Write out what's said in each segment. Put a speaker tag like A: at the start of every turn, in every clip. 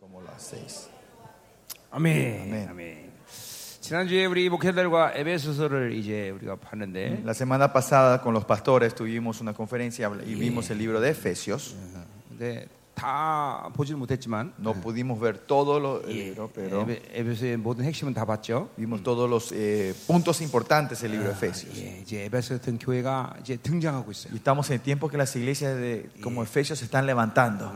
A: our sins.
B: 아멘.
A: 아멘.
B: 지난주에 우리 목회자들과 에베소서를 이제 우리가 봤는데
A: La semana pasada con los pastores tuvimos una conferencia y vimos el libro de Efesios.
B: 근데 다 보지는 못했지만
A: No pudimos ver todo lo- el libro, pero
B: 에베, 에베소의 모든 핵심은 다 봤죠.
A: vimos todos los eh, puntos importantes del libro de Efesios.
B: 예, 이제 에베소 같은 교회가 이제 등장하고 있어요.
A: Y estamos en tiempos que las iglesias de, como Efesios se están levantando.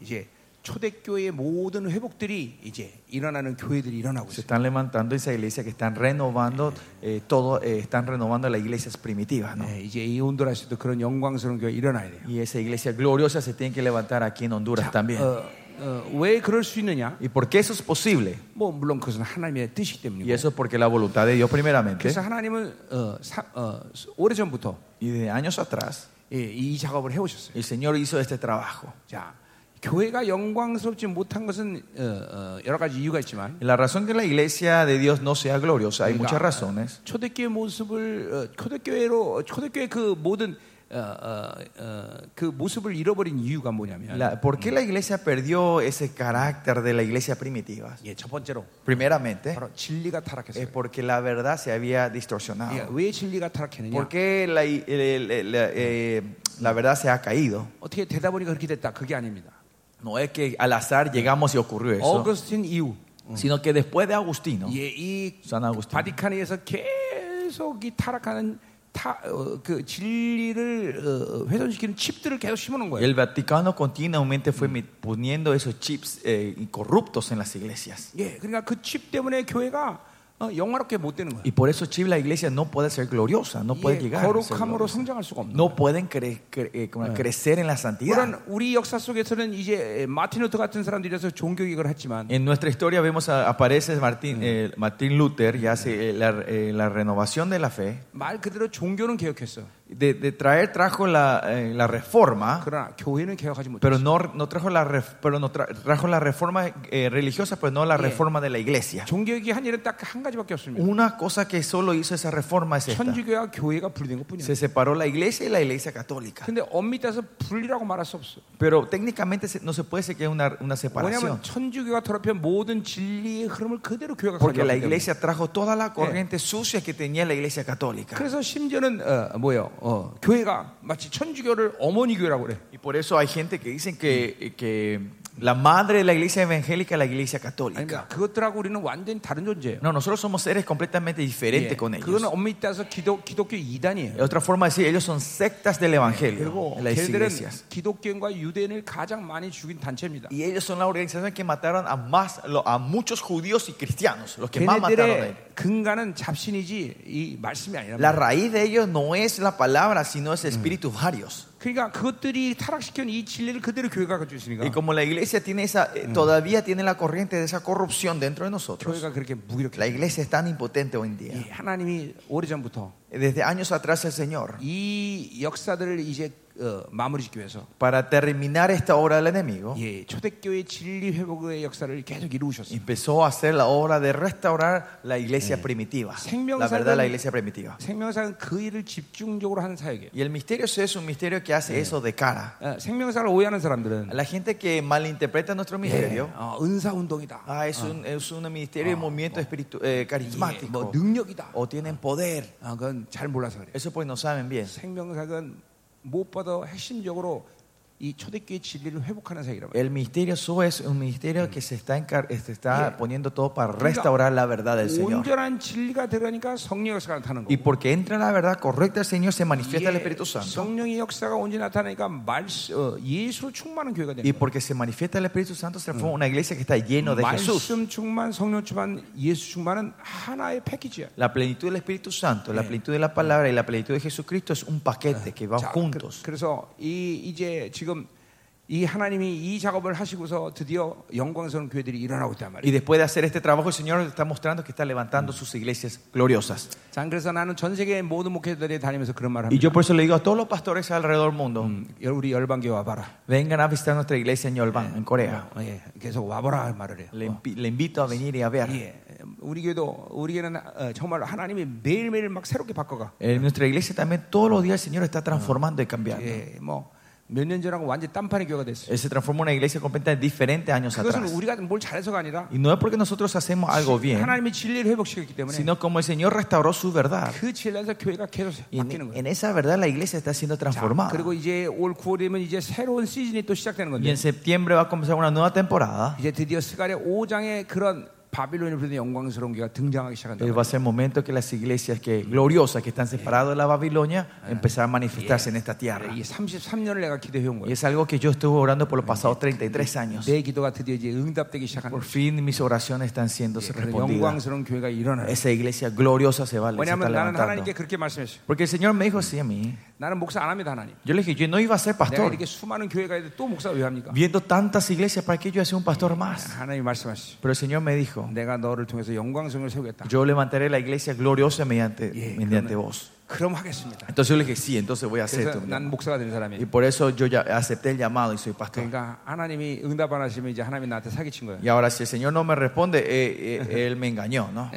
B: 이제 초대교회의 모든 회복들이 이제 일어나는 교회들이 일어나고
A: Se
B: 있어요.
A: están levantando esas iglesias que están renovando eh, todo, eh, están renovando las iglesias primitivas, ¿no?
B: 예, 이제 이 온도라스도 그런 영광스러운 교회 일어나야 돼요.
A: Y esa iglesia gloriosa se tiene que levantar aquí en Honduras también.
B: 어, 어, 왜 그럴 수 있느냐?
A: ¿Y por qué eso es posible?
B: 뭐 물론 그것은 하나님의 뜻이기
A: Y
B: 때문이고.
A: eso es porque la voluntad de Dios primeramente
B: 그래서 하나님은 어, 사- 어, 오래 전부터
A: y de años atrás
B: 예, 이 작업을 해오셨어요.
A: el Señor hizo este trabajo.
B: 자, 교회가 영광스럽지 못한 것은 어, 어, 여러 가지 이유가 있지만
A: Y La razón que la iglesia de Dios no sea gloriosa, hay
B: Mira.
A: muchas razones.
B: 초대교회 모습을 어, 초대교회로 초대교회 그 모든 어, 어, 어, 그 모습을 잃어버린 이유가 뭐냐면
A: La- ¿Por qué la iglesia perdió ese carácter de la iglesia primitiva?
B: 예, 첫 번째로
A: Primeramente,
B: 바로 진리가
A: es
B: 타락했어요.
A: porque la verdad se había
B: 예,
A: distorsionado.
B: 왜 진리가 타락했느냐?
A: ¿Por qué la, i- el- el- la- eh, la verdad se ha caído?
B: 어떻게 되다 보니까 그렇게 됐다. 그게 아닙니다.
A: No es que al azar llegamos y ocurrió eso, Mm.
B: 어거스틴 이후
A: sino que después de Agustino,
B: 예, 이
A: San Agustín,
B: 바티칸에서 계속 이 타락하는 타, 어, 그 진리를 어, 훼손시키는 칩들을 계속 심어놓은 거예요.
A: el Vaticano continuamente fue mi- poniendo esos chips eh, corruptos en las iglesias.
B: 예, 그러니까 그 칩 때문에 교회가 어, 영화롭게 못 되는 거예요.
A: Y por esos chips la iglesia no puede ser gloriosa, no puede
B: 예,
A: llegar. a ser
B: 거룩함으로
A: gloriosa.
B: 성장할 수가 없는 거예요.
A: No pueden cre- cre- eh, como crecer en la santidad.
B: 물론 우리 역사 속에서는 이제 마틴 루터 같은 사람들이라서 종교개혁을 했지만
A: En nuestra historia vemos a- aparece Martín, eh, Martín Luther y hace eh, la, eh, la renovación de la fe.
B: 말 그대로 종교는 개혁했어.
A: De, de traer trajo la, eh, la reforma,
B: 그러나 교회는 개혁하지 못했어.
A: pero no, no trajo la ref- pero no tra- trajo la reforma eh, religiosa, pero no la
B: Bien.
A: reforma de la iglesia.
B: 종교개혁이 한 일은 딱 한 가지밖에 없습니다.
A: Una cosa que solo hizo esa reforma es esta.
B: 천주교와 교회가 분리된 것뿐이야.
A: Se separó la iglesia y la iglesia católica.
B: 근데 엄밀히 따서 분리라고 말할 수 없어.
A: Pero técnicamente se- no se puede decir que es una, una separación.
B: 왜냐하면 천주교가 더럽힌 모든 진리의 흐름을 그대로 교회가
A: Porque la
B: 가져왔기 때문에.
A: iglesia trajo toda la corriente sucia que tenía la iglesia católica.
B: 그래서 심지어는 어, 뭐예요? 어, 교회가 마치 천주교를 어머니 교회라고 그래.
A: Y por eso hay gente que dicen que, eh, que la madre de la iglesia evangélica es la iglesia
B: 아닙니다.
A: católica.
B: 그러니까 그것들하고 우리는 완전히 다른 존재예요.
A: No, nosotros somos seres completamente
B: 예,
A: diferentes con
B: 그거는
A: ellos.
B: 엄밀히 따서 기독, 기독교 이단이에요.
A: Otra forma de decir, ellos son sectas del evangelio,
B: 그리고
A: las
B: 걔들은
A: iglesias.
B: 기독교인과 유대인을 가장 많이 죽인 단체입니다.
A: Y ellos son la organización que mataron a, más, lo- a muchos judíos y cristianos, los que más mataron a ellos.
B: 걔네들의 근간은 잡신이지 이 말씀이 아니라.
A: La raíz de ellos no es la palabra, sino es espíritus varios.
B: 그러니까 그것들이 타락시킨 이 진리를 그대로 교회가 가지고
A: Y
B: 있으니까
A: como la iglesia tiene esa, eh, todavía tiene la corriente de esa corrupción dentro de nosotros,
B: 교회가 그렇게 무기력해.
A: la iglesia es tan impotente hoy en día.
B: 예, 하나님이 오래전부터
A: Desde años atrás el Señor,
B: 이 역사들을 이제 어, 마무리 짓기 위해서
A: para terminar esta obra del enemigo,
B: 예, 초대교회 진리 회복의 역사를 계속 이루셨어요.
A: empezó a hacer la obra de restaurar la iglesia primitiva,
B: 생명
A: la verdad
B: 살던-
A: la iglesia primitiva.
B: 생명사는 그 일을 집중적으로 하는 사역이에요.
A: Y el misterio es un misterio que hace eso de cara.
B: 어, 생명사를 오해하는 사람들은
A: La gente que malinterpreta nuestro misterio,
B: 어, 은사 운동이다.
A: ah, es, un, es un ministerio y movimiento espiritu- eh,
B: 이게 뭐
A: carismático,
B: 능력이다.
A: o tienen poder.
B: 아, 그건 잘 몰라서 그래요.
A: Eso pues no saben bien.
B: 생명사는 무엇보다 핵심적으로 이 초대교회 진리를 회복하는 사역이라고.
A: El misterio eso es un misterio que se está, encar- eh, se está
B: Yeah.
A: poniendo todo para restaurar la verdad del
B: 해요.
A: Señor.
B: 온전한 진리가 들어가니까 성령 역사가 나타나는
A: Y
B: 거고.
A: porque entra la verdad correcta del Señor, se manifiesta el
B: 이게
A: Espíritu Santo.
B: 성령의 역사가 온전히 나타나니까 말 어, 예수 충만한 교회가 되는
A: Y
B: 거예요.
A: porque se manifiesta el Espíritu Santo, se forma una iglesia que está lleno de Jesús.
B: 말씀 충만, 성령 충만, 예수 충만은 하나의 패키지야.
A: La plenitud del Espíritu Santo, la plenitud de la palabra y la plenitud de Jesucristo es un paquete que va
B: 자,
A: juntos.
B: 그, 래서이 이제 지금 이 하나님이 이 작업을 하시고서 드디어 영광스러운 교회들이 일어나고 있단
A: Y
B: 말이에요.
A: después de hacer este trabajo, el Señor está mostrando que está levantando sus iglesias gloriosas.
B: 자, 그래서 나는 전 세계 모든 목회자들이 다니면서 그런 말을
A: Y
B: 합니다. 음,
A: yo por eso le digo a todos los pastores alrededor del mundo,
B: 여- 우리 열방교 와봐라.
A: vengan a visitar nuestra iglesia en Yolban, en Corea.
B: 어, 예, 계속 와보라 할 말을 해요.
A: Le, invi- le invito a venir y a ver.
B: 예, 우리 교회도 우리 교회는 어, 정말 하나님이 매일매일 막 새롭게 바꿔가.
A: En nuestra iglesia también todos los días el Señor está transformando y cambiando.
B: 예, 뭐 몇 년 전하고 완전히 딴판의 교회가 됐어요.
A: Eh, se transformó en una iglesia completamente diferente años
B: 그것은
A: atrás.
B: 우리가 뭘 잘해서가 아니라
A: Y no es porque nosotros hacemos algo bien,
B: 하나님의 진리를 회복시켰기 때문에
A: sino como el Señor restauró su verdad.
B: 그 진리에서 교회가 계속
A: Y
B: 바뀌는
A: en,
B: 거예요.
A: en esa verdad la iglesia está siendo
B: 자,
A: transformada.
B: 그리고 이제 올 9월이면 이제 새로운 시즌이 또 시작되는
A: Y
B: 건데
A: en septiembre va a comenzar una nueva temporada.
B: 이제 드디어 스가랴 5장의 그런 바빌론을 부르는 영광스러운 교회가 등장하기 시작한다.
A: Eh, va a ser el momento que las iglesias que, gloriosas que están separadas de la Babilonia empezar a manifestarse en esta tierra.
B: 예, 이 33년을 내가 기대해 온
A: Y
B: 거예요.
A: es algo que yo estuve orando por los pasados 33 años.
B: 내 기도가 드디어 이제 응답되기 시작한
A: Por
B: 예, 거예요. 예,
A: fin mis oraciones están siendo
B: 그런
A: respondidas.
B: 영광스러운 교회가 일어나요.
A: Esa iglesia gloriosa se va a se está
B: 왜냐하면 나는
A: levantando.
B: 하나님께 그렇게 말씀했어요.
A: Porque el Señor me dijo así a mí.
B: 나는 목사 안 합니다 하나님.
A: Yo le dije, yo no iba a ser
B: 내가
A: pastor.
B: 이렇게 수많은 교회가 있는데 또 목사 왜 합니까?
A: Viendo tantas iglesias, ¿para qué yo iba a ser un pastor más?
B: 하나님이 말씀하시죠.
A: Pero el Señor me dijo,
B: 내가 너를 통해서 영광성을 세우겠다.
A: yo levantaré la iglesia gloriosa mediante,
B: Yeah,
A: mediante vos.
B: 그럼 하겠습니다.
A: Entonces yo le dije, sí, entonces voy a hacer
B: 그래서
A: esto.
B: 난 목사가 된
A: Y
B: 사람이에요.
A: por eso yo ya acepté el llamado y soy pastor.
B: 그러니까 하나님이 응답 안 하시면 이제 하나님이 나한테 사기친 거예요.
A: Y ahora si el Señor no me responde, eh, eh, Él me engañó, ¿no?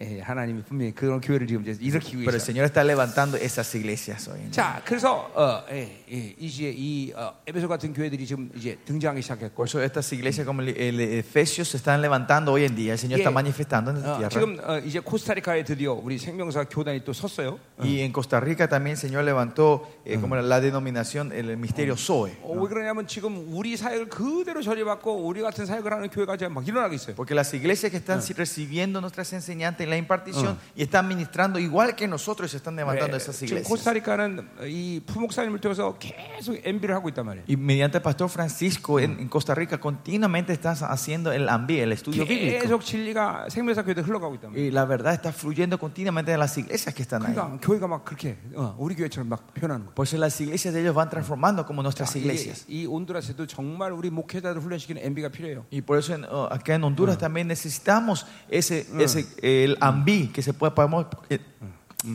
B: 예, 하나님이 분명히 그런 교회를 지금 이제 일으키고
A: Pero el
B: 계세요.
A: Señor está levantando esas iglesias hoy. en día.
B: 자, 그래서 어, 예, 예, 이제 이 어, 에베소 같은 교회들이 지금 이제 등장하기 시작했고,
A: Por eso estas iglesias como el, el Efesios se están levantando hoy en día. El Señor
B: Yeah.
A: está manifestando en
B: 어,
A: la tierra.
B: 지금 어, 이제 코스타리카에 드디어 우리 생명사 교단이 또 섰어요.
A: Y en Costa Rica también el Señor levantó eh, como la, la denominación, el misterio Zoe.
B: 어, 왜 그러냐면 지금 우리 사역을 그대로 처리받고 우리 같은 사역을 하는 교회가 지금 막 일어나고 있어요.
A: Porque las iglesias que están recibiendo nuestras enseñantes en la impartición y están ministrando igual que nosotros, se están levantando
B: 예,
A: esas
B: 지금
A: iglesias.
B: 코스타리카는 이 부목사님을 통해서 계속 MB를 하고 있단 말이에요.
A: Y mediante el pastor Francisco en, en Costa Rica continuamente están haciendo el AMBI, el estudio bíblico.
B: 계속 진리가 생명사 교회에 흘러가고 있단 말이에요.
A: Y la verdad está fluyendo continuamente en las iglesias que están ahí.
B: 그러니까 교회가 막 그렇게 어, 우리 교회처럼 막 변하는 거예요. 아,
A: Por eso las iglesias de ellos van transformando como nuestras
B: 이,
A: iglesias.
B: 이 온두라스에도 정말 우리 목회자를 훈련시키는 MB가 필요해요.
A: Y por eso en, oh, acá en Honduras también necesitamos ese, ese el AMBI que se pueda podemos eh,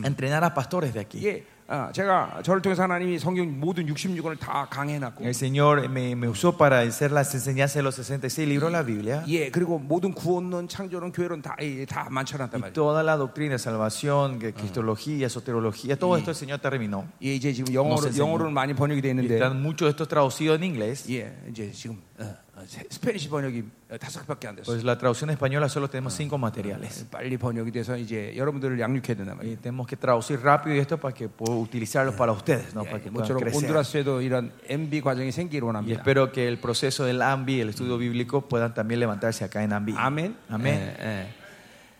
A: entrenar a pastores de aquí.
B: 이게 아, 제가 저를 통해서 하나님이 성경 모든 66권을 다 강해놨고,
A: El Señor me, me usó para hacer las enseñanzas de los 66 libros de la Biblia.
B: 예, 그리고 모든 구원론, 창조론, 교회론 다, 예, 다 만천한단 말이에요.
A: Toda la doctrina, salvación, que- cristología, soterología, todo esto el Señor terminó.
B: 예, 이제 지금 영어로,
A: 선생님.
B: 영어로는 많이 번역이 돼
A: Y
B: 있는데,
A: Están muchos de estos traducidos en inglés.
B: 예, 이제 지금 어, 어, 세- 스페니시 번역이 어, 다섯 개밖에 안 됐어요.
A: Pues la traducción española solo tenemos cinco materiales.
B: 빨리 번역이 돼서 이제 여러분들을 양육해야 된단 말이에요.
A: Y tenemos que traducir rápido y esto para que pueda utilizarlo para ustedes, ¿no? para que puedan
B: 모처럼
A: crecer.
B: 온두라스에도 이런 MB 과정이 생기기를
A: Y
B: 원합니다.
A: espero que el proceso del AMBI, el estudio bíblico, puedan también levantarse acá en AMBI.
B: 아멘.
A: Amén.
B: 예, 예.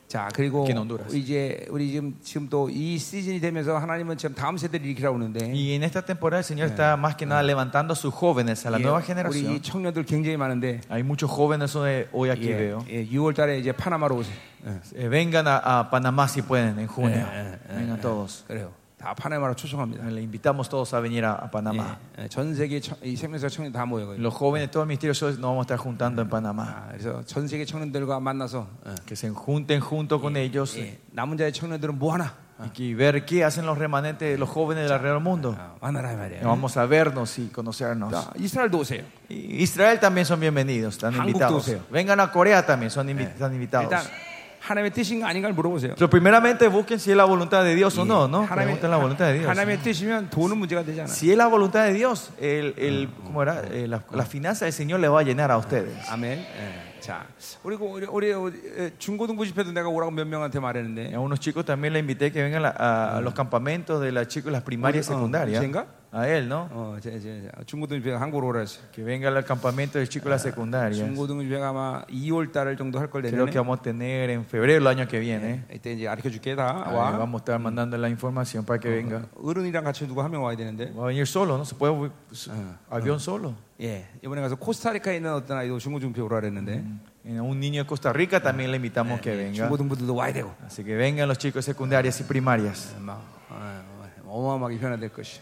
B: 자 그리고
A: Aquí en Honduras.
B: 이제 우리 지금 지금 또 이 시즌이 되면서 하나님은 지금 다음 세대를 일으키라고 하는데
A: Y en esta temporada el Señor está más que nada levantando a sus jóvenes, a la
B: 예,
A: nueva
B: 우리 이
A: generación.
B: 청년들 굉장히 많은데
A: Hay muchos jóvenes hoy hoy aquí
B: 예,
A: veo.
B: 예, 6월달에 이제 파나마로 오세요. 예,
A: Eh, vengan a, a Panamá si pueden en junio.
B: 예, 예,
A: vengan
B: 예,
A: todos. Eh,
B: 그래요. 다 파나마로 초청합니다.
A: Le invitamos todos a venir a, a Panamá.
B: 예, 예, 전 세계 청- 이 생명사 청년 다 모여요.
A: Los jóvenes, todo el ministerio nos vamos a estar juntando en Panamá.
B: 아, 그래서 전 세계 청년들과 만나서 예,
A: Que se junten junto con ellos
B: 예, 남은 자의 청년들은 뭐 하나
A: y que ver qué hacen los remanentes, los jóvenes del alrededor del mundo.
B: 아, 만나라 이 말이에요.
A: Vamos a vernos y conocernos.
B: 자, 이스라엘도 오세요.
A: Y Israel también son bienvenidos, están
B: Hanguk
A: invitados.
B: dulce.
A: Vengan a Corea también, son invi- están
B: 일단
A: invitados.
B: 하나님의 뜻인가 아닌가를 물어보세요.
A: Pero primeramente busquen si es la voluntad de Dios o no, ¿no?
B: 하나님의,
A: Pregunten la voluntad de Dios.
B: 하나님의 뜻이면 돈은 문제가 되지 않아요.
A: Si es la voluntad de Dios, el, el- ¿cómo era? Eh, la, la finanza del Señor le va a llenar a ustedes.
B: 아멘. 예. 자, 우리 그 우리, 우리 어, 중고등부 집회도 내가 오라고 몇 명한테
A: Y
B: 말했는데
A: A unos chicos también le invité que vengan a, la- a los campamentos de las chicos, las primarias y
B: Oye, oh,
A: secundarias.
B: ¿Jenga?
A: A él, ¿no?
B: 어, 제, 제, 중고등 집회 한국으로 오라 했어요.
A: Que venga al campamento de chicos de las secundarias.
B: 중고등 집회가 아마 2월 달 정도 할 걸
A: Creo que
B: 내년에
A: vamos a tener en febrero el año que viene.
B: 이때 이제 가르쳐 줄게
A: Ah,
B: 다
A: le
B: 와.
A: vamos a estar mandando la información para que venga.
B: 어른이랑 같이 누구 한 명 와야 되는데.
A: Va a venir solo, ¿no? Se puede bu- su- avión solo.
B: 예, 이번에 가서 코스타리카에 있는 어떤 아이도 중고등 집회 오라 그랬는데
A: Y A Eh, un niño de Costa Rica también le invitamos que
B: 그러니까.
A: venga.
B: 중고등부들도 와야 되고
A: Así que vengan los chicos de secundarias y primarias.
B: 막 어, 어마어마하게 변화될 것이.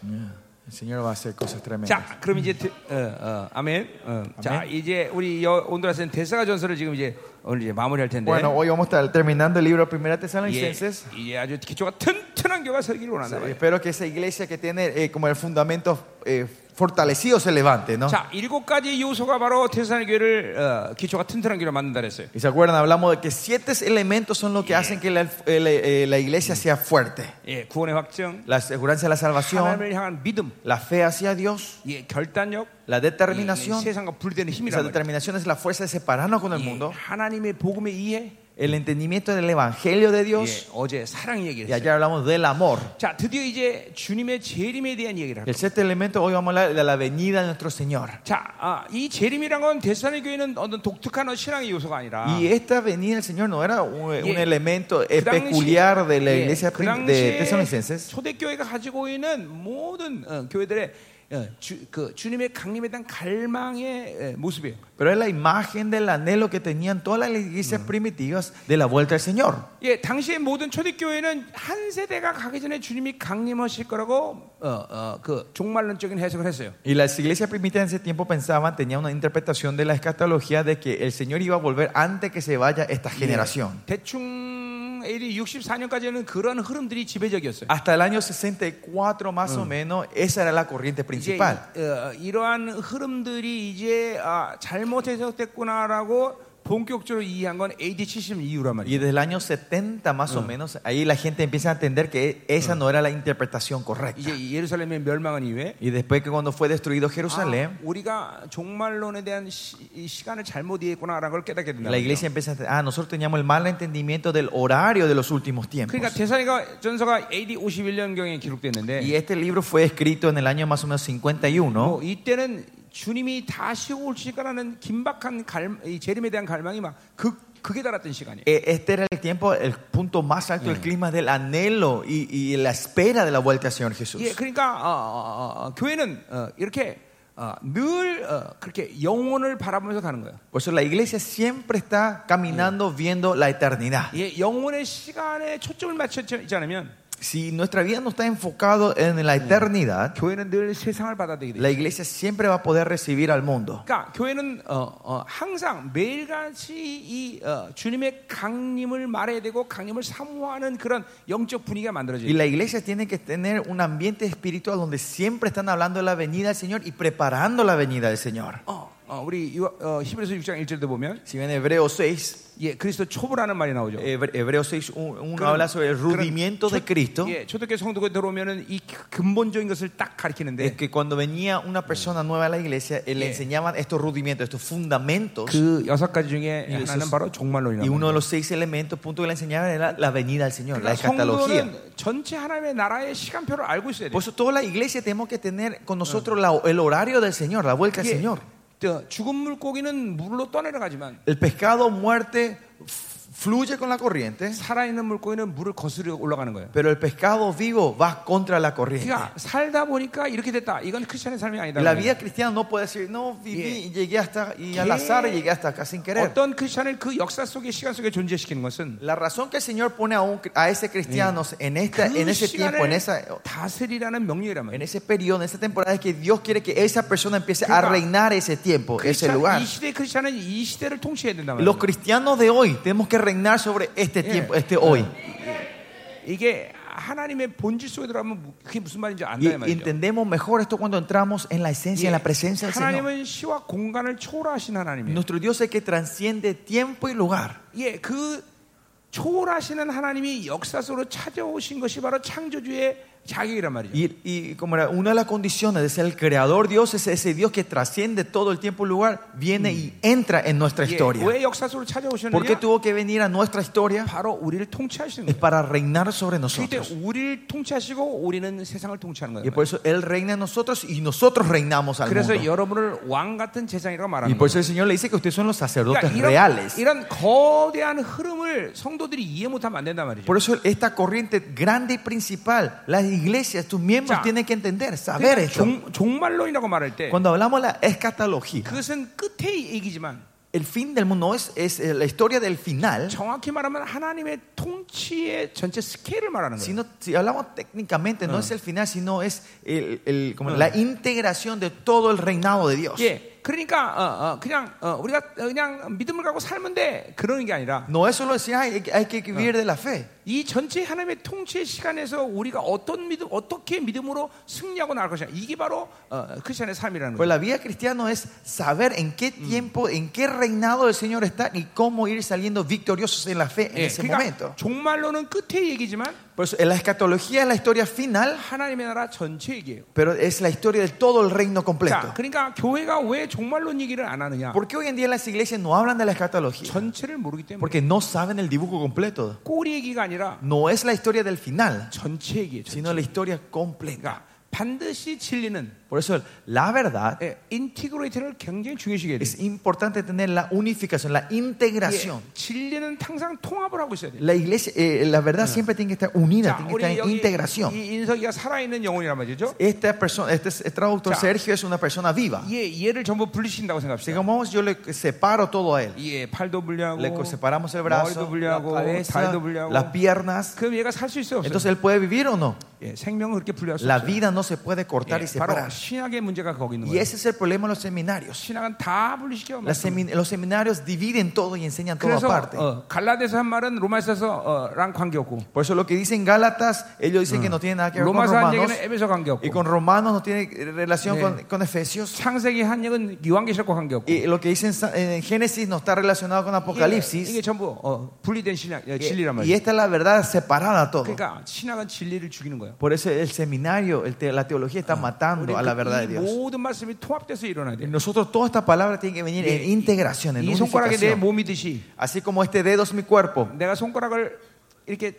A: El Señor va a hacer cosas tremendas.
B: 자, 그럼 이제 드- 어, 어, 네. 아멘. 어, 자, 이제 우리 여- 온두라스는 대사가 전설을 지금 이제 오늘 이제 마무리할 텐데.
A: Bueno, hoy vamos a estar terminando el libro de Primera
B: 예,
A: Tesalonicenses.
B: 이제 아주 기초가 튼튼한 교가 서기를 원한다.
A: 네. Espero que esa iglesia que tiene eh, como el fundamento eh, fortalecido se levante, ¿no?
B: 자, 일곱 가지 요소가 바로 태산의 교회를 어, 기초가 튼튼한 교회로 만든다 그랬어요.
A: Y se acuerdan, hablamos de que siete elementos son los que hacen que la, el- eh, la iglesia sea fuerte.
B: 예, 구원의 확증,
A: La seguridad de la salvación,
B: 하나님을 향한 믿음,
A: la fe hacia Dios,
B: 예, 결단력,
A: la
B: 이- 이
A: determinación.
B: 세상과 분리되는
A: Esa
B: 힘이라는 거예요.
A: determinación es la fuerza de separarnos con el
B: 예,
A: mundo,
B: 하나님의 복음의 이해,
A: el entendimiento del evangelio de
B: 예,
A: Dios.
B: 어제 사랑
A: Y
B: 얘기를 했어요.
A: allá hablamos del amor.
B: 자, 드디어 이제 주님의 재림에 대한 얘기를 할게요.
A: El séptimo elemento, hoy vamos a hablar de la venida de nuestro Señor.
B: 자, 아, 이 재림이란 건 대산의 교회는 어떤 독특한 어떤 신앙의 요소가 아니라
A: Y esta venida del Señor no era un, un
B: Yeah.
A: elemento eh,
B: 그 당시-
A: peculiar de la
B: 예,
A: iglesia
B: 그
A: prim- de
B: 당시에
A: Tesalonicenses,
B: 초대교회가 가지고 있는 모든 어, 교회들의 어, 주, 그 주님의 강림에 대한 갈망의 예, 모습이에요.
A: pero es la imagen del anhelo que tenían todas las iglesias primitivas de la vuelta al Señor.
B: 예, 당시의 모든 초대교회는 한 세대가 가기 전에 주님이 강림하실 거라고 어, 어, 그 종말론적인 해석을 했어요.
A: Y las iglesias primitivas en ese tiempo pensaban, tenían una interpretación de la escatología de que el Señor iba a volver antes que se vaya esta generación.
B: 대충 AD 64년까지는 그런 흐름들이 지배적이었어요.
A: Hasta el año 64 más o menos, esa era la corriente
B: 이제
A: principal.
B: 어, 이러한 흐름들이 이제 아, 잘못 해석됐구나라고 본격적으로 이해한 건 AD 70 이후란 말이에요.
A: Y desde el año 70 más o menos, ahí la gente empieza a entender que esa no era la interpretación correcta.
B: 이제 예루살렘의 멸망한 이후에
A: Y después que cuando fue destruido
B: 아, Ah,
A: Jerusalén,
B: 우리가 종말론에 대한 시, 이 시간을 잘못 이해했구나라는 걸 깨닫게 된다.
A: la iglesia empieza a entender, ah, nosotros teníamos el mal entendimiento del horario de los últimos tiempos.
B: 그러니까 대사니가 전서가 AD 51년경에 기록됐는데
A: Y este libro fue escrito en el año más o menos 51.
B: 뭐 이때는 주님이 다시 오실 거라는 긴박한 갈, 이 재림에 대한 갈망이 막 극, 극에 달았던 시간이에요.
A: Eh, Este era el tiempo, el punto más alto del clima del anhelo y, y la espera de la vuelta al Señor Jesús.
B: 예, 그러니까 어, 어, 어, 교회는 어, 이렇게 어, 늘 어, 그렇게 영혼을 바라보면서 가는 거예요.
A: Por eso la iglesia siempre está caminando viendo la eternidad.
B: 예, 영혼의 시간에 초점을 맞추지 않으면
A: Si nuestra vida no está enfocada en la eternidad,
B: 교회는 늘 세상을 받아들이게 돼요.
A: la iglesia siempre va a poder recibir al mundo.
B: 그러니까 교회는 어, 어, 항상 매일같이 이 어, 주님의 강림을 말해야 되고 강림을 사모하는 그런 영적 분위기가
A: Y
B: 만들어져요.
A: la iglesia tiene que tener un ambiente espiritual donde siempre están hablando de la venida del Señor y preparando la venida del Señor.
B: 어, 어, 우리 유아- 어, 히브리서 6장 1절도 보면
A: Si ven Hebreos 6,
B: 예, 그리스도 초보라는 말이 나오죠.
A: Hebre- Hebreos 6, un- uno
B: 그런-
A: habla sobre el
B: 그런
A: rudimiento de
B: 초-
A: Cristo.
B: 예, 초대교 성도가 들어오면은 이 근본적인 것을 딱
A: Es
B: 가리키는데
A: que cuando venía una persona nueva a la iglesia, eh, le
B: Yeah.
A: enseñaban estos rudimentos, estos fundamentos.
B: 그 여섯 가지 중에
A: 예,
B: 하나는
A: 있었어.
B: 바로
A: Y
B: 종말론이라고.
A: uno de los seis elementos, punto que le enseñaban era la venida del Señor, la
B: 그러니까
A: escatología.
B: 성도는 전체 하나님의 나라의 시간표를 알고 있어야 돼.
A: Por eso toda la iglesia tenemos que tener con nosotros la- el horario del Señor, la vuelta al Señor.
B: 죽은 물고기는 물로 떠내려가지만
A: El pescado muerte f- fluye con la corriente.
B: 살아있는 물고기는 물을 거스르 올라가는 거예요.
A: Pero el pescado vivo va contra la corriente.
B: 그러니까 살다 보니까 이렇게 됐다. 이건 크리스천의 삶이 아니다.
A: 예. La vida cristiana no puede decir, no, viví, llegué hasta, y al
B: ¿Qué?
A: azar llegué hasta acá sin querer.
B: 어떤 크리스천을 그 역사 속에 시간 속에 존재시키는 것은
A: La razón que el Señor pone a, un- a ese cristiano en, esta, en
B: 그
A: ese tiempo, en,
B: 시간을
A: esa,
B: 다스리라는 명령이란
A: en
B: 말이에요.
A: ese periodo, en esa temporada, es que Dios quiere que esa persona empiece a
B: Claro.
A: reinar ese tiempo, ese
B: 크리스천,
A: lugar.
B: 이 시대 크리스천은 이 시대를 통치해야 된단 말이에요.
A: Los cristianos de hoy tenemos que reinar sobre este
B: Yeah.
A: tiempo, este hoy.
B: 이게 하나님의 본질 속에 들어가면 무- 그게 무슨 말인지
A: Y
B: 안다는 말이죠.
A: entendemos mejor esto cuando entramos en la esencia,
B: 예,
A: en la presencia del Señor.
B: 하나님은 시와 공간을 초월하신 하나님이에요.
A: Nuestro Dios es que transciende tiempo y lugar.
B: 예, 그 초월하시는 하나님이 역사 속으로 찾아오신 것이 바로 창조주의 자격이란 말이죠.
A: Y, y como era una de las condiciones de ser el creador Dios es ese Dios que trasciende todo el tiempo y lugar, viene y entra en nuestra
B: 예,
A: historia.
B: 왜 역사
A: ¿Por
B: 속으로
A: qué
B: 찾아오셨느냐?
A: tuvo que venir a nuestra historia?
B: 바로 우리를 통치하시는
A: Es
B: 거예요.
A: para reinar sobre
B: 그때
A: nosotros.
B: 우리를 통치하시고 우리는 세상을 통치하는
A: Y
B: 거예요.
A: por eso Él reina en nosotros y nosotros reinamos al
B: 그래서
A: mundo.
B: 여러분을 왕 같은 제사이라고
A: Y
B: 말하는
A: por
B: 거예요.
A: eso el Señor le dice que ustedes son los
B: 그러니까
A: sacerdotes
B: 이런,
A: reales.
B: 이런 거대한 흐름을 성도들이 이해 못하면 안 된단 말이죠.
A: Por eso esta corriente grande y principal, las iglesias, tus miembros
B: Ya.
A: tienen que entender, saber
B: 그러니까
A: esto.
B: 종, 종말론이라고 말할 때
A: Cuando hablamos de la escatología,
B: 그것은 끝의 얘기지만
A: el fin del mundo no es, es eh, la historia del final.
B: 정확히 말하면 하나님의 통치의 전체 스케일을 말하는 거예요.
A: Sino, si hablamos técnicamente, no es el final, sino es el- el- como la integración de todo el reinado de Dios.
B: 예, 그러니까 어, 어, 그냥 어, 우리가 어, 그냥 믿음을 갖고 살면 돼 그러는 게 아니라
A: No es solo decir, "Ay, hay, que- hay que vivir de la fe.
B: 이 전체 하나님의 통치의 시간에서 우리가 어떤 믿음, 어떻게 믿음으로 승리하고 나갈 것이냐 이게 바로 어, 크리스천의 삶이라는
A: Pues
B: 거예요.
A: la vida cristiana es saber en qué tiempo, en qué reinado del Señor está y cómo ir saliendo victoriosos en la fe en
B: 예,
A: ese
B: 그러니까
A: momento.
B: 종말론은 끝의 얘기지만
A: Por eso, en la escatología es la historia final,
B: 하나님의 나라 전체 얘기예요.
A: pero es la historia de todo el reino completo.
B: 자, 그러니까 교회가 왜 종말론 얘기를 안 하느냐?
A: ¿Por qué hoy en día las iglesias no hablan de la escatología?
B: 전체를 모르기 때문에
A: Porque no saben el dibujo completo.
B: 꼬리 얘기가 아니라
A: No es la historia del final,
B: 전체 얘기예요. 전체.
A: sino la historia completa.
B: 그러니까 반드시 진리는
A: Por eso, la verdad
B: 인티그레이트를 굉장히 중요시해야 돼요.
A: es importante tener la unificación, la integración.
B: 예, 진리는 항상 통합을 하고 있어야 돼요.
A: La iglesia, eh, la verdad siempre tiene que estar unida,
B: 자,
A: tiene que
B: 우리
A: estar en
B: 여기
A: integración.
B: 이 인석이가 살아있는 영혼이란 말이죠.
A: Esta persona, este es- el traductor
B: Ya.
A: Sergio es una persona viva.
B: 예, 얘를 전부 분리신다고 생각합시다.
A: Digamos, yo le separo todo a él.
B: 예, 팔도 분리하고
A: Le co- separamos el
B: 머리도
A: brazo, la
B: 분리하고
A: cabeza,
B: 다리도 분리하고
A: las piernas.
B: 그럼 얘가 살 수 있어요? 없어요?
A: Entonces, ¿él puede vivir o no?
B: 예, 생명을 그렇게 분리할 수
A: La
B: 없어요.
A: vida no se puede cortar y
B: 예,
A: separar.
B: 바로 신학의 문제가 거기 있는
A: Y
B: 거예요.
A: ese es el problema en los seminarios.
B: 신학은 다 분리시켜.
A: Las semin- los seminarios dividen todo y enseñan todo
B: 그래서
A: aparte.
B: 어, 갈라디아서 한 말은 로마서랑 어, 랑 관계 없고
A: Por eso lo que dicen Gálatas, ellos dicen que no tiene nada que ver con
B: 로마서 한
A: Romanos.
B: 얘기는 에베소 관계
A: Y
B: 없고
A: con Romanos no tiene relación
B: Sí.
A: con, con Efesios.
B: 창세기 한 얘기는 요한계시록과 관계 없고
A: Y lo que dicen sa- en Génesis no está relacionado con
B: 이게, 이게
A: Apocalipsis.
B: 전부 어, 분리된 신학, 어, 진리란
A: Y, y
B: 말이에요.
A: esta es la verdad separada a todo.
B: 그러니까 신학은 진리를 죽이는 거예요.
A: Por eso el seminario, el te- la teología está matando a la verdad de
B: 우리 그, 이
A: Dios.
B: 모든 말씀이 통합돼서 일어나야
A: Y
B: 돼요.
A: nosotros toda esta palabra tiene que venir en
B: 예,
A: integración, en
B: 이 손가락이 내
A: unificación.
B: 몸이듯이
A: Así como este dedo es mi cuerpo.
B: 내가 손가락을 이렇게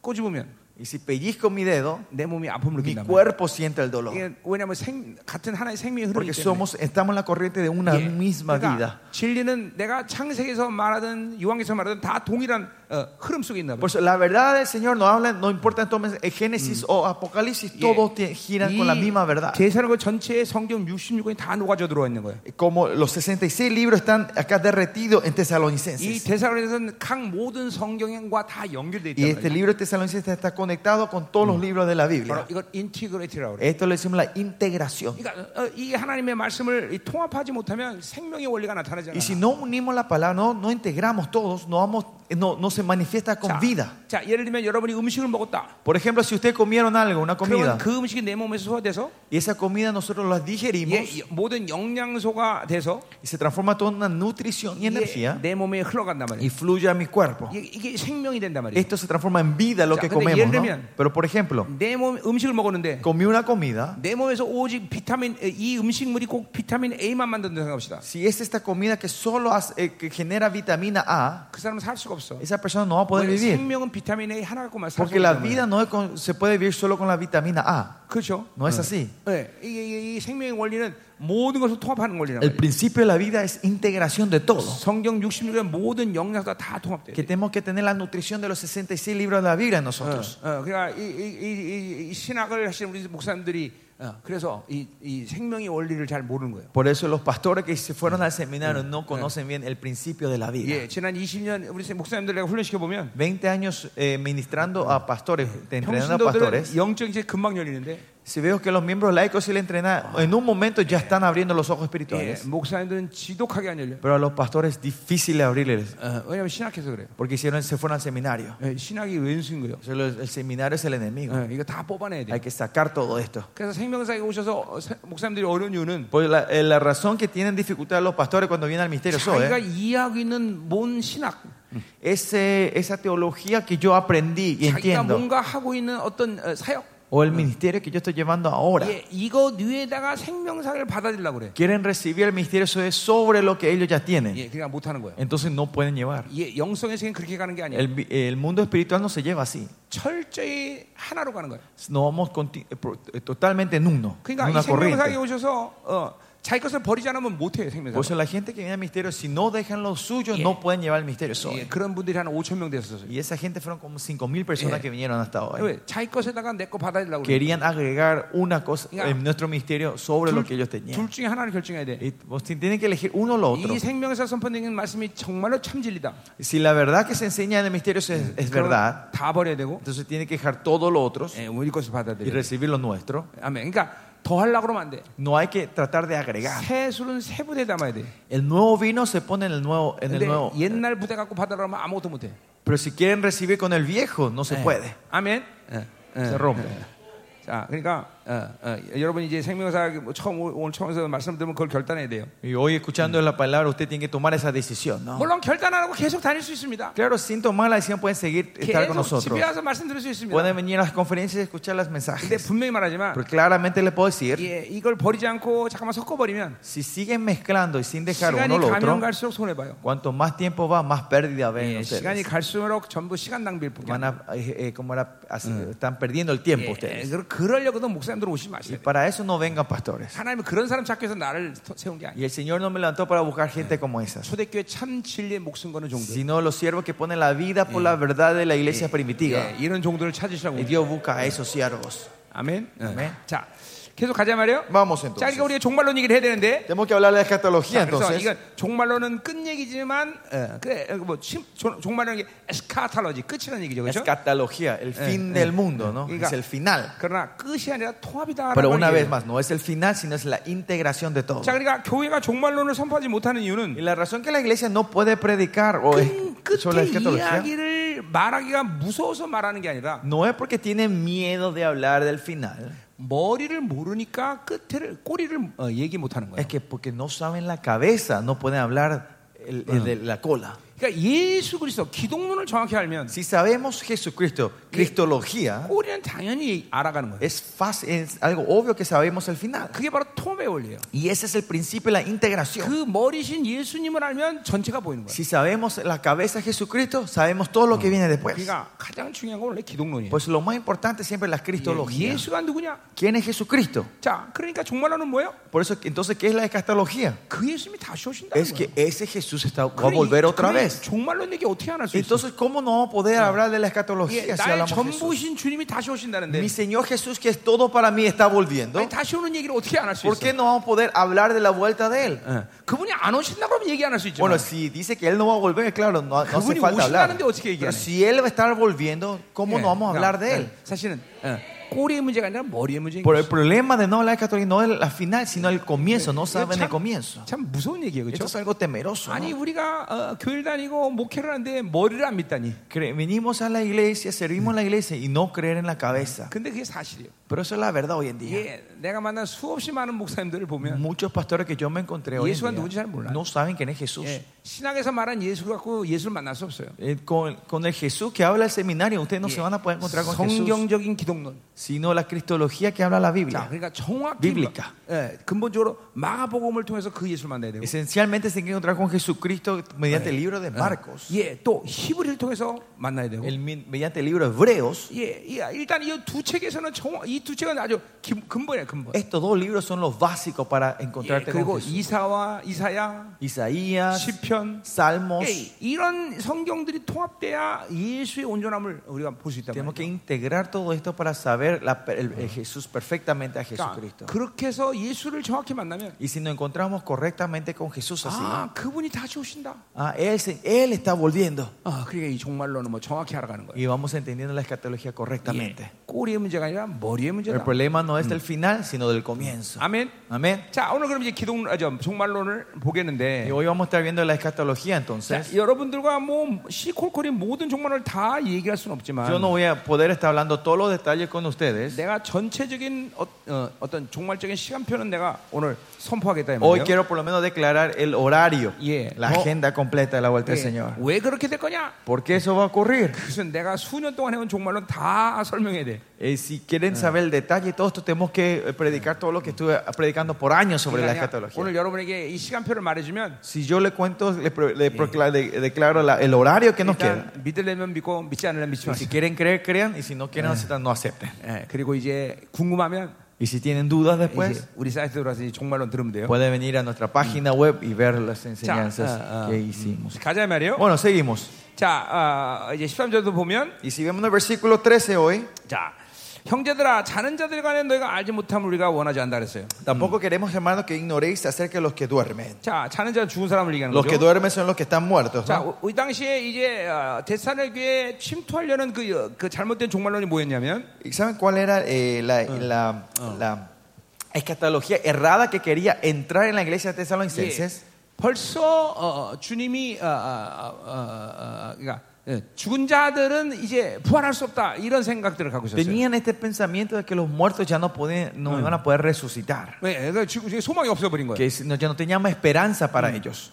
B: 꼬집으면
A: Y si pellizco mi dedo,
B: 내 몸이 아픔을
A: mi
B: 느낀다.
A: cuerpo siente el dolor.
B: 이게 왜냐하면 생, 같은 하나의 생명이 흐르기
A: Porque
B: 때문에.
A: somos, estamos en la corriente de una
B: 예.
A: misma vida.
B: 그러니까 진리는 내가 창세기에서 말하든 유황에서 말하든 다 동일한 어, 흐름 속에 있나 봐요.
A: Por eso, la verdad del Señor no habla, no importa entonces en Génesis o Apocalipsis, todos tie- giran con la misma verdad.
B: 예. 대사로그 전체의 성경 66권이 다 녹아져 들어와 있는 거예요.
A: Como los 66 libros están acá derretidos en
B: 이
A: Tesalonicenses.
B: 대사로에서는 각 모든 성경과 다 연결돼
A: Y
B: 있다.
A: este libro de Tesalonicenses está conectado con todos los libros de la
B: 바로
A: Biblia.
B: 이걸 인티그레이트라고 그래. 요
A: Esto le decimos la integración.
B: 그러니까 어, 이 하나님의 말씀을 이 통합하지 못하면 생명의 원리가 나타나지 않아.
A: Y si no unimos la palabra, no, no integramos todos, no, vamos, no, no se manifiesta con
B: 자,
A: vida.
B: 자, 예를 들면 여러분이 음식을 먹었다.
A: Por ejemplo, si ustedes comieron algo, una
B: 그러면
A: comida,
B: 그 음식이 내 몸에서 소화돼서
A: y esa comida nosotros la digerimos
B: 예, 예, 모든 영양소가 돼서
A: y se transforma toda una nutrición y
B: 이게
A: energía
B: 내 몸에 흘러간단
A: y
B: 말이에요.
A: fluye a mi cuerpo.
B: 이게, 이게 생명이 된단 말이에요.
A: Esto se transforma en vida lo
B: Ya,
A: que
B: pero
A: comemos.
B: 예를
A: ¿no?
B: 들면-
A: Pero por ejemplo,
B: 내 몸 음식을 먹었는데
A: comí una comida.
B: 내 몸에서 오직 비타민 이 음식물이 꼭 비타민 A만 만든다 생각합시다.
A: Si es esta comida que solo hace- eh, que genera vitamina A,
B: 그 사람은 살 수가 없어.
A: esa persona no va a poder
B: 원래
A: vivir.
B: 생명은 비타민 A 하나 갖고만 살
A: Porque la
B: 수가 있
A: vida no es con- se puede vivir solo con la vitamina A.
B: 그렇죠?
A: No es así.
B: 네, 이게, 이게- 이 생명의 원리는 모든 것을 통합하는 원리란
A: El
B: 말이에요.
A: principio de la vida es integración de todo.
B: 성경 66의 모든 영양소가 다 통합돼요.
A: Que tenemos que tener la nutrición de los 66 libros de la Biblia en
B: 어,
A: nosotros.
B: 어, 그러니까 이, 이- 이- 이- 이 신학을 하시는 우리 목사님들이 어, 그래서 이, 이 생명의 원리를 잘 모르는 거예요.
A: Por eso los pastores que se fueron al seminario no conocen bien el principio de la
B: 예,
A: vida.
B: 지난 20년 우리 목사님들 내가 훈련시켜 보면
A: 20 años eh, ministrando a pastores,
B: 네,
A: entrenando a pastores.
B: 평신도들은 영적인 게 금방 열리는데
A: Si veo que los miembros laicos si le entrenan, en un momento ya están abriendo los ojos
B: 예,
A: espirituales.
B: 목사님들은 지독하게 안 열려.
A: Pero a los pastores difícil abrirles,
B: 어, 왜냐면 신학해서 그래요.
A: porque hicieron, se fueron al seminario.
B: 예, 신학이 왼수인 거예요.
A: O sea, los- El seminario es el enemigo.
B: 예, 이거 다 뽑아내야 돼.
A: Hay
B: 요
A: que sacar todo esto.
B: 그래서 생명사에 오셔서 어, 사- 목사님들이 어려운 이유는
A: Pues la, eh, la razón que tienen dificultad los pastores cuando vienen al eh, misterio Zoe,
B: 자기가 이해하고 있는 뭔 신학,
A: ese- esa teología que yo aprendí y
B: 자기가
A: entiendo,
B: 뭔가 하고 있는 어떤 어, 사역,
A: o el ministerio que yo estoy llevando ahora,
B: 예, 이거 뇌에다가 생명사를 받아들이려고 그래.
A: quieren recibir el misterio Zoe sobre lo que ellos ya tienen.
B: 예, 그냥 못 하는 거예요.
A: Entonces no pueden llevar.
B: 예, 영성의 세계 그렇게 가는 게 아니에요.
A: El, vi- el mundo espiritual no se lleva así.
B: 철저히 하나로 가는 거예요.
A: no vamos conti- eh, pro- eh, totalmente en uno, en
B: 그러니까 이
A: una
B: 생명사에
A: corriente.
B: 오셔서 어, 자기 것을 버리지 않으면 못 해요, 생명사.
A: Por eso la gente que viene al misterio, si no dejan lo suyo,
B: Yeah.
A: no pueden llevar el misterio solo.
B: 예, 그런 분들이 한 5천 명 됐었어요.
A: Y esa gente fueron como 5.000 personas
B: Yeah.
A: que vinieron hasta hoy.
B: 왜 자기 것에다가 내 거 받아들라고 그래.
A: Querían agregar una cosa
B: Yeah.
A: en nuestro misterio sobre lo que ellos tenían.
B: 예. 둘 중에 하나를 결정해야 돼.
A: Y vos ti- tienen que elegir uno o lo otro.
B: 이 생명에서 선포되는 말씀이 정말로 참 진리다.
A: Si la verdad que se enseña en el misterio es, es
B: 예, 그럼
A: verdad,
B: 다 버려야 되고 Eh,
A: entonces tienen que dejar todo lo otro
B: 예, 우리 것을
A: y
B: 받아들여.
A: recibir lo nuestro.
B: 아멘. 그러니까 더하려고 그러면 안 돼.
A: No hay que tratar de agregar.
B: 새 술은 새 부대 담아야 돼.
A: El nuevo vino se pone en el nuevo. En el
B: 근데 뭐-
A: nuevo.
B: 옛날 부대 갖고 받으라 그러면 아무것도 못 해.
A: Pero si quieren recibir con el viejo, no
B: Eh.
A: se puede.
B: 예. 아멘. 예.
A: Se rompe.
B: 자, 그러니까 어, 어, 여러분 이제 생명사 그뭐 처음 오- 오늘 처음에서 말씀드리면 그걸 결단해야 돼요.
A: Y hoy, escuchando la palabra, usted tiene que tomar esa decisión. ¿no?
B: 물론 결단 안 하고 계속 다닐 수 있습니다.
A: Claro, sin tomar la decisión, pueden seguir estar con
B: 계속
A: nosotros.
B: 집에 와서 말씀드릴 수 있습니다.
A: Pueden venir a las conferencias y escuchar los
B: 근데
A: mensajes.
B: 분명히 말하지만
A: Pero claramente le puedo decir:
B: 예, 이걸 버리지 않고 잠깐만 섞어버리면
A: si siguen mezclando y sin dejar uno
B: 시간이
A: lo otro,
B: 가면 갈수록 손해봐요.
A: cuanto más tiempo va, más pérdida ven
B: 예, 시간이
A: ustedes.
B: 갈수록 전부 시간 낭비일 뿐이야. 예,
A: Van a, eh, eh, como era, así, están perdiendo el tiempo ustedes.
B: 그러려고도 목사님들 오시면 마셔야
A: Y
B: 돼.
A: para eso no vengan pastores.
B: 하나님은 그런 사람 찾기 위해서 나를 터- 세운 게 아니야.
A: Y el Señor no me levantó para buscar gente como esas,
B: 초대교회 참 진리의 목숨 거는 종들.
A: sino los siervos que ponen la vida por la verdad de la iglesia primitiva.
B: 예, 이런 종들을 찾으시라고.
A: Y Dios busca a esos siervos.
B: 아멘.
A: 아멘.
B: 자, 계속 가자 말이요.
A: Vamos
B: 자, 그러니까
A: entonces.
B: 우리가 종말론 얘기를 해야 되는데.
A: Tenemos que hablar de la escatología
B: 자, 그래서
A: entonces.
B: 이건 종말론은 끝 얘기지만, 어, 그래, 어, 뭐 심- 종- 종말론이 에스카탈로지 끝이라는 얘기죠, 그렇죠?
A: Escatología, el fin del mundo, ¿no?
B: Diga.
A: Es el final.
B: 그러나 끝이 아니라 통합이다.
A: Pero una vez más, Ah, no es el final, sino es la integración de todo.
B: 자, 그러니까 교회가 종말론을 선포하지 못하는 이유는
A: Y la razón que la iglesia no puede predicar o es-
B: 끈-
A: sobre la
B: 끝의
A: escatología
B: 이야기를 말하기가 무서워서 말하는 게 아니라
A: no es porque tienen miedo de hablar del final,
B: 머리를 모르니까 끝을 꼬리를 어, 얘기 못하는 거예요.
A: es que porque no saben la cabeza, no pueden hablar el- el de la cola.
B: 그러니까 예수 그리스도 기독론을 정확히 알면
A: Si sabemos Jesucristo, Cristología,
B: 꼬리는 당연히 알아가는 거예요.
A: es, fácil, es algo obvio que sabemos el final.
B: 그게 바로 통합의 원리예요.
A: Y ese es el principio de la integración.
B: 그 머리신 예수님을 알면 전체가 보이는 거예요.
A: Si sabemos la cabeza de Jesucristo, sabemos todo lo que viene después.
B: 그러니까 가장 중요한 건 원래 기독론이에요.
A: Pues lo más importante siempre es la
B: 예,
A: Cristología.
B: 예수가 누구냐?
A: ¿Quién es Jesucristo?
B: 자, 그러니까 종말론은 뭐예요?
A: Por eso, entonces, ¿qué es la escatología?
B: 그 예수님이 다시 오신다는
A: Es que
B: 거예요.
A: ese Jesús está, va a
B: 그래, 이-
A: volver otra
B: 그래,
A: vez.
B: 종말론 얘기 어떻게 안 할 수 있어?
A: Entonces, ¿cómo no vamos a poder hablar de la
B: 예,
A: escatología si
B: 나의
A: hablamos de Jesús?
B: 전부신 주님이 다시 오신다는데
A: Mi Señor Jesús, que es todo para mí, está volviendo.
B: 아니, 다시 오는 얘기를 어떻게 안 할 수
A: ¿Por
B: 있어?
A: qué no vamos a poder hablar de la vuelta de Él?
B: 예. 그분이 안 오신다 그러면 얘기 안 할 수 있죠.
A: Bueno, si dice que Él no va a volver, claro, no, no hace
B: 그분이
A: falta hablar.
B: 오신다는데 어떻게 얘기하네.
A: Pero si Él va a estar volviendo, ¿cómo no vamos a hablar de Él?
B: 예. 사실은 예, 꼬리의 문제가 아니라 머리의 문제인
A: Por el
B: 거죠.
A: problema de no hablar de escatología no es la final, sino el comienzo. No saben el
B: 참,
A: comienzo.
B: 참 무서운 얘기예요,
A: Esto
B: 그렇죠?
A: es algo temeroso. ¿no?
B: 아니 우리가 어, 교회를 다니고 목회를 하는데 머리를 안 믿다니.
A: Cre- Venimos a la iglesia, servimos a la iglesia y no creer en la cabeza.
B: 근데 그게 사실이에요.
A: Pero eso es la verdad hoy en día.
B: 예, 음. 내가 만난 수없이 많은 목사님들을 보면
A: Muchos pastores que yo me encontré hoy en
B: Yesu가 누군지
A: día
B: 잘 몰라요.
A: no 사ben quién es Jesús.
B: 예, 신학에서 말한 예수 갖고 예수를 만날 수 없어요.
A: Eh, Con, con el Jesús que habla el seminario, ustedes no
B: 예,
A: se van a poder encontrar con Jesús,
B: 성경적인 기독론.
A: sino la cristología que habla la
B: 자,
A: Biblia.
B: 그러니까 정확히
A: Bíblica.
B: 예, 근본적으로 마가복음을 통해서 그 예수를 만나야 되고.
A: Esencialmente se tiene que encontrar con Jesucristo mediante el libro de
B: Ah.
A: Marcos,
B: 예, 또 히브리를 통해서 만나야 되고.
A: el mi- mediante el libro de Hebreos.
B: 예, 예, 일단 이 두 책에서는 이 두 책은 아주 기- 근본이에요, 근본.
A: Estos dos libros son los básicos para
B: 예,
A: encontrarte
B: 그리고
A: con Jesús.
B: 이사와 이사야, 아,
A: Isaías,
B: 시편,
A: Salmos.
B: 예, 이런 성경들이 통합돼야 예수의 온전함을 우리가 볼 수 있다.
A: Tenemos que integrar todo esto para saber la- el- el Jesús perfectamente a Jesucristo.
B: 그러니까 그렇게 해서 예수를 정확히 만나면
A: Y si nos encontramos correctamente con Jesús así,
B: 아, 그분이 다시 오신다.
A: ah, él, se- él está volviendo.
B: 아, 그러니까 이 종말로는 뭐 정확히 알아가는 거예요.
A: Y vamos entendiendo la escatología correctamente.
B: 예, 꼬리의 문제가 아니라 머리의
A: El
B: 문제다.
A: problema no es del final, sino del comienzo.
B: 아멘.
A: Amén.
B: 자, 오늘 그럼 이제 기독 아, 저, 종말론을
A: Y
B: 보겠는데
A: hoy vamos a estar viendo la escatología
B: 자,
A: entonces.
B: 여러분들과 뭐 시콜콜이 모든 종말을 다 얘기할 수는 없지만
A: Yo no voy a poder estar hablando todos los detalles con ustedes.
B: 내가 전체적인 어, 떤 종말적인 시간표는 내가 오늘 선포하겠다 이
A: Hoy
B: 말이에요.
A: quiero por lo menos declarar el horario,
B: Yeah.
A: la
B: No.
A: agenda completa de la vuelta del
B: 예,
A: Señor.
B: 왜 그렇게 될 거냐?
A: ¿Por qué eso va a ocurrir?
B: 그것은 내가 수년 동안 해온 종말론 다 설명해야 돼.
A: Eh, si quieren saber el detalle, todo esto tenemos que eh, predicar todo lo que estuve ah, predicando por años sobre la
B: 그러니까
A: escatología.
B: 오늘 여러분에게 이 시간표를 말해주면
A: Si yo le cuento, le, pro- le procla- le- eh, declaro la- el horario que nos queda.
B: 일단 믿으려면 믿고 믿지 않으려면 믿지
A: Y
B: 마세요.
A: si quieren creer, crean. Y si no quieren aceptar, no acepten.
B: 예, 그리고 이제 궁금하면
A: Y si tienen dudas
B: 이제
A: después,
B: 우리 사이트 들어와서 이 종말론 들으면 돼요.
A: pueden venir a nuestra página web y ver las enseñanzas
B: 자, 아, 아,
A: que
B: 음.
A: hicimos.
B: 가자 말이에요.
A: Bueno, seguimos.
B: 자, 아, 이제 13절도 보면
A: Y si vemos el versículo 13 hoy,
B: 자, 형제들아 자는 자들 간에 너희가 알지 못함을 우리가 원하지 않다 그랬어요.
A: tampoco queremos, hermanos, que ignoréis acerca de los que duermen.
B: 자, 자는 자 죽은 사람을 얘기하는
A: Los que
B: 거죠.
A: duermen son los que están muertos.
B: 자,
A: ¿no?
B: 우- 이 당시에 이제 어, 데살로니가 교회에 침투하려는 그, 어, 그 잘못된 종말론이 뭐였냐면
A: Ah. ¿Y saben cuál era eh, la, la- la- escatología errada que quería entrar en la iglesia de
B: 예,
A: Tesalonicenses,
B: 벌써 어, 어, 주님이 어, 어, 어, 어, 어, 그러니까 예, 죽은 자들은 이제 부활할 수 없다 이런 생각들을 갖고 있었어요.
A: tenían este pensamiento de que los muertos ya no, pueden, no iban a poder resucitar,
B: 왜? 그러니까 지금 이제 소망이 없어버린 거예요.
A: que si- no- ya no tenían más esperanza para ellos.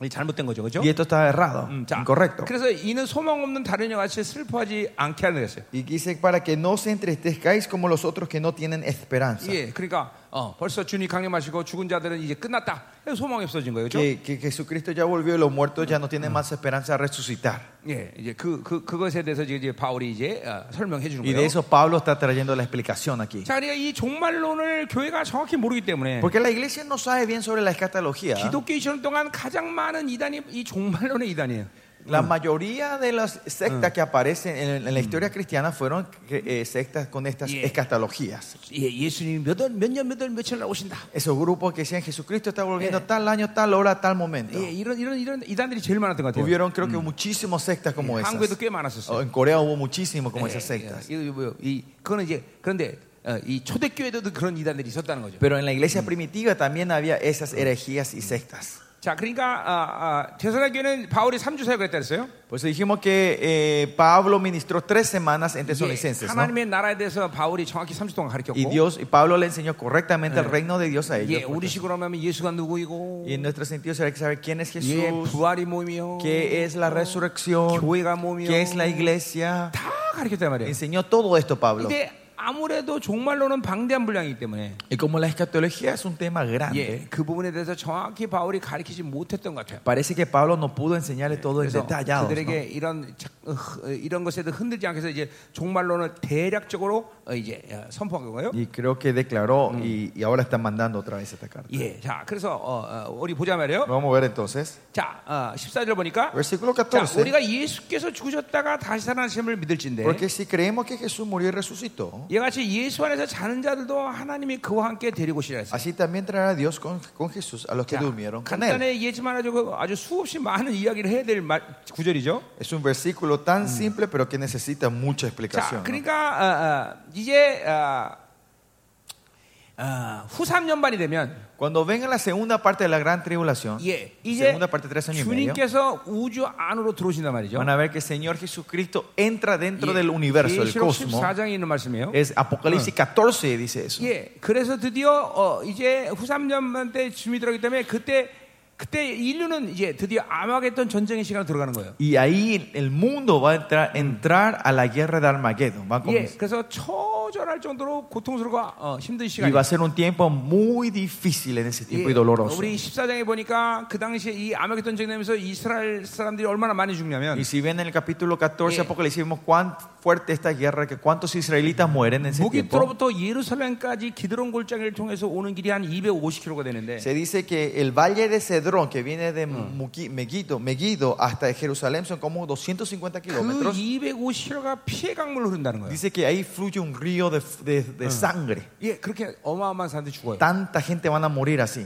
B: 이게 잘못된 거죠, 그렇죠?
A: Y esto estaba errado, incorrecto.
B: 그래서 이는 소망 없는 다른 여 같이 슬퍼하지 않게 하는 거였어요.
A: Y dice, para que no se entristezcáis como los otros que no tienen esperanza.
B: 예, 그러니까 어, 벌써 주님 강림하시고 죽은 자들은 이제 끝났다. 그래서 소망이 없어진 거예요, 그렇죠?
A: Que, que Jesucristo ya volvió y los muertos ya no tienen más esperanza de resucitar.
B: 예, 이제 그, 그 그것에 대해서 지금 이제 바울이 이제 어, 설명해 주는
A: Y de
B: 거예요.
A: eso Pablo está trayendo la explicación aquí.
B: 자, 그러니까 이 종말론을 교회가 정확히 모르기 때문에
A: Porque la iglesia no sabe bien sobre la escatología.
B: 기독교 2천 동안 가장 많은 이단이 이 종말론의 이단이에요.
A: La mayoría de las sectas que aparecen en, en la historia cristiana fueron eh, sectas con estas
B: Yeah.
A: escatologías.
B: 예, 예수님이 몇년몇년몇월 며칠 날 오신다.
A: Esos grupos que decían Jesucristo está volviendo tal año, tal hora, tal momento.
B: 예, 이런 이런 이런 이단들이 제일 많았던 것 같아요.
A: Hubieron creo que muchísimos sectas como
B: 예,
A: esas.
B: 한국에도 꽤 많았었어요.
A: O en Corea hubo muchísimos como
B: 예,
A: esas sectas.
B: 예, 이거 뭐요? 이 그거는 이제 그런데 어, 이 초대교회에도 그런 이단들이 있었다는 거죠.
A: Pero en la iglesia primitiva también había esas herejías y sectas.
B: 자, 그러니까 아, 아, 대사라 교회는 바울이 3주 사역을 했다 그랬어요.
A: Por eso dijimos que eh, Pablo ministró tres semanas en
B: 예,
A: Tesalonicenses. ¿no?
B: 하나님의 나라에 대해서 바울이 정확히 30 동안 가르쳤고
A: Y Dios, y Pablo le enseñó correctamente el reino de Dios a
B: 예,
A: ellos. pues.
B: 우리식으로 하면 예수가 누구이고
A: Y en nuestro sentido será que saber quién es
B: 예,
A: Jesús,
B: 부활이 몸이요.
A: qué es
B: Oh,
A: la resurrección,
B: 교회가 몸이요.
A: qué es la iglesia.
B: 다 가르쳤단 말이에요.
A: Enseñó todo esto Pablo.
B: 근데 아무래도 종말로는 방대한 분량이기 때문에
A: Y como la escatología es un tema grande,
B: 예, 그 부분에 대해서 정확히 바울이 가르치지 못했던 것 같아요.
A: parece que Pablo no pudo enseñarle todo en
B: 그래서
A: detallado. ¿no?
B: 그들에게 이런 자- 어, 흐- 이런 것에 대해 흔들지 않게 해서 이제 종말론을 대략적으로 어, 이제 어, 선포한 거예요.
A: Y creo que declaró y, y ahora está mandando otra vez esta carta.
B: 예, 자, 그래서 어, 어, 우리 보자 말이에요.
A: Vamos a ver entonces.
B: 자, 어, 14절 보니까
A: Versículo
B: 자,
A: 14.
B: 우리가 예수께서 죽으셨다가 다시 살아나심을 믿을진데
A: Porque si creemos que Jesús murió y resucitó,
B: 이같이 예수 안에서 자는 자들도 하나님이 그와 함께 데리고 오시라 했어요.
A: así también traerá Dios con, con Jesús a los que
B: 자,
A: durmieron con él.
B: 간단히 예지만 아주, 그 아주 수없이 많은 이야기를 해야 될 말, 구절이죠.
A: Es un versículo tan simple pero que necesita mucha
B: 자,
A: explicación. ¿no?
B: 그러니까 어, 어, 이제 어, 어, 후 3년 반이 되면
A: Cuando venga la segunda parte de la gran tribulación,
B: 예, 이제
A: segunda parte tres años y medio,
B: 주님께서 우주 안으로 들어오신단 말이죠.
A: van a ver que el Señor Jesucristo entra dentro del universo, del
B: 계시록
A: cosmos.
B: 14장에 있는 말씀이에요.
A: Es Apocalipsis 14 dice eso.
B: 예, 그래서 드디어 어, 이제 후 3년만 때 주님이 들어오기 때문에 그때 그때 인류는 이제 드디어 암흑했던 전쟁의 시간으로 들어가는 거예요.
A: Y ahí el mundo va a entrar, entrar a la guerra de Armagedón. Va a
B: 예,
A: comenzar.
B: 그래서 처절할 정도로 고통스럽고 어, 힘든
A: Y va a
B: 시간이에요.
A: ser un tiempo muy difícil en ese tiempo
B: 예,
A: y doloroso.
B: 우리 14장에 보니까 그 당시에 이 암흑의 전쟁 되면서 이스라엘 사람들이 얼마나 많이 죽냐면
A: Y si ven en el capítulo 14
B: Yeah.
A: Apocalipsis vemos cuán fuerte esta guerra, que cuántos israelitas mueren en ese tiempo.
B: 모기토로부터 예루살렘까지 기드론 골짜기를 통해서 오는 길이 한 250km가 되는데
A: Se dice que el valle de Cedrón, que viene de Muqui- Megiddo, Megiddo hasta Jerusalén, son como 250
B: 그
A: kilómetros.
B: 250km가 피해 강물로 흐른다는 거예요.
A: Dice que ahí fluye un río de, de- de sangre.
B: 예, 그렇게 어마어마한 사람들이 죽어요.
A: Tanta gente van a morir así.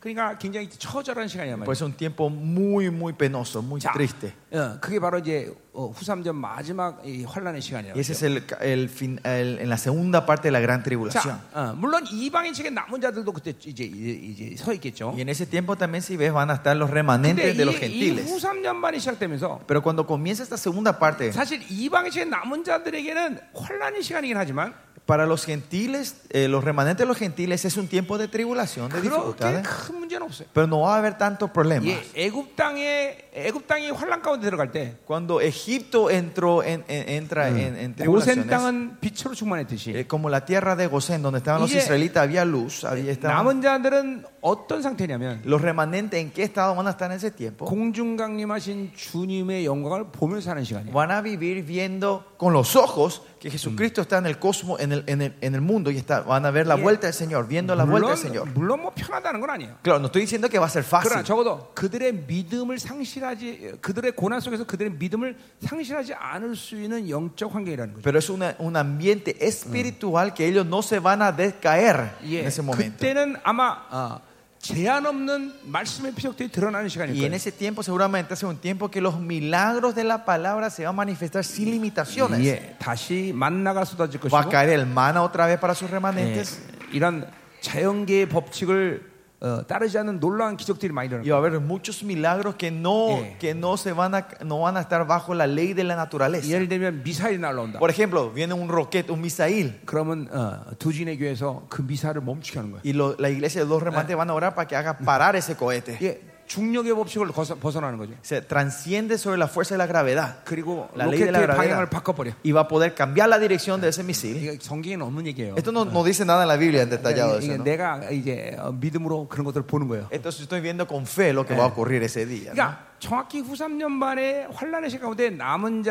B: 그러니까 굉장히 처절한 시간이야 말이에요.
A: Pues es un tiempo muy, muy penoso, muy triste.
B: 어, 그게 바로 이제 어, 후삼전 마지막 이 환란의 시간이에요.
A: Y ese es el, el fin- el- en la segunda parte de la gran tribulación.
B: 자, 어, 물론 이방인 측에 남은 자들도 그때 이제 이제, 이제 서 있겠죠.
A: Y en ese tiempo también, si ves, van a estar los
B: 근데
A: remanentes de los
B: 이, 이
A: gentiles.
B: 후삼년반이 시작되면서
A: Pero cuando comienza esta segunda parte,
B: 사실 이방인 측에 남은 자들에게는 환란의 시간이긴 하지만
A: para los gentiles, eh, los remanentes de los gentiles es un tiempo de tribulación, de
B: 그렇게
A: dificultades.
B: 큰 문제는 없어요.
A: Pero no va a haber tantos problemas.
B: 예, 애굽 땅에 애굽 땅이 환란 가운데 들어갈 때
A: Cuando Egipto entró en, en- entra en, en
B: 고센
A: tribulaciones,
B: 땅은 빛으로 충만했듯이
A: eh, como la tierra de Gosén, donde estaban los
B: Iye-
A: israelitas, había luz, había estaban-
B: 남은 자들은 어떤 상태냐면
A: Los remanentes, ¿en qué estado van a estar en ese
B: 뭐?
A: tiempo?
B: 공중 강림하신 주님의 영광을 보며 사는 시간이에요.
A: Van a vivir viendo con los ojos que Jesucristo está en el cosmos, en el, en el, en el mundo, y está, van a ver la
B: Iye-
A: vuelta del Señor, viendo la vuelta
B: 물론,
A: del Señor.
B: 물론 뭐 편하다는 건 아니에요.
A: Claro, no estoy diciendo que va a ser
B: 그러나
A: fácil.
B: 적어도 그들의 믿음을 상실하지 그들의 고난 속에서 그들의 믿음을 상실하지 않을 수 있는 영적 환경이라는 거죠.
A: Pero es una- un ambiente espiritual que ellos no se van a descaer
B: 예,
A: en ese momento.
B: 그때는 아마 어, 제한 없는 말씀의 피력들이 드러나는 시간일
A: Y en
B: 거예요.
A: ese tiempo, seguramente hace un tiempo que los milagros de la palabra se van a manifestar sin limitaciones.
B: 예, 다시 만나가 쏟아질
A: Va a
B: 것이고 예,
A: Eh. caer el mana otra vez para sus remanentes.
B: 이런 자연계의 법칙을 어, 따르지 않는 놀라운 기적들이 많이 일어나.
A: Y va a haber muchos milagros que no,
B: Eh.
A: que no, se van a, no van a estar bajo la ley de la naturaleza.
B: 예를 들면 미사일이 날라온다.
A: Por ejemplo, viene un roquete, un misail,
B: 그러면 어, 두진의 교회에서 그 미사를 멈추게 하는 거야.
A: y lo- la iglesia de dos remates van a orar para que haga parar ese cohete.
B: 이게 예, 중력의 법칙을 거서- 벗어나는 거죠.
A: Se transciende sobre la fuerza de la gravedad
B: 그리고
A: La ley de la
B: 로켓의
A: gravedad.
B: 방향을 바꿔버려.
A: y va a poder cambiar la dirección de ese misil.
B: 이게 성경에는 없는 얘기예요.
A: Esto no, no dice nada en la Biblia en detallado.
B: 그러니까
A: Eso,
B: 이게
A: ¿no?
B: 내가 이제 어, 믿음으로 그런 것들을 보는 거예요.
A: Entonces estoy viendo con fe lo que va a ocurrir ese día. ¿no?
B: 그러니까 정확히 후 3년 반의 환란의 시간 가운데 남은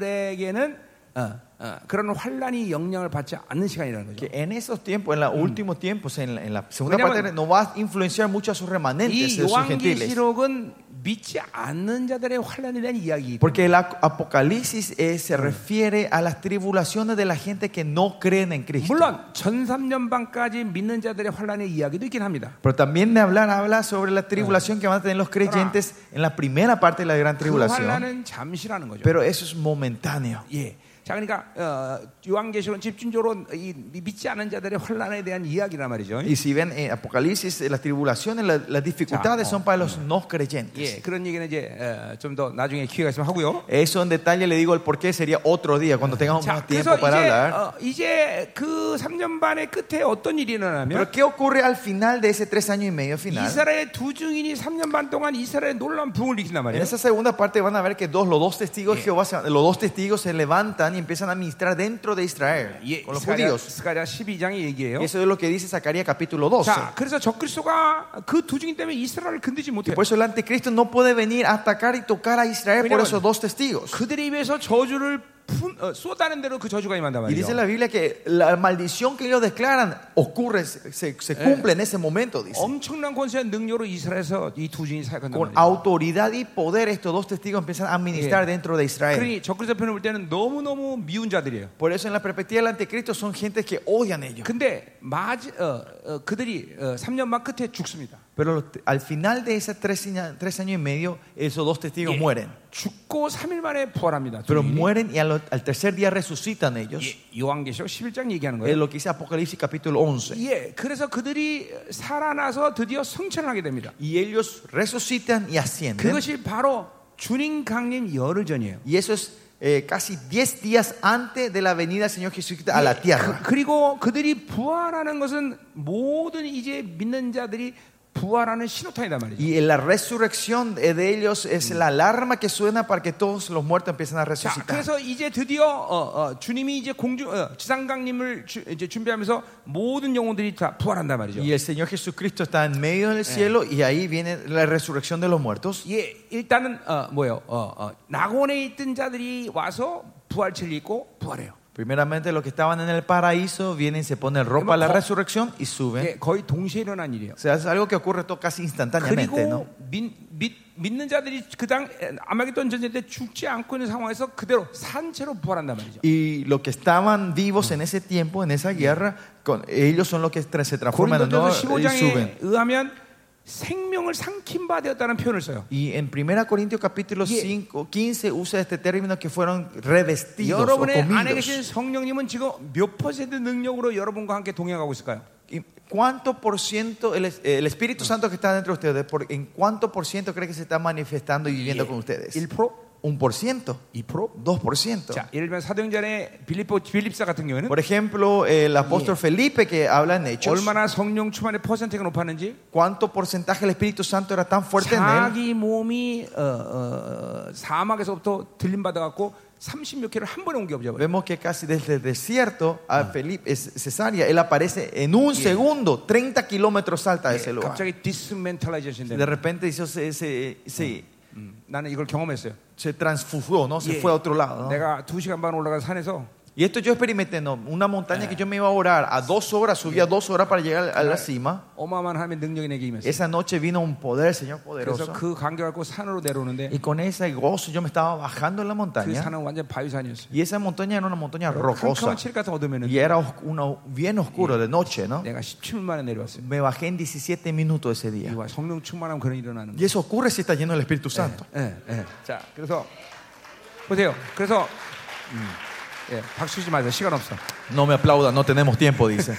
B: 자들에게는 어, 어, 그런 환란이 영향을 받지 않는 시간이라는 거죠.
A: Que en esos tiempos, en los últimos tiempos, en la, en la segunda
B: Veníamos-
A: parte, no va a influenciar mucho a sus remanentes,
B: 이
A: de sus gentiles.
B: 요한계시록은 믿지 않는 자들의 환란에 대한 이야기.
A: Porque el ac- apocalipsis eh, se refiere a las tribulaciones de la gente que no creen en Cristo.
B: 물론 전 3년 반까지 믿는 자들의 환란의 이야기도 있긴 합니다.
A: Pero también de hablar, habla sobre la tribulación que van a tener los creyentes en la primera parte de la gran
B: 그
A: tribulación.
B: 환란은 잠시라는 거죠.
A: Pero eso es momentáneo.
B: 예. 자, 그러니까 어, 요한계시록은 집중적으로 이 믿지 않은 자들의 환란에 대한 이야기란 말이죠.
A: Y si ven en Apocalipsis, eh, las tribulaciones, la- las dificultades
B: Ya,
A: son para los no
B: 예,
A: creyentes.
B: 그런 얘기는 이제 어, 좀 더 나중에 기회가 있으면 하고요.
A: Eso en detalle le digo el por qué sería otro día, cuando tengamos
B: 자,
A: más
B: 그래서
A: tiempo para
B: 이제
A: hablar.
B: 어, 이제 그 3년 반의 끝에 어떤 일이 일어나면
A: Pero ¿qué ocurre al final de ese tres años y medio final?
B: 이스라엘 두 증인이 3년 반 동안 이스라엘에 놀라운 부흥을 일으킨단
A: En
B: 말이에요.
A: esa segunda parte van a ver que dos, los dos testigos de Jehová, se- los dos testigos se levantan y empiezan a ministrar dentro de Israel
B: 예,
A: con los
B: 스가랴,
A: judíos.
B: 스가랴 12장의 얘기예요.
A: Y eso es lo que dice Zacarías capítulo 12.
B: 자, 그래서 적그리스도가 그 두 증인 때문에 이스라엘을 건드지 못해요.
A: Por eso el anticristo no puede venir a atacar y tocar a Israel por
B: Veníamos-
A: esos dos testigos.
B: 그들의 입에서 저주를 품, 어, 쏟아낸 대로 그 저주가 임한단
A: Y dice
B: 말이에요.
A: la Biblia que la maldición que ellos declaran ocurre, se, se cumple en ese momento, dice.
B: 엄청난 권세와 능력으로 이스라엘에서 이 두 증인이 사역한단
A: Con
B: 말이에요.
A: autoridad y poder estos dos testigos empiezan a administrar dentro de Israel.
B: 그러니 적그리스도 편을 볼 때는 너무너무 미운 자들이에요.
A: Por eso en la perspectiva del anticristo son gente que odian a ellos.
B: 근데 마지, 어, 어, 그들이 어, 3년만 끝에 죽습니다.
A: Pero los- al final de esos tres, aña- tres años y medio, esos dos testigos mueren.
B: 죽고 3일 만에 부활합니다.
A: Pero
B: 주님이.
A: mueren y al, al tercer día resucitan ellos.
B: 예, 요한계시록 11장 얘기하는
A: Es
B: 거예요.
A: lo que dice Apocalipsis capítulo 11.
B: 예, 그래서 그들이 살아나서 드디어 승천을 하게 됩니다.
A: Y ellos resucitan y ascienden.
B: 그것이 바로 주님 강림 열흘 전이에요.
A: Y eso es eh, casi 10 días antes de la venida del Señor Jesucristo a la tierra.
B: 그, 리고 그들이 부활하는 것은 모든 이제 믿는 자들이 부활하는 신호탄이단 말이죠.
A: Y en la resurrección de de ellos es la alarma que suena para que todos los muertos empiecen a
B: 자,
A: resucitar.
B: 그래서 이제 드디어 어, 어, 주님이 이제 공주 어, 지상 강림을 주- 이제 준비하면서 모든 영혼들이 다 부활한단 말이죠.
A: Y el Señor Jesucristo está en medio del cielo y ahí viene la resurrección de los muertos.
B: 예, 일단은 어, 뭐요? 어, 어, 낙원에 있던 자들이 와서 부활체를 입고 부활해요.
A: Primeramente los que estaban en el paraíso vienen, se ponen ropa a la resurrección y suben.
B: 예, 거의 동시에 일어난 일이에요.
A: O sea, es algo que ocurre todo casi instantáneamente, ¿no?
B: 그리고 믿, 믿, 믿는 자들이 그당 아마겟돈 전쟁 때 죽지 않고 있는 상황에서 그대로 산채로 부활한단 말이죠.
A: Y los que estaban vivos en ese tiempo, en esa guerra, con, ellos son los que tra- se transforman en
B: 고린도전서
A: y suben.
B: 15장에 의하면 생명을 삼킨 바 되었다는 표현을 써요.
A: Y en 1 Corintios capítulo
B: Yeah.
A: 5, 15 usa este término que fueron revestidos o
B: 여러분의 안에 계신
A: comidos.
B: 성령님은 지금 몇 퍼센트 능력으로 여러분과 함께 동행하고 있을까요?
A: ¿Y ¿Cuánto por ciento el, es- el Espíritu Santo que está dentro de ustedes, por- en cuánto por ciento cree que se está manifestando y viviendo con ustedes?
B: 1%?
A: ¿Un por ciento?
B: 2%?
A: ¿Dos por ciento?
B: 자, 예를 들면 사도행전의 빌립보 빌립사 같은 경우에는
A: Por ejemplo, eh, el apóstol Felipe que habla en Hechos,
B: 얼마나 성령 충만의 퍼센트가 높았는지
A: ¿cuánto porcentaje el Espíritu Santo era tan fuerte en él?
B: 자기 몸이 어, 어, 사막에서부터 들림 받아갖고 30몇 킬로 한 번에 옮겨버려.
A: Vemos que casi desde el desierto a Felipe, es cesárea, él aparece en un segundo, 30 kilómetros salta de ese lugar.
B: 갑자기 디스멘탈라이제이션
A: De
B: 되는. 음.
A: repente hizo- se, se, se,
B: 나는 이걸 경험했어요.
A: se transfugó, ¿no? Se
B: 예.
A: fue a otro lado. ¿no?
B: 내가 두 시간 반 올라간 산에서
A: Y esto yo experimenté, ¿no? Una montaña que yo me iba a orar a dos horas, subía dos horas para llegar a la cima.
B: 어마어마한 하나님의 능력이 내게 임했어요.
A: Esa noche vino un poder, Señor
B: 그래서
A: poderoso.
B: 그 관계 갖고 산으로 내려오는데
A: Y con ese gozo yo me estaba bajando en la
B: 그
A: montaña.
B: 산은 완전 바위산이었어요.
A: Y esa montaña era una montaña rocosa.
B: 캄캄한 칠 같은 어둠에는
A: Y era os- uno bien oscuro de noche, ¿no?
B: 내가 17분 만에 내려왔어요.
A: Me bajé en 17 minutos ese día.
B: 이와 성령 충만함 그런 일이 일어나는
A: Y eso ocurre si está lleno del Espíritu Santo.
B: 예, 예. 자, 그래서 보세요. 그래서 음, 예, 박수 치지 마세요. 시간 없어.
A: No me aplaudan, no tenemos tiempo, dice.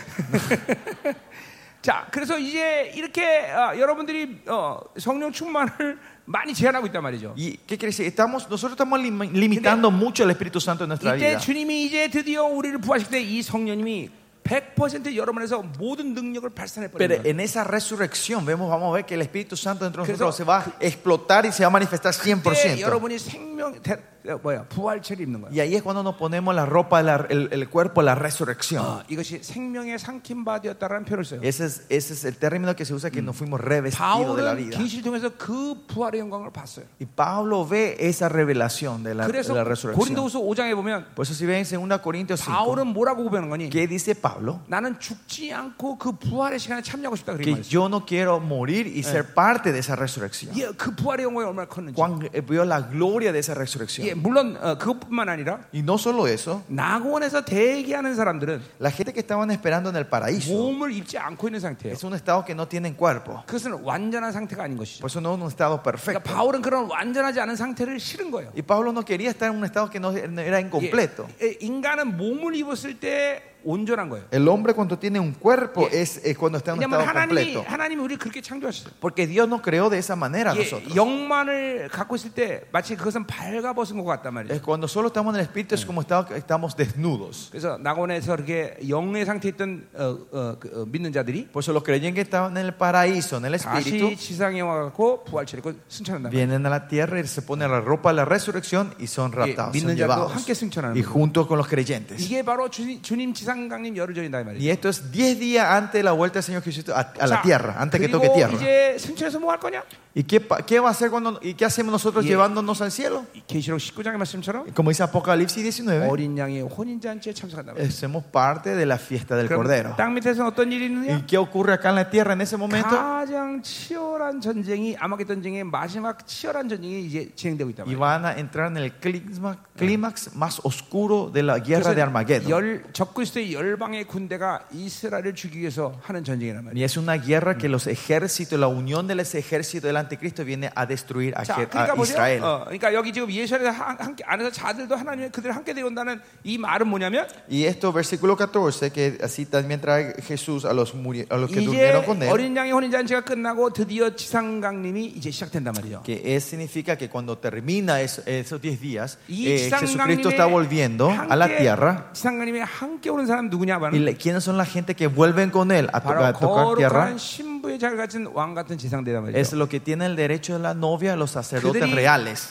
B: 자, 그래서 이제 이렇게 어, 여러분들이 어, 성령 충만을 많이 제한하고 있단 말이죠.
A: ¿Y qué quiere decir? Estamos, nosotros estamos lim- limitando mucho el Espíritu Santo en nuestra
B: 이때
A: vida.
B: 주님이 이제 드디어 우리를 부하실 때 이 성령님이 100% 여러분 안에서 모든 능력을 발산해
A: Pero
B: 버립니다.
A: en esa resurrección vemos, vamos a ver que el Espíritu Santo dentro de
B: Pero-
A: nosotros se va a explotar y se va a manifestar
B: 이때
A: 100%.
B: 여러분이 생명 대, 어, 뭐야 부활체를 입는 거예요.
A: Y ahí es cuando nos ponemos la ropa, de la- el, el cuerpo, de la resurrección.
B: 어, 이것이 생명의 상킨 바디였다라는 표현을 써요.
A: Ese es, ese es el término que se usa que nos fuimos revestidos de la
B: 바울은
A: vida.
B: 계시를 통해서 그 부활의 영광을 봤어요.
A: Y Pablo ve esa revelación de la, de
B: 그래서
A: la resurrección.
B: 고린도후서 5장에 보면
A: Por eso si ven en 2 Corintios 5,
B: 바울은 뭐라고 고백하는 거니?
A: ¿qué dice Pablo?
B: 나는 죽지 않고 그 부활의 시간에 참여하고 싶다 그런
A: Que
B: 말이죠.
A: yo no quiero morir y ser parte de esa resurrección.
B: 예, 그 부활의 영광이 얼마나 컸는지.
A: Juan eh, vio la gloria de esa
B: 예,
A: resurrección.
B: 물론 어, 그것뿐만 아니라
A: Y no solo eso,
B: 낙원에서 대기하는 사람들은
A: la gente que estaban esperando en el paraíso
B: 몸을 입지 않고 있는 상태예요.
A: es un estado que no tienen cuerpo.
B: 그것은 완전한 상태가 아닌 것이죠.
A: Por eso no es un estado
B: 그러니까
A: perfecto.
B: 바울은 그런 완전하지 않은 상태를 싫은 거예요.
A: Y Pablo no quería estar en un estado que no era incompleto.
B: 예, 예, 인간은 몸을 입었을 때 온전한 거예요.
A: El hombre cuando tiene un cuerpo es, es cuando está en un
B: 왜냐하면
A: estado
B: 하나님이
A: completo.
B: 하나님이 우리를 그렇게 창조하셨어요.
A: Porque Dios nos creó de esa manera a
B: 예,
A: nosotros.
B: 영만을 갖고 있을 때 마치 그것은 밝아벗은 것 같단 말이에요.
A: Es cuando solo estamos en el espíritu es como está- estamos desnudos.
B: 그래서 낙원에서 이렇게 영의 상태에 있던 어, 어, 그, 어, 믿는 자들이
A: Por eso los creyentes que estaban en el paraíso,
B: Ah,
A: en el
B: 다시
A: espíritu,
B: 지상에 와갖고 부활체를 입고 승천한다.
A: vienen a la tierra y se ponen la ropa de la resurrección y son raptados,
B: 믿는
A: son
B: 자도
A: llevados.
B: 함께 승천하는
A: Y
B: 거예요.
A: junto con los creyentes.
B: 이게 바로 주님, 주님 지상강림 열흘 전이다 이 말이에요.
A: Y esto es 10 días antes de la vuelta del Señor Jesucristo a, a la
B: 자,
A: tierra, antes que
B: 그리고
A: toque tierra.
B: 이제 승천해서 뭐 할 거냐?
A: ¿Y qué, pa- qué va a hacer cuando, y qué hacemos nosotros
B: Y-
A: llevándonos al cielo?
B: 계시록 19장의 말씀처럼
A: Como dice Apocalipsis 19,
B: 어린 양의 혼인잔치에 참석한다.
A: eh, somos parte de la fiesta del Cordero.
B: 그럼 땅 밑에서는 어떤 일이
A: ¿Y
B: 있느냐?
A: qué ocurre acá en la tierra en ese momento?
B: 가장 치열한 전쟁이 아마겟 전쟁의 마지막 치열한 전쟁이 이제 진행되고 있다
A: y
B: 말이에요.
A: van a entrar en el clímax, clímax más oscuro de la guerra de
B: 그래서
A: Armagedón.
B: 열 적그리스도의 열방의 군대가 이스라엘을 죽이기 위해서 하는 전쟁이란 말이에요.
A: Y es una guerra que los ejércitos, la unión de los ejércitos del anticristo viene a destruir a,
B: 자,
A: Je- a
B: 그러니까 보세요.
A: Israel.
B: 어, 그러니까 여기 지금 예수에 함께 안에서 자들도 하나님의 그들을 함께 데려온다는 이 말은 뭐냐면
A: Y esto, versículo 14, que así también trae Jesús a los, muri- a los que
B: 이제
A: durmieron con él,
B: 어린 양의 혼인잔치가 끝나고 드디어 지상강림이 이제 시작된단 말이죠.
A: que es, significa que cuando termina es- esos 10 días,
B: 이
A: eh, Jesucristo está volviendo a la tierra.
B: 지상강림에 함께 오는 사람 누구냐
A: ¿Y
B: 하면
A: le- quiénes son la gente que vuelven con él a, to-
B: 바로
A: a tocar tierra?
B: 거룩한 신부의 잘 갖춘 왕 같은 지상대단
A: Es
B: 말이죠.
A: lo que tiene el derecho de la novia, los sacerdotes
B: 그들이
A: reales.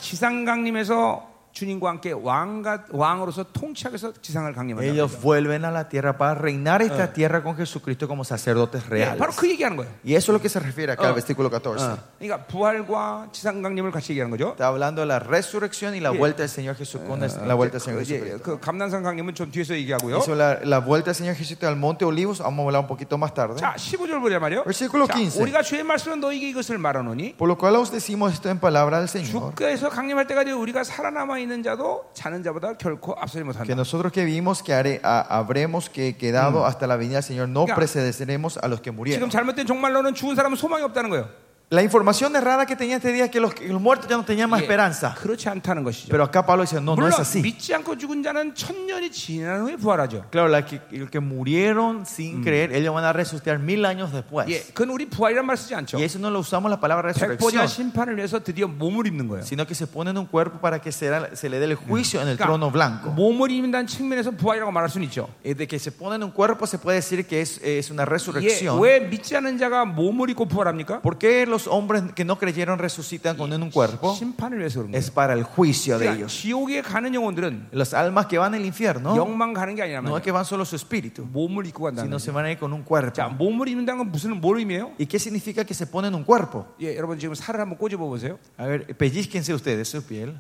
B: 지상강림에서 주님과 함께 왕가, 왕으로서 통치하면서 지상을 강림한다.
A: Ellos vuelven a la tierra para reinar esta
B: Ah.
A: tierra con Jesucristo como sacerdotes
B: 예, 바로
A: reales.
B: 그 얘기하는 거예요.
A: Y eso es lo que se refiere acá
B: Ah.
A: al versículo 14.
B: 그러니까 부활과 지상강림을 같이 얘기하는 거죠.
A: Está hablando de la resurrección y la
B: Yeah.
A: vuelta del Señor Jesús con
B: Ah.
A: es- la vuelta del Señor
B: 그, 이제
A: Jesucristo.
B: 그 감난산 강림은 좀 뒤에서 얘기하고요.
A: Eso la, la vuelta del Señor Jesucristo al Monte Olivos, vamos a hablar un poquito más tarde.
B: 자, 15절 보자 말이요.
A: Versículo 15.
B: 우리가 주의 말씀은 너희에게 이것을 말하노니
A: Por lo cual os decimos esto en palabra del Señor,
B: 주께서 강림할 때까지 우리가 살아남아 있는 자도 자는 자보다 결코 앞서지
A: que
B: 못한다.
A: nosotros que vimos que haré- a- habremos que
B: Mm.
A: quedado hasta la venida del Señor, no
B: Yeah.
A: precederemos a los que
B: 지금
A: murieron.
B: 잘못된 종말로는 죽은 사람은 소망이 없다는 거예요.
A: La información errada que tenía este día es que los, que los muertos ya no tenían más
B: 예,
A: esperanza.
B: 그렇지 않다는 것이죠.
A: Pero acá Pablo dice, no, no
B: 물론
A: es así.
B: 믿지 않고 죽은 자는 천년이 지난 후에 부활하죠.
A: Claro, la que, el que murieron sin creer, ellos van a resucitar mil años después.
B: 예, 그건 우리 부활이란 말 쓰지 않죠.
A: Y eso no lo usamos la palabra
B: 백보자
A: resurrección,
B: 심판을 위해서 드디어 몸을 입는 거예요.
A: sino que se pone en un cuerpo para que se, se le dé el juicio en el
B: 그러니까
A: trono blanco.
B: 몸을 입는다는 측면에서 부활이라고 말할 수는 있죠.
A: Eh, De que se pone en un cuerpo se puede decir que es, es una
B: 예,
A: resurrección.
B: 왜 믿지 않은 자가 몸을 입고 부활합니까?
A: ¿Por qué los hombres que no creyeron resucitan con un cuerpo?
B: 심판을 위해서 그런 거예요.
A: Es para el juicio de
B: 그러니까
A: ellos.
B: 지옥에 가는 영혼들은
A: Las almas que van al infierno
B: 영만 가는 게 아니라
A: no es
B: 말이에요.
A: que van solo su espíritu,
B: 몸을 입고 간다는
A: sino
B: 거예요.
A: se van a ir con un cuerpo.
B: 자, 몸을 입는다는 건 무슨 뭘 의미예요?
A: ¿Y qué significa que se pone en un cuerpo?
B: 예, 여러분 지금 살을 한번 꼬집어 보세요.
A: A ver, pellizquense ustedes su piel.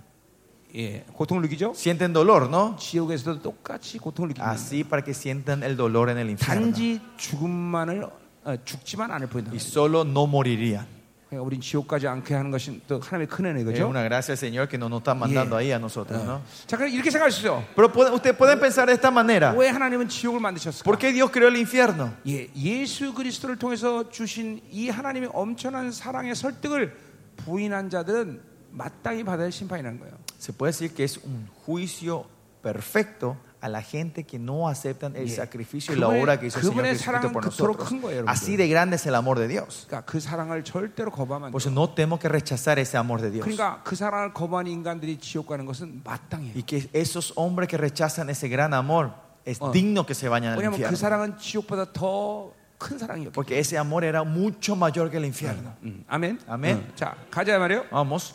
B: 예, 고통을 느끼죠?
A: Sienten dolor, ¿no?
B: 지옥에서도 똑같이 고통을 느낍니다.
A: Así para que sientan el dolor en el infierno.
B: 단지 죽음만을 어, 죽지만 않을 뿐이다.
A: Y solo no morirían.
B: 그러니까 우린 지옥까지 않게 하는 것이 또 하나님의 큰
A: Es
B: 은혜죠.
A: una gracia al Señor que no nos está mandando ahí a nosotros, ¿no?
B: 네. 자, 그럼 이렇게 생각하시죠.
A: Pero pueden- ustedes pueden pensar de esta manera.
B: 왜 하나님은 지옥을 만드셨을까?
A: ¿Por qué Dios creó el infierno?
B: 예, 예수 그리스도를 통해서 주신 이 하나님의 엄청난 사랑의 설득을 부인한 자들은 마땅히 받아야 할 심판이라는 거예요.
A: Se puede decir que es un juicio perfecto
C: a la gente que no aceptan el
B: Yeah.
C: sacrificio y la
B: 그분의-
C: obra que hizo el Señor
B: 그분의
C: Jesucristo por
B: 사랑은 그토록
C: nosotros.
B: 큰 거예요,
C: Así
B: 여러분들.
C: de grande es el amor de Dios.
B: 그러니까 그 사랑을 절대로 거부하면 안
C: Por
B: 돼요.
C: eso no tenemos que rechazar ese amor de Dios.
B: 그러니까 그 사랑을 거부한 인간들이 지옥 가는 것은 마땅해요.
C: Y que esos hombres que rechazan ese gran amor es
B: Ah.
C: digno que se vayan al
B: 왜냐하면 그
C: infierno.
B: 사랑은 지옥보다 더 큰 사랑이었기
C: Porque ese amor era mucho mayor que el infierno.
B: 때문에. 음, 아멘.
C: 아멘.
B: 음. 자, 가자 말이요.
C: Vamos,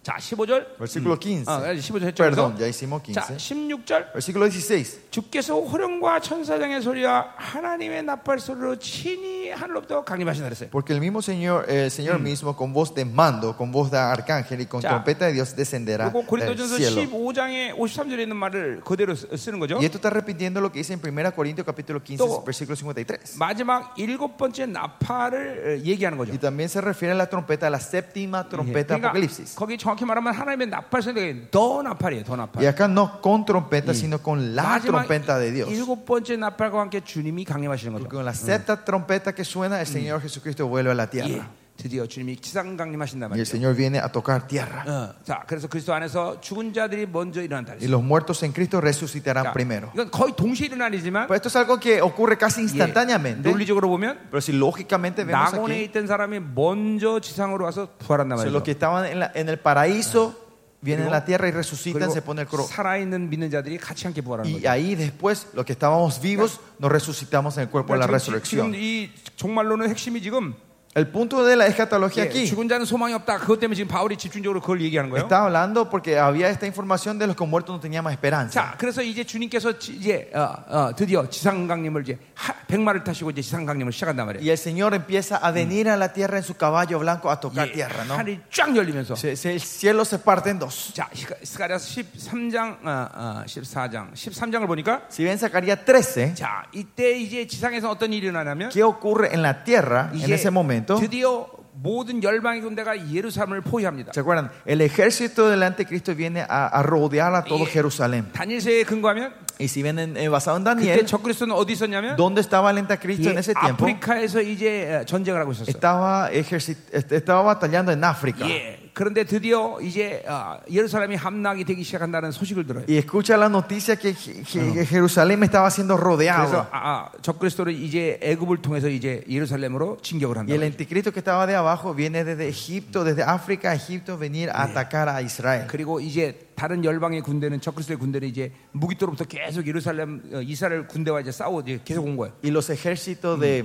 B: 자, 15절.
C: versículo 15.
B: 아, 15절 했죠.
C: Perdón,
B: 그래서?
C: ya hicimos
B: 자,
C: 15.
B: 16절.
C: Versículo 16.
B: 주께서 호령과 천사장의 소리와 하나님의 나팔 소리로 친히 하늘로부터 강림하신다 그랬어요.
A: Porque el mismo Señor, el Señor mismo, con voz de mando, con voz de arcángel y con
B: Ya.
A: trompeta de Dios, descenderá
B: 그리고
A: del
B: 고린도전서
A: cielo.
B: 15장에 53절에 있는 말을 그대로 쓰- 쓰는 거죠.
A: Y esto está repitiendo lo que dice en 1 Corintios capítulo 15,
B: Todo.
A: versículo 53.
B: 마지막 일곱 번째 나팔을 어, 얘기하는 거죠.
A: Y también se refiere a la trompeta, a la séptima trompeta
B: 그러니까
A: Apocalipsis.
B: 거기 정확히 말하면 하나님의 나팔 소리가 더 나팔이에요, 더 나팔.
A: Y acá no con trompeta, sino con la
B: 마지막
A: trompeta de Dios.
B: 일곱 번째 나팔과 함께 주님이 강림하시는
A: Porque
B: 거죠.
A: con la séptima trompeta que suena, el Señor Jesucristo vuelve a la
B: 예,
A: tierra.
B: 드디어 주님이 지상 강림하신단
A: Y el
B: 말이죠.
A: Señor viene a tocar tierra.
B: 어, 자, 그래서 그리스도 안에서 죽은 자들이 먼저 일어난다.
A: Y
B: 그랬어요.
A: los muertos en Cristo resucitarán
B: 그러니까
A: primero.
B: 이건 거의 동시에 일어나지만
A: Pero esto es algo que ocurre casi
B: 예,
A: instantáneamente.
B: 논리적으로 보면
C: Pero si lógicamente vemos aquí,
B: 낙원에 있던 네, 사람이 먼저 지상으로 와서 부활한단
C: o sea,
B: 말이죠.
C: los que estaban en, la- en el paraíso vienen a la tierra y resucitan, se pone el
B: 그리고
C: cro.
B: 살아있는 믿는 자들이 같이 함께 부활하는
A: Y
B: 거죠.
A: ahí después, los que estábamos vivos, nos resucitamos en el cuerpo de la
B: 그러니까 지금, 지금
A: resurrección.
B: 이 정말로는 핵심이 지금
A: El punto de la escatología
B: 예,
A: aquí
B: 죽은 자는 소망이 없다. 그것 때문에 지금 바울이 집중적으로 그걸 얘기하는 거예요.
A: está hablando porque había esta información de los que muertos no tenían más esperanza.
B: 자, 그래서 이제 주님께서 지- 이제 어, 어, 드디어 지상강림을 이제 하, 백마를 타시고 이제 지상강림을 시작한단 말이에요.
A: Y el Señor empieza a venir a la tierra en su caballo blanco a tocar
B: 예,
A: tierra, ¿no?
B: 하늘이 쫙 열리면서
A: Se- se- el cielo se parte en dos.
B: 자, 스가- 스가랴 13장, 어, 어, 14장, 13장을 보니까
A: Si bien Zacarías 13,
B: 자, 이때 이제 지상에서 어떤 일이 일어나냐면
A: ¿qué ocurre en la tierra en
B: 이제
A: ese momento?
B: 드디어 모든 열방의 군대가 예루살렘을 포위합니다.
A: ¿Se acuerdan? El ejército del anticristo viene a, a rodear a todo
B: Y-
A: Jerusalén.
B: 다니엘서에 근거하면
A: Y si vienen eh, basado en
B: 그때
A: Daniel,
B: 적그리스도는 어디 있었냐면
A: ¿dónde estaba el
B: 이
A: anticristo en ese tiempo?
B: 아프리카에서 이제 어, 전쟁을 하고 있었어요.
A: Estaba, ejerci- est- estaba batallando en África.
B: 예. 그런데 드디어 이제 아, 예루살렘이 함락이 되기 시작한다는 소식을 들어요.
A: Y escucha la noticia que, Je- Je- que Jerusalén estaba siendo
B: 그래서
A: rodeado.
B: 아, 적그리스도를 이제 애굽을 통해서 이제 예루살렘으로 진격을
A: Y
B: 한다.
A: el anticristo que estaba de abajo viene desde Egipto, desde África a Egipto, venir a atacar a Israel.
B: 그리고 이제 다른 열방의 군대는 적그리스도의 군대는 이제 무기토로부터 계속 예루살렘 어, 이스라엘 군대와 이제 싸우고 이제 계속 온 거예요.
A: Y los ejércitos de,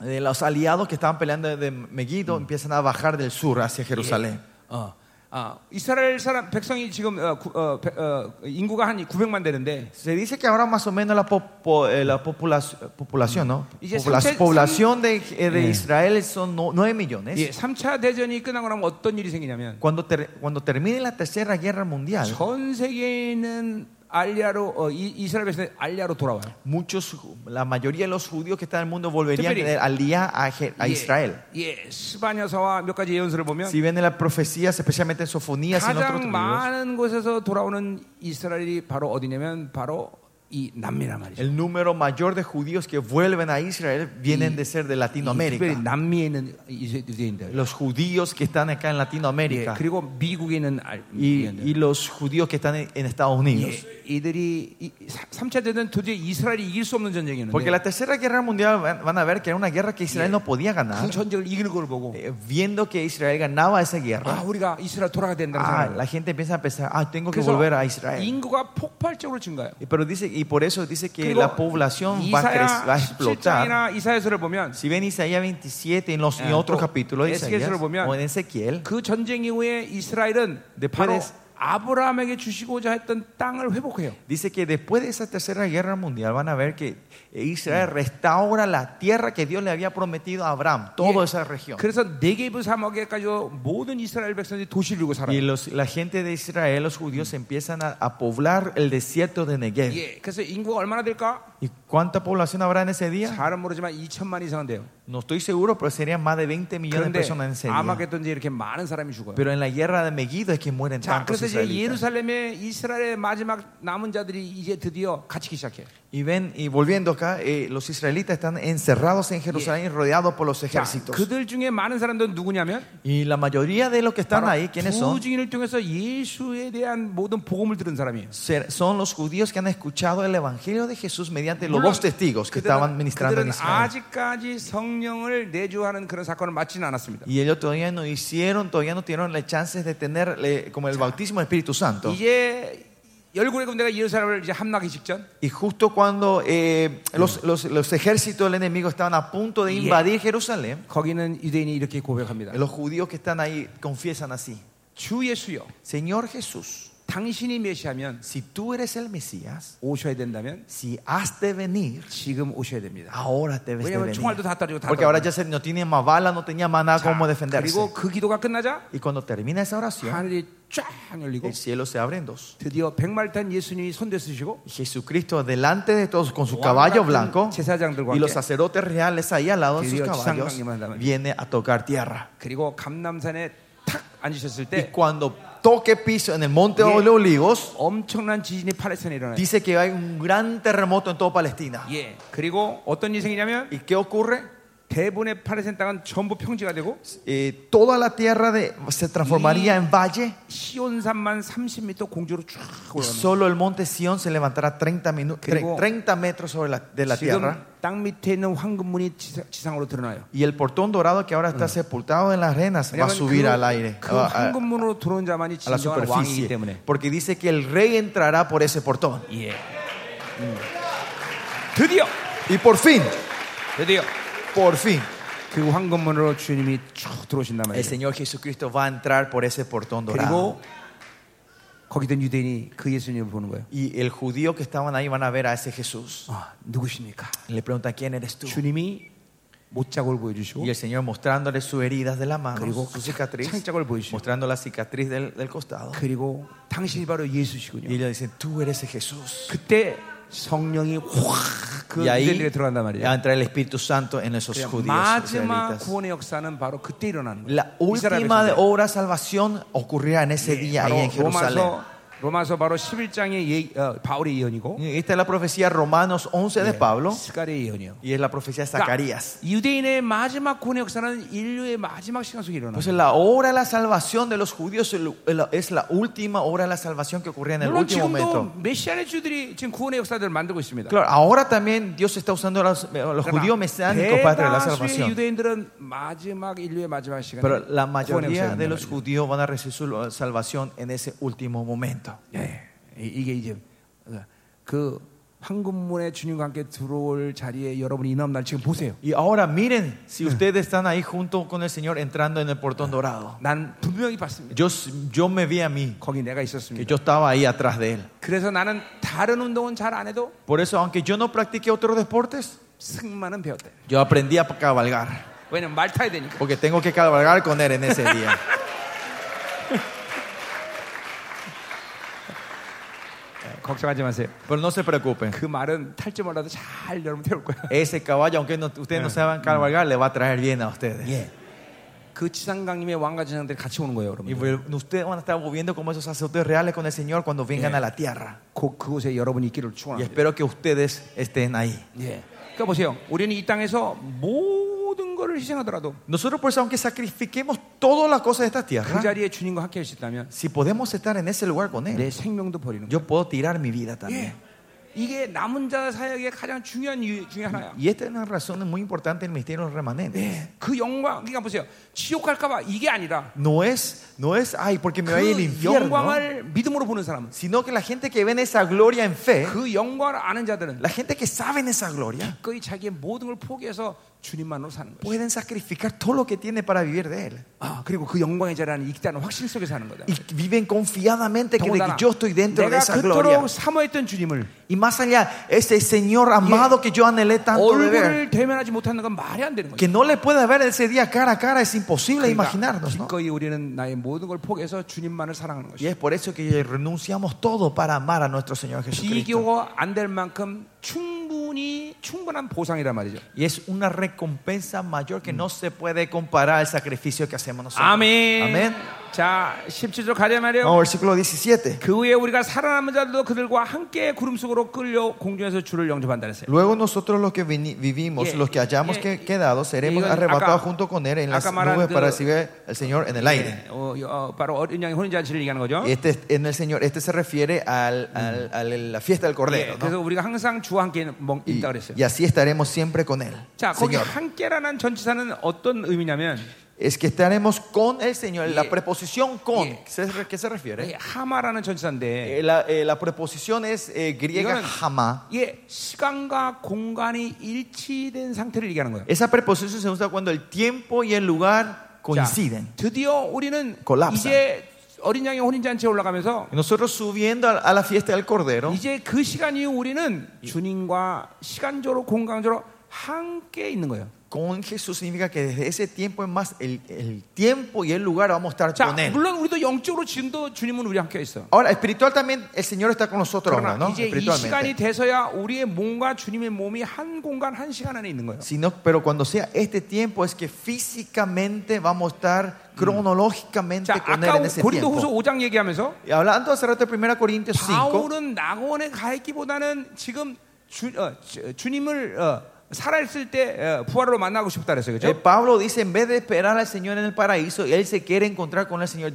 A: de los aliados que estaban peleando de Megiddo empiezan a bajar del sur hacia Jerusalén.
B: 어. 아, 이스라엘 사람 백성이 지금 어, 구- 어, 백- 어, 인구가 한 900만 되는데
A: Se dice que ahora más o menos la, popo- eh, la populac- población, ¿no?
B: Y ya
A: Pobla-
B: son-
A: población de, eh, de Israel son 9 millones.
B: 예, 3차 대전이 끝나고 나면 어떤 일이 생기냐면
A: Cuando, ter- cuando termine la Tercera Guerra
B: 아,
A: Mundial,
B: 전 세계에 있는 알리아로 어, 이, 이스라엘 백성이 알리아로 돌아와요.
A: muchos, la mayoría de los judíos que están en el mundo volverían
B: Espere.
A: al día a, Je- a
B: 예,
A: Israel.
B: 예, 스바냐서와 몇 가지 예언서를 보면
A: Si ven en las profecías, especialmente en Sofonías y en otros
B: 가장
A: libros,
B: 많은 곳에서 돌아오는 이스라엘이 바로 어디냐면 바로 이 남미란 말이죠.
A: el número mayor de judíos que vuelven a Israel vienen de ser de
B: 이 특별히
A: Latinoamérica.
B: 남미에 있는 이스라엘인들.
A: Los judíos que están acá en
B: 예,
A: Latinoamérica
B: 그리고 미국에 있는 알-
A: y, y
B: 이스라엘인들.
A: los judíos que están en, en Estados Unidos.
B: 예, 이들이 이- 이 삼- 삼차 대전 도저히 이스라엘이 이길 수 없는
A: Porque
B: 전쟁이었는데
A: la tercera guerra mundial van, van a ver que era una guerra que Israel no podía
B: 그
A: ganar.
B: 전쟁을 이기는 걸 보고
A: Eh, Viendo que Israel ganaba esa
B: 아
A: guerra,
B: 우리가 이스라엘 돌아가야 된다는
A: ah,
B: 생각을
A: la gente empieza a pensar, ah, tengo que
B: 그래서
A: volver a Israel.
B: 인구가 폭발적으로 증가해요.
A: Y Pero dice, y por eso dice que
B: 그리고
A: la población va a,
B: 이사야
A: crec- va a explotar.
B: 17장이나 이사야서를 보면
A: Si ven Isaías 27 en, los, en
B: Ah,
A: otro
B: 또
A: capítulo de Isaías,
B: 에스겔서를 보면
A: o en Ezequiel,
B: 그 전쟁 이후에 이스라엘은 바로
A: Después-
B: 아브라함에게 주시고자 했던 땅을 회복해요.
A: dice que después de esa tercera guerra mundial van a ver que Israel restaura la tierra que Dios le había prometido a Abraham, toda esa región.
B: 그래서 네개부 사막에까지도 모든 이스라엘 백성들이 도시를 이루고
A: Y
B: 살아요.
A: los, la gente de Israel, los judíos, empiezan a, a poblar el desierto de Negev.
B: 예, 그래서 인구가 얼마나 될까?
A: ¿Y cuánta población habrá en ese día?
B: 잘은 모르지만 2천만 이상은 돼요.
A: No estoy seguro, pero serían más de 20 millones de
B: 그런데
A: personas en ese día.
B: 아마겟돈지 이렇게 많은 사람이 죽어요.
A: Pero en la guerra de Megiddo es que mueren
B: 자,
A: tantos
B: 그래서 이제
A: israelitas.
B: 예루살렘에 이스라엘의 마지막 남은 자들이 이제 드디어 갇히기 시작해. 요
A: Y ven, y volviendo acá, eh, los israelitas están encerrados en Jerusalén, rodeados por los
B: 자,
A: ejércitos.
B: 그들 중에 많은 사람들은 누구냐면
A: Y la mayoría de los que están ahí, ¿quiénes son?
B: 부증인을 통해서 예수에 대한 모든 복음을 들은 사람이에요.
A: Ser- Son los judíos que han escuchado el evangelio de Jesús mediante los
B: 물론
A: dos testigos que estaban
B: 그들은,
A: ministrando en
B: 그들은
A: Israel.
B: 아직까지 성령을 내주하는 그런 사건을 마치는 않았습니다.
A: Y ellos todavía no hicieron, todavía no tuvieron las chances de tener eh, como el bautismo del Espíritu Santo.
B: 이제 열국의 군대가 예루살렘을 이제 함락하기 직전
A: Y justo cuando eh, los, los- los ejércitos del enemigo estaban a punto de
B: Yeah.
A: invadir Jerusalén,
B: 거기는 유대인이 이렇게 고백합니다.
A: los judíos que están ahí confiesan así,
B: 주 예수여,
A: Señor Jesús,
B: 당신이 메시하면
A: si tú eres el Mesías,
B: 오셔야 된다면
A: si has de venir,
B: 지금 오셔야 됩니다.
A: ahora debes de
B: 왜냐하면
A: venir.
B: 총알도 다 떨어지고 다
A: Porque ahora
B: 떨어지고.
A: ya se- no tenía más bala, no tenía más nada
B: 자,
A: como defenderse.
B: 그리고 그 기도가 끝나자
A: Y cuando termina esa oración,
B: 하늘이 쫙 열리고
A: el cielo se abre en dos.
B: 드디어 백말 탄 예수님이 손대 쓰시고
A: Y Jesucristo delante de todos con su
B: 왕
A: caballo
B: 같은
A: blanco
B: 제사장들과
A: y los
B: 함께
A: sacerdotes reales ahí al lado de sus
B: 드디어
A: caballos
B: 지상강림을 한다면.
A: viene a tocar tierra.
B: 그리고 감남산에 탁 앉으셨을
A: Y
B: 때
A: cuando toque piso en el monte de
B: Yeah.
A: los olivos,
B: 엄청난 지진이 팔레스타인에 일어나요.
A: dice que hay un gran terremoto en toda Palestina.
B: 예. 그리고 어떤 일이 생기냐면
A: ¿Y qué ocurre?
B: 대부분의 팔레스타인 땅은 전부 평지가 되고
A: Eh, toda la tierra de- se transformaría en valle.
B: 시온산만 30m 공주로 쫙
A: y
B: 올라가는
A: Solo el monte Sión se levantará 30, minu- tre-
B: Querido,
A: 30 metros sobre la, de la
B: 지금
A: tierra.
B: 땅 밑에 있는 황금문이 지상- 지상으로 드러나요.
A: Y el portón dorado que ahora está sepultado en las arenas va a
B: 왜냐하면
A: subir
B: 그-
A: al aire,
B: 그
A: a- a,
B: 황금문으로 들어온 자만이
A: a la
B: 진정한 왕이기
A: superficie.
B: 때문에.
A: Porque dice que el rey entrará por ese portón.
B: 예. 드디어
A: Y por fin,
B: 드디어
A: por fin,
B: 그 황금문으로 주님이 쭉 들어오신단
A: el
B: 말이에요.
A: Señor Jesucristo va a entrar por ese portón dorado.
B: 그리고 거기 있던 유대인이 그 예수님을 보는 거예요.
A: Y el judío que estaban ahí van a ver a ese Jesús.
B: 아, 누구십니까?
A: Le pregunta, ¿quién eres tú?
B: 주님이 못자국을 보여주시고
A: Y el Señor mostrándole sus heridas de la mano,
B: 그리고
A: su cicatriz,
B: 창짝을 보여주시고
A: mostrando la cicatriz del, del costado.
B: 그리고 당신이 바로
A: Y
B: 예수시군요.
A: ellos dicen, tú eres Jesús.
B: 그때 성령이 확그
A: y ahí
B: 유대인들에 들어간단 말이에요.
A: entra el Espíritu Santo en esos
B: 그냥
A: judíos.
B: 마지막
A: israelitas.
B: 구원의 역사는 바로 그때 일어나는 거예요.
A: La
B: 이 사람의
A: última de
B: 존재.
A: obra de salvación ocurrirá en ese día ahí en
B: 바로
A: Jerusalén.
B: 로마서 로마서 바로 11장의 예, 어, 바울의 예언이고
A: Y Esta es la profecía Romanos 11 de Pablo
B: 스가랴의 예언이요.
A: y es la profecía de
B: 그러니까
A: Zacarías.
B: 유대인의 마지막 구원의 역사는 인류의 마지막 시간 속에 일어나는
A: Entonces la obra de la salvación de los judíos es la- es la última obra de la salvación que ocurría en el
B: 물론
A: último
B: 지금도
A: momento.
B: 메시아의 주들이 지금 구원의 역사들을 만들고 있습니다.
A: Claro, ahora también Dios está usando a los, a los judíos
B: 그
A: mesiánicos para traer la
B: 대다수의
A: salvación.
B: 유대인들은 마지막 인류의 마지막
A: Pero
B: 시간에
A: la
B: 구원의
A: mayoría
B: 역사를
A: de los
B: 만들어요.
A: judíos van a recibir su salvación en ese último momento.
B: 예, 이- 이게 이제 그 황금문에 주님과 함께 들어올 자리에 여러분이 이남 날 지금 보세요.
A: Y ahora miren, si ustedes están ahí junto con el Señor entrando en el portón dorado,
B: 난 분명히 봤습니다.
A: yo, yo me vi a mí,
B: 거기 내가
A: que
B: 있었습니다.
A: yo estaba ahí atrás de él.
B: 그래서 나는 다른 운동은 잘 안 해도
A: Por eso, aunque yo no practiqué otros deportes,
B: 승마는 배웠대.
A: yo aprendí a cabalgar,
B: 왜냐면 말 타야 되니까.
A: porque tengo que cabalgar con él en ese día.
B: 걱정하지 마세요.
A: Pero no se preocupen,
B: 그 말은 탈지 몰라도 잘 여러분 태울 거야.
A: ese caballo, aunque no- ustedes no saben cabalgar, le va a traer bien a ustedes.
B: 예. 그 지상강림의 왕과 지상들이 같이 오는 거예요,
A: Y
B: 여러분.
A: vu- ustedes van a estar moviendo como esos sacerdotes reales con el Señor cuando vengan a la tierra.
B: 그, 그곳에 여러분이 있기를
A: Y
B: 축원합니다.
A: espero que ustedes estén ahí.
B: 예. 그러니까 보세요. 우리는 이 땅에서 모든 것을 희생하더라도
A: Nosotros, por eso, aunque sacrifiquemos todas las cosas de esta
B: 그
A: tierra,
B: 자리에 주님과 함께 하셨다면
A: Si podemos estar en ese lugar con Él,
B: 내 생명도 버리는 네. 거예요.
A: yo puedo tirar mi vida
B: 예.
A: también.
B: 이게 남은 자 사역의 가장 중요한 이유 중에 하나야.
A: Y esta es una razón muy importante del misterio de los remanentes.
B: 음. 그 영광, 그러니까 보세요. 지옥 갈까봐 이게 아니라
A: No es, no es, ay, porque me voy al
B: 그
A: infierno,
B: 영광을 믿음으로 보는 사람은
A: sino que la gente que ve en esa gloria en fe,
B: 그 영광을 아는 자들은
A: la gente que sabe en esa gloria,
B: 거의 자기의 모든 걸 포기해서 주님만으로 사는 거예요.
A: pueden sacrificar todo lo que tiene para vivir de Él.
B: 아, 그리고 그 영광의 자라는 있다는 확신 속에 사는 거다.
A: Y viven confiadamente que de que
B: 더군다나
A: yo estoy dentro de
B: 내가
A: esa gloria.
B: 그토록 사모했던 주님을
A: Y más allá, ese Señor amado que yo anhelé tanto de ver,
B: 얼굴을 대면하지 못하는 건 말이 안 되는 거예요.
A: que no le pueda ver ese día cara a cara, es imposible
B: 그러니까
A: imaginarnos, ¿no?
B: 기꺼이 우리는 나의 모든 걸 포기해서 주님만을 사랑하는
A: Y
B: 것이
A: es por eso que renunciamos todo para amar a nuestro Señor Jesucristo.
B: 비교가 안 될 만큼 충분히 충분한 보상이란 말이죠.
A: Y es una recompensa mayor que no se puede comparar al sacrificio que hacemos nosotros.
B: 아멘. 어.
A: Amén.
B: 자, 17절 가자 말이에요.
A: Vamos, versículo 17.
B: 그 후에 우리가 살아남은 자들도 그들과 함께 구름 속으로 끌려 공중에서 주를 영접한다 그랬어요.
A: Luego nosotros los que vini- vivimos,
B: Yeah,
A: los que hayamos
B: yeah,
A: que- quedado, seremos
B: 이건
A: arrebatados
B: 아까-
A: junto con Él en las
B: 아까 말한
A: nubes
B: 그-
A: para recibir al Señor en el aire.
B: 예, 어, 어, 바로 어린 양의 혼인잔치를 얘기하는 거죠.
A: Este, en el Señor, este se refiere al, al- a la fiesta del
B: 예,
A: Cordero. ¿no?
B: 그래서 우리가 항상 주와 함께 먹-
A: Y,
B: 있다 그랬어요.
A: y así estaremos siempre con Él.
B: 자, 거기
A: Señor.
B: 함께라는 전치사는 어떤 의미냐면
A: Es que estaremos con el Señor. La
B: Yeah.
A: preposición con,
B: Yeah.
A: ¿se re- ¿qué se refiere?
B: 예, 하마라는 전치사인데
A: Eh, la, eh, la preposición es eh, griega
B: 이거는-
A: hama.
B: 예, 시간과 공간이 일치된 상태를 얘기하는 거예요.
A: Esa preposición se usa cuando el tiempo y el lugar
B: 자,
A: coinciden.
B: 드디어 우리는
A: Collapse.
B: 이제 어린 양의 혼인잔치에 올라가면서
A: Y Nosotros subiendo a, a la fiesta del Cordero,
B: 이제 그 시간 이후 우리는 주님과 시간적으로 공간적으로 함께 있는 거예요.
A: con Jesús significa que desde ese tiempo en más, el, el tiempo y el lugar vamos a estar
B: 자,
A: con Él.
B: 물론 우리도 영적으로 지금도 주님은 우리 함께 있어.
A: Ahora, espiritual también, el Señor está con nosotros ahora,
B: 그러나
A: ¿no?
B: 이제 이 시간이
A: Espiritualmente.
B: 돼서야 우리의 몸과 주님의 몸이 한 공간 한 시간 안에 있는 거예요.
A: Sino, pero cuando sea este tiempo es que físicamente vamos a
B: Mm.
A: estar cronológicamente
B: 자,
A: con Él
B: 아까
A: en ese
B: 고린도후서
A: tiempo.
B: 5장 얘기하면서
A: Y hablando hace rato de 1 Corintios 5,
B: 바울은 낙원에 가 있기보다는 지금 주, 어, 주- 주님을 어, 살아있을 때 어, 부활로 만나고 싶다 그랬어요.
A: eh,
B: 그죠?
A: Pablo dice, en vez de esperar al Señor en el paraíso, Él se quiere encontrar con el Señor
B: 야, 그 중에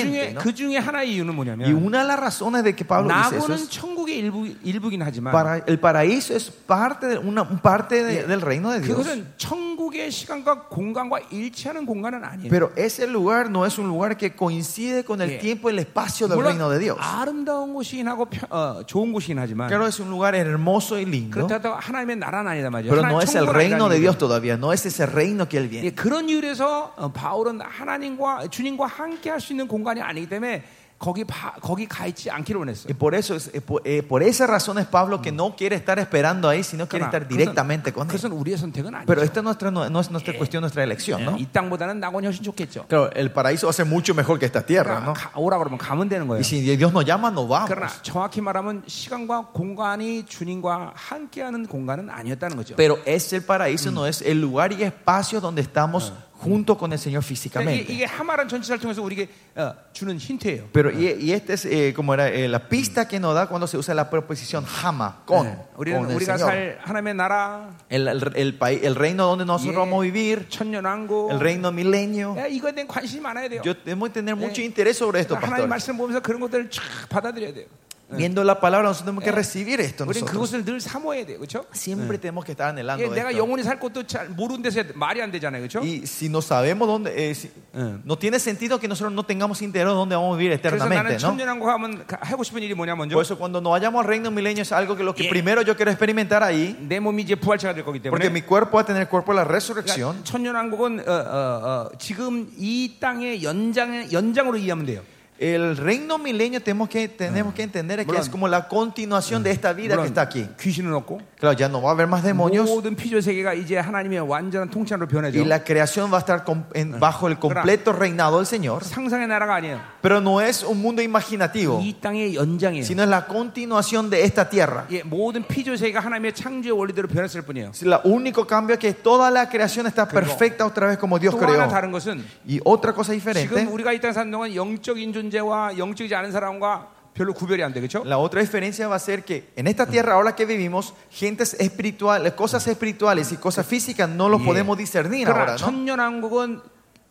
A: directamente. ¿no?
B: 그 중에 하나의 이유는
A: Y
B: 뭐냐면
A: una de las razones de que Pablo dice eso
B: 낙원은
A: es,
B: 천국의 일부 일부긴 하지만
A: para, el paraíso es parte, de, una, parte de- del reino de Dios.
B: 그것은 천국의 시간과 공간과 일치하는 공간은 아니에요.
A: Pero ese lugar no es un lugar que coincide con el
B: Bien.
A: tiempo y el espacio del
B: 물론
A: reino de Dios.
B: ah, 아름다운 곳이긴 하고 펴- 어, 좋은 곳이긴 하지만
A: Claro, es un lugar hermoso y lindo,
B: 그렇다고 하나님의 나라는 아니다 말이죠.
A: pero
B: 하나님
A: no es el
B: 천국은
A: reino de
B: 아니라는
A: Dios
B: 얘기죠.
A: todavía, no es ese reino que Él
B: 예,
A: viene.
B: 그런 이유에서 어, 바울은 하나님과 주님과 함께 할 수 있는 공간이 아니기 때문에 거기 바- 거기 가 있지 않기를 원했어요.
A: Y por, eso es, eh, por, eh, por esa razón es Pablo que no quiere estar esperando ahí, sino quiere estar directamente con Él.
B: 그것은 우리의 선택은 아니죠. 예,
A: Pero esta es nuestra, no, no es nuestra cuestión, nuestra elección, ¿no?
B: 이 땅보다는 낙원이 훨씬 좋겠죠.
A: Claro, el paraíso va a ser mucho mejor que esta tierra,
B: 그러니까
A: ¿no?
B: 가- 오라 그러면 가면 되는 거예요.
A: Y si Dios nos llama, nos
B: 그러나
A: vamos.
B: 정확히 말하면 시간과 공간이 주님과 함께하는 공간은 아니었다는 거죠.
A: Pero es el paraíso, no es el lugar y espacio donde estamos junto con el Señor
B: 그러니까
A: físicamente.
B: 이게, 이게 하마란 전치사를 통해서 우리에게 어, 주는 힌트예요.
A: Pero y, y este es eh, como era eh, la pista que nos da cuando se usa la preposición hama, con,
B: 네, 우리는
A: con el
B: 우리가
A: Señor.
B: 살 하나님의 나라,
A: El, el, el país- el reino donde nosotros
B: Yeah.
A: vamos a vivir,
B: 천년왕국,
A: el reino milenio.
B: 야, 이거에 대한 관심이 많아야 돼요.
A: Yo Ah, tengo que tener mucho
B: Yeah.
A: interés sobre esto,
B: 하나님
A: pastor.
B: 말씀 보면서 그런 것들을 쫙 받아들여야 돼요.
A: Viendo la palabra, nosotros tenemos que
B: Yeah.
A: recibir esto.
B: 우리는
A: Nosotros.
B: 그것을 늘 사모해야 돼요, 그렇죠?
A: Siempre tenemos que estar anhelando
B: 내가
A: esto.
B: 영원히 살 것도 잘 모르는 데서 말이 안 되잖아요, 그렇죠?
A: Y si no sabemos dónde, eh, si-
B: Yeah.
A: no tiene sentido que nosotros no tengamos interés dónde vamos a vivir
B: 그래서 나는
A: eternamente, ¿no?
B: 천년왕국 하면 가- 하고 싶은 일이 뭐냐 먼저
A: Por eso cuando nos vayamos al reino milenio es algo que lo que
B: Yeah.
A: primero yo quiero experimentar ahí,
B: 내 몸이 이제 부활체가 될 거기 때문에
A: porque mi cuerpo va a tener el cuerpo de la resurrección.
B: 그러니까 천년왕국은 어, 어, 어, 지금 이 땅의 연장 연장으로 이해하면 돼요.
A: El reino milenio tenemos que, tenemos que entender que
B: Bueno.
A: es como la continuación de esta vida que
B: 물론
A: está aquí.
B: 귀신은 없고
A: Claro, ya no va a haber más demonios
B: 모든 피조 세계가 이제 하나님의 완전한 통치로 변해져.
A: y la creación va a estar com- en- bajo el completo reinado del Señor.
B: 상상의 나라가 아니에요.
A: Pero no es un mundo imaginativo,
B: 이 땅의 연장이에요.
A: sino es la continuación de esta tierra.
B: 예, 모든 피조 세계가 하나님의 창조의 원리대로 변했을 뿐이에요.
A: Es la- único cambio es que toda la creación está perfecta otra vez como Dios
B: 또 하나
A: creó.
B: 다른 것은
A: Y otra cosa
B: 지금
A: diferente,
B: 우리가 이 땅에 사는 동안 영적인 존재와 영적이지 않은 사람과 별로 구별이 안 그렇죠? 되겠죠?
A: la otra diferencia va a ser que en esta tierra ahora que vivimos, gentes espirituales, cosas espirituales y cosas físicas no los
B: Yeah.
A: podemos discernir
B: 그러나
A: ahora, ¿no?
B: 천년왕국은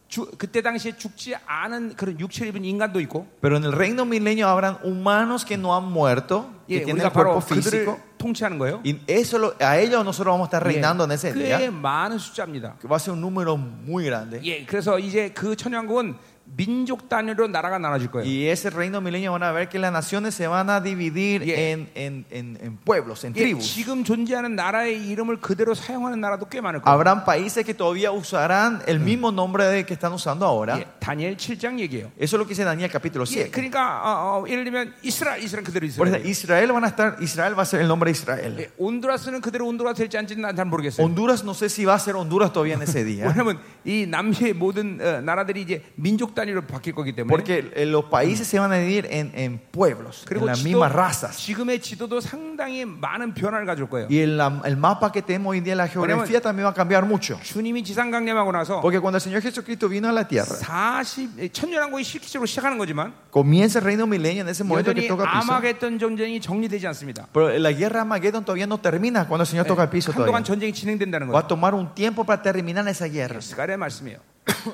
B: 주- 그때 당시에 죽지 않은 그런 육체를 입은 인간도 있고
A: Pero en el reino milenio habrán humanos que no han muerto, que
B: 예,
A: tienen
B: 우리가
A: el
B: 바로
A: cuerpo
B: 그들을
A: físico.
B: 통치하는 거예요.
A: Y eso lo- a ellos nosotros vamos a estar reinando en
B: 예,
A: ese
B: 꽤
A: día.
B: 많은 숫자입니다.
A: Que va a ser un número muy grande.
B: 예, 그래서 이제 그 천년왕국은 민족 단위로 나라가 나눠질 거예요.
A: Y ese reino milenio van a ver que las naciones se van a dividir
B: Yeah.
A: en, en- en- en pueblos, en
B: 예,
A: tribus.
B: 지금 존재하는 나라의 이름을 그대로 사용하는 나라도 꽤 많을 거예요.
A: Habrán países que todavía usarán el mismo nombre de que están usando ahora.
B: 예, 다니엘 7장 얘기예요.
A: Eso es lo que dice Daniel capítulo 7.
B: 예, 그러니까 어, 어, 예를 들면 이스라엘 이스라엘 그대로
A: Por
B: 이스라엘.
A: ejemplo, Israel van a estar, Israel va a ser el nombre de Israel.
B: 예, 온두라스는 그대로 온두라스 될지 안지는 난 잘 모르겠어요.
A: Honduras no sé si va a ser Honduras todavía en ese día.
B: 왜냐하면 이 남미의 모든 어, 나라들이 이제 민족 민족 단위로 바뀔 거기 때문에
A: Porque eh, los países se van a dividir en, en pueblos, en
B: 그리고
A: las
B: 지도,
A: mismas razas.
B: 지금의 지도도 상당히 많은 변화를 가져올 거예요.
A: Y el, am- el mapa que tenemos hoy en día, la geografía también va a cambiar mucho.
B: 주님이 지상 강림하고 나서
A: Porque cuando el Señor Jesucristo vino a la tierra,
B: 40 천년왕국이 실질적으로 시작하는 거지만
A: comienza el reino milenio en ese momento que
B: 여전히
A: toca el piso.
B: 암흑했던 전쟁이 정리되지 않습니다.
A: Pero la guerra de Armagedón todavía no termina cuando el Señor toca el piso todavía.
B: 한동안 전쟁이 진행된다는
A: Va
B: 거예요.
A: a tomar un tiempo para terminar esa guerra.
B: 스가랴 말씀이에요.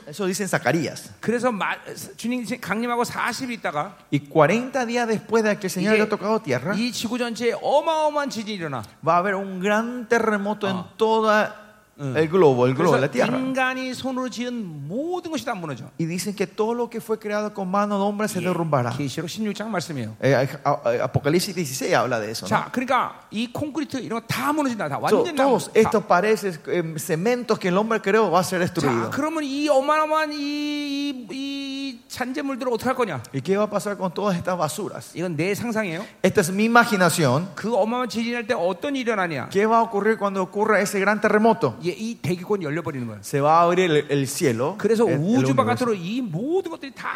A: Eso dice en Zacarías.
B: 그래서 마, 주님 강림하고 40일 있다가
A: Y 40 días después de que el Señor
B: 이게
A: haya tocado tierra,
B: 이 지구 전체에 어마어마한 지진이 일어나.
A: va a haber un gran terremoto
B: Ah.
A: en toda el globo, el globo,
B: 그래서
A: la tierra.
B: 인간이 손으로 지은 모든 것이 다 무너져.
A: Y dicen que todo lo que fue creado con mano de hombre se derrumbará.
B: 계시록 16장 말씀이에요.
A: Eh, a- a- Apocalipsis 16 habla de eso. ¿no?
B: 자, 그러니까 이 콘크리트 이런 거 다 무너진다. 다
A: So,
B: 완전 다.
A: todos
B: 무너진다.
A: estos paredes, eh, cementos que el hombre creó, va a ser
B: 자,
A: destruido.
B: 그러면 이 어마어마한 이, 이, 이 잔재물들을 어떻게 할 거냐?
A: ¿Y qué va a pasar con todas estas basuras?
B: 이건 내 상상이에요.
A: Esta es mi imaginación.
B: 그 어마어마한 지진이 날 때 어떤 일이 일어나냐?
A: ¿Qué va a ocurrir cuando ocurra ese gran terremoto?
B: 예, 이 대기권이 열려버리는 거예요.
A: Se va a abrir el, el cielo.
B: 그래서
A: el- el
B: 우주
A: universo.
B: 바깥으로 이 모든 것들이 다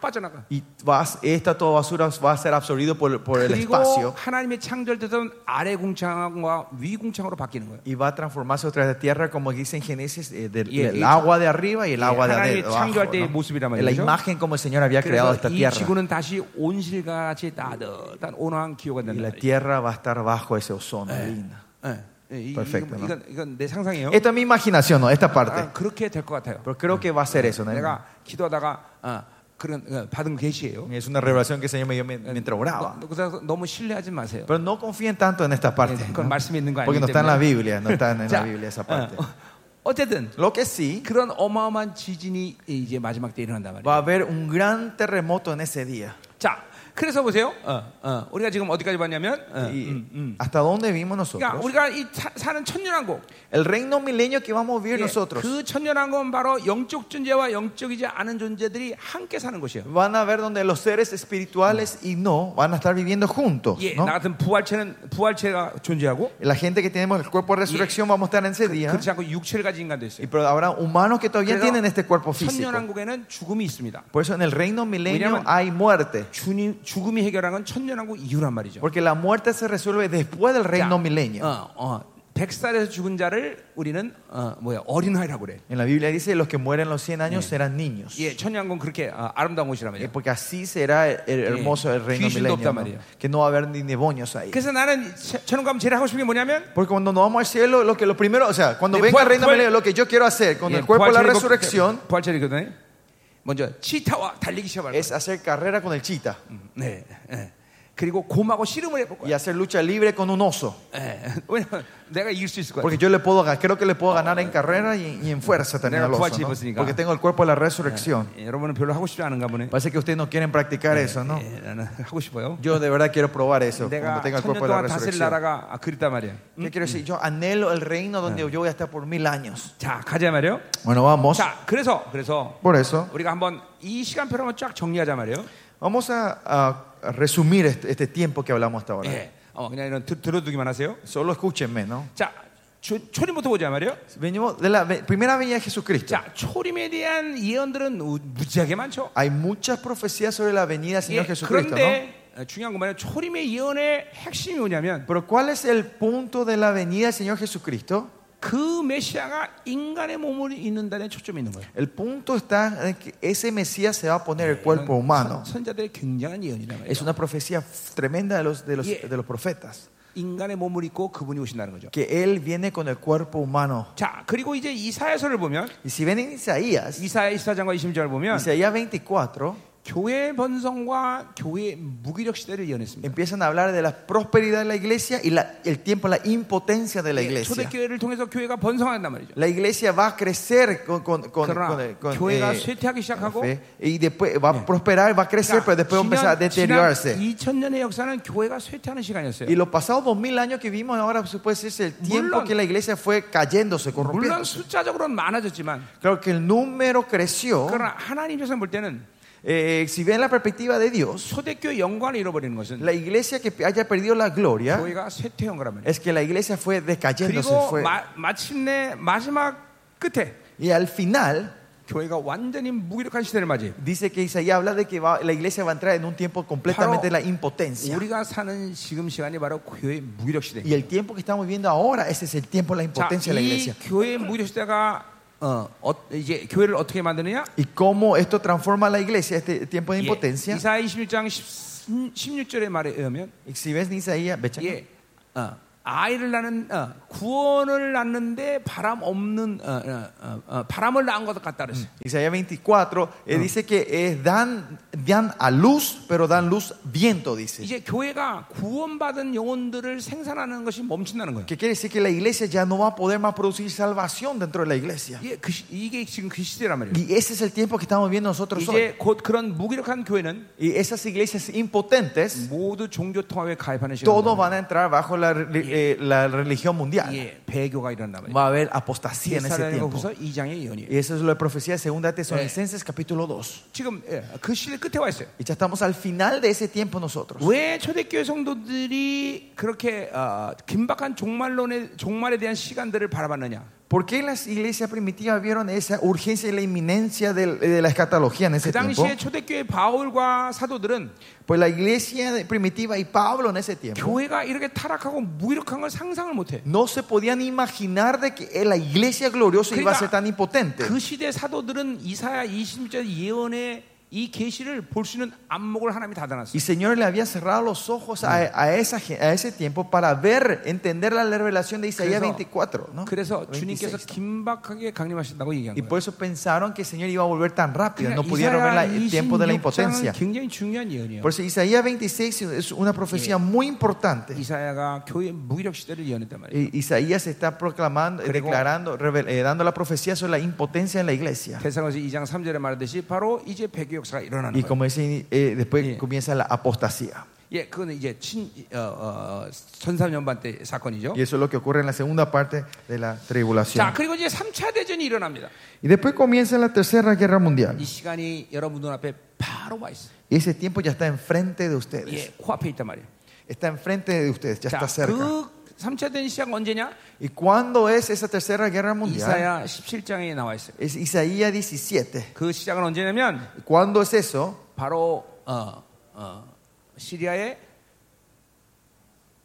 B: 빠져나가.
A: y vas- esta toda basura va a ser absorbido por, por el
B: 그리고
A: espacio
B: 하나님의 창조되던 아래 공창과 위 공창으로 바뀌는 거예요.
A: y va a transformarse otra vez la tierra, como dice en Génesis, eh, del,
B: Y-
A: del
B: y-
A: agua de arriba y el
B: y-
A: agua de
B: 하나님이
A: ade- abajo.
B: 창조할 때의
A: ¿no?
B: 모습이란
A: La
B: 말이죠.
A: imagen como el Señor había creado
B: 그래서
A: esta
B: 이
A: tierra.
B: 지구는 다시 온실같이 따뜻한 온화한 기후가
A: Y
B: 된다.
A: la tierra va a estar bajo ese ozono. linda.
B: 예, 예, 이-
A: Perfecto,
B: 이건, 이건, 이건 내 상상이에요.
A: Esta es mi imaginación, ¿no? esta parte.
B: 아, 그렇게 될 것 같아요.
A: Ah, Pero creo que va a ser eso. ¿no?
B: 내가 기도하다가 아, 그런 어, 받은 계시예요.
A: Es una revelación que el Señor me dio mien- mientras oraba.
B: 너- 그래서 너무 신뢰하지 마세요.
A: Pero no confíen tanto en esta parte.
B: 그건
A: ¿no?
B: 말씀이 있는 거 아니기
A: Porque no está en la
B: 때문에.
A: Biblia, no está en la
B: 자,
A: Biblia esa parte.
B: 어, 어쨌든
A: Lo que sí,
B: 그런 어마어마한 지진이 이제 마지막 때 일어난단 말이에요.
A: va a haber un gran terremoto en ese día.
B: 자, 그래서 보세요. 어, 어, 우리가 지금 어디까지 봤냐면, 어,
A: Y
B: 음, 음.
A: ¿Hasta dónde vivimos
B: 그러니까
A: nosotros?
B: 우리가 이 사, 사는 천년왕국,
A: El reino milenio que vamos a vivir
B: 예,
A: nosotros.
B: 그 천년왕국은 바로 영적 존재와 영적이지 않은 존재들이 함께 사는 곳이에요.
A: Van a ver donde los seres espirituales y no van a estar viviendo juntos.
B: 예,
A: ¿no?
B: 나 같은 부활체는 부활체가 존재하고,
A: La gente que tenemos el cuerpo de resurrección vamos a estar en ese día.
B: 그렇지 않고 육체를 가진 인간도
A: Y
B: 있어요.
A: pero habrá humanos que todavía
B: 그래서
A: tienen este cuerpo físico.
B: 천년왕국에는 죽음이 있습니다.
A: Por eso en el reino milenio
B: 왜냐면-
A: hay muerte.
B: 주님, 죽음이 해결한 건 천년왕국 이유란 말이죠.
A: Porque la muerte se resuelve después del
B: 자,
A: reino milenio.
B: 어, 어, 백살에서 죽은 자를 우리는 어, 뭐야 어린아이라고 그래.
A: En la Biblia dice, los que mueren los 100 años serán niños.
B: 예, 천년왕국 그렇게 어, 아름다운 곳이라면요.
A: Eh, Porque así será el- el hermoso el reino
B: Sí, sin
A: milenio.
B: duda,
A: ¿no?
B: María.
A: Que no va a haber ni demonios ahí.
B: 그래서 나는 천- 천국가면 제일 하고 싶은 게 뭐냐면
A: Porque cuando nos vamos al cielo, lo que lo primero, o sea, cuando
B: Eh,
A: venga el
B: ¿cuál-
A: reino
B: cuál-
A: milenio, lo que yo quiero hacer con el cuerpo de la resurrección
B: 예, 부활절이거든요. 먼저 치타와 달리기 시작할 거예요.
A: es hacer carrera con el chita
B: 네, 예. 그리고 곰하고 씨름을 해볼
A: y
B: 거야.
A: hacer lucha libre con un oso.
B: 예. 왜냐면 내가 이길 수 있을 거야.
A: Porque yo le puedo, ga- creo que le puedo ganar en carrera y, y en fuerza también
B: Tener
A: al oso.
B: fuerza y
A: ¿no?
B: fuerza.
A: Porque tengo el cuerpo de la resurrección.
B: 예, 여러분은 별로 하고 싶지 않은가 보네.
A: Parece que ustedes no quieren practicar eso, ¿no?
B: 예, 나는 하고 싶어요.
A: Yo de verdad quiero probar eso
B: 내가
A: cuando tenga el
B: 천년
A: cuerpo de la
B: 동안 다스릴
A: resurrección.
B: 나라가 아, 그립단 말이야.
A: Yo quiero decir, yo anhelo el reino donde yo voy a estar por mil años.
B: 자, 가자 말이요.
A: Ah. Bueno, vamos.
B: 자, 그래서 그래서
A: Por eso,
B: 우리가 한번 이 시간표를 한번 쫙 정리하자 말이에요.
A: vamos a, a resumir este, este tiempo que hablamos hasta ahora.
B: 예. 어, 그냥 이런 들, 들어두기만 하세요.
A: Solo escúchenme, ¿no?
B: 자, 초, 초림부터 보자 말이에요.
A: Venimos de la ve- primera venida de Jesucristo.
B: 자, 초림에 대한 예언들은 우- 무지하게 많죠.
A: Hay muchas profecías sobre la venida del Señor
B: 예,
A: Jesucristo, ¿no?
B: 그런데 어, 중요한 건 뭐냐면 초림의 예언의 핵심이 뭐냐면
A: Pero ¿cuál es el punto de la venida del Señor Jesucristo?
B: 그 메시아가 인간의 몸을 입는다는 초점이 있는 거예요.
A: El punto está en que ese Mesías se va a poner el cuerpo humano.
B: 선- 선자들의 굉장한 예언이란 말이에요.
A: Es una profecía f- tremenda de los, de los,
B: Yeah.
A: de los profetas.
B: 인간의 몸을 입고 그분이 오신다는 거죠.
A: Que Él viene con el cuerpo humano.
B: 자, 그리고 이제 이사야서를 보면
A: Y si ven en Isaías,
B: 이사야 24장과 26장을 보면
A: Isaías 24,
B: 교회 번성과 교회 무기력 시대를 예언했습니다.
A: empiezan a hablar de la prosperidad de la iglesia y la- el tiempo, la impotencia de la
B: 예,
A: iglesia.
B: 초대교회를 통해서 교회가 번성한단 말이죠.
A: La iglesia va a crecer con, con, con,
B: 그러나
A: con- con,
B: 교회가 쇠퇴하기 시작하고 그러니까
A: fe, y después va a prosperar, va a crecer, pero después va a empezar a deteriorarse.
B: 2000년의 역사는 교회가 쇠퇴하는 시간이었어요.
A: Y los pasados 2000 años que vimos ahora se puede decirse el tiempo
B: 물론-
A: que la iglesia fue cayéndose,
B: 물론
A: corrompiéndose.
B: 숫자적으로는 많아졌지만
A: Claro que el número creció.
B: 그러나 하나님 입장에서 볼 때는
A: Eh, si ven la perspectiva de Dios,
B: 초대교회 영광을 잃어버리는 것은
A: la iglesia que haya perdido la gloria
B: 교회가 쇠퇴한 거란 말이에요.
A: es que la iglesia fue decayéndose.
B: 그리고
A: Fue,
B: 마, 마침내 마지막 끝에
A: y al final,
B: 교회가 완전히 무기력한 시대를 맞이해요.
A: Dice que Isaías habla de que va- la iglesia va a entrar en un tiempo completamente de la impotencia.
B: 우리가 사는 지금 시간이 바로 교회 무기력 시대.
A: Y el tiempo que estamos viviendo ahora, ese es el tiempo de la
B: 자,
A: impotencia de la
B: 이
A: iglesia.
B: 교회 무기력 시대가 어, 어, 이제 교회를 어떻게 만드느냐?
A: ¿Y cómo esto transforma a la iglesia, este tiempo de
B: 예,
A: impotencia?
B: 이사야 26장 16절에 말에 의하면
A: Y si ves en Isaías, ve, chaca.
B: 예, 어, 아이를 낳는 어, 구원을 낳는데 바람 없는 어, 어, 어, 어, 바람을 낳은 것 같다 그랬어요.
A: Isaías 24 eh, dice que eh, dan, dan a luz, pero dan luz viento, dice.
B: 이제 교회가 구원받은 영혼들을 생산하는 것이 멈춘다는 거예요.
A: Que quiere decir que la iglesia ya no va a poder más producir salvación dentro de la iglesia.
B: 예, 그 시- 이게 지금 그 시대란 말이에요.
A: Y ese es el tiempo que estamos viviendo nosotros hoy.
B: 이제 곧 그런 무기력한 교회는
A: Y esas iglesias impotentes,
B: 모두 종교 통합에 가입하는 시간.
A: todos van a entrar bajo la, re- eh, la religión mundial.
B: 예, 배교가 일어난다 말이에요.
A: Va a haber apostasía en ese tiempo.
B: 예사라고서 2장의 예언이에요.
A: Y eso es la profecía de 2 Tesalonicenses capítulo 2.
B: 지금 예, 그 시대 끝에 와 있어요.
A: Y ya estamos al final de ese tiempo nosotros.
B: 왜 초대교회 성도들이 그렇게 어, 긴박한 종말론의 종말에 대한 시간들을 바라봤느냐? 그
A: ¿Por qué las iglesias primitivas vieron esa urgencia y la inminencia del- eh, de, la escatología en
B: 그
A: ese tiempo?
B: 당시에 초대교회 바울과 사도들은
A: Pues la iglesia primitiva y Pablo en ese tiempo
B: 교회가 이렇게 타락하고 무기력한 걸 상상을 못해.
A: no se podían imaginar de que eh, la iglesia gloriosa iba a ser tan impotente.
B: 그 시대 사도들은 이사야 20절 예언의 이 계시를 볼 수 있는 안목을 하나님이 닫아놨어요.
A: Y Señor le había cerrado los ojos a, a esa, gen- a ese tiempo para ver, entender la revelación de Isaías
B: 그래서-
A: 24. ¿no?
B: 그래서
A: 26.
B: 주님께서 긴박하게 강림하신다고 얘기한
A: Y
B: 거예요.
A: por eso pensaron que el Señor iba a volver tan rápido, no pudieron ver la-
B: 이사야
A: el tiempo de la
B: 26장은
A: impotencia.
B: 굉장히 중요한 예언이에요.
A: Por eso Isaías 26 es una profecía muy importante.
B: 이사야가 교회 무기력 시대를 예언했단 말이에요.
A: Y- Isaías está proclamando, eh,
B: Creo-
A: declarando, revel- eh, dando la profecía sobre la impotencia en la iglesia.
B: 대상에서 2장 3절에 말했듯이 바로 이제 배교 역사가 일어나는
A: Y
B: 거예요.
A: como dice, eh, después
B: Sí.
A: comienza la apostasía.
B: 예, 그건 이제 친 어, 어, 천삼년반 때 사건이죠.
A: Y eso es lo que ocurre en la segunda parte de la tribulación.
B: 자, 그리고 이제 3차 대전이 일어납니다.
A: Y después comienza la tercera guerra mundial.
B: 이 시간이 여러분 눈앞에 바로 와 있어요.
A: Y ese tiempo ya está enfrente de ustedes.
B: 예, 코앞에 있단 말이에요.
A: Está enfrente de ustedes, ya
B: 자,
A: está cerca.
B: 그 3차 대전 시작 언제냐?
A: ¿Y cuándo es esa tercera guerra mundial?
B: 이사야 17장에 나와 있어요.
A: Es Isaías 17.
B: 그 시작은 언제냐면
A: ¿Cuándo es eso?
B: 바로 어, 어, 시리아의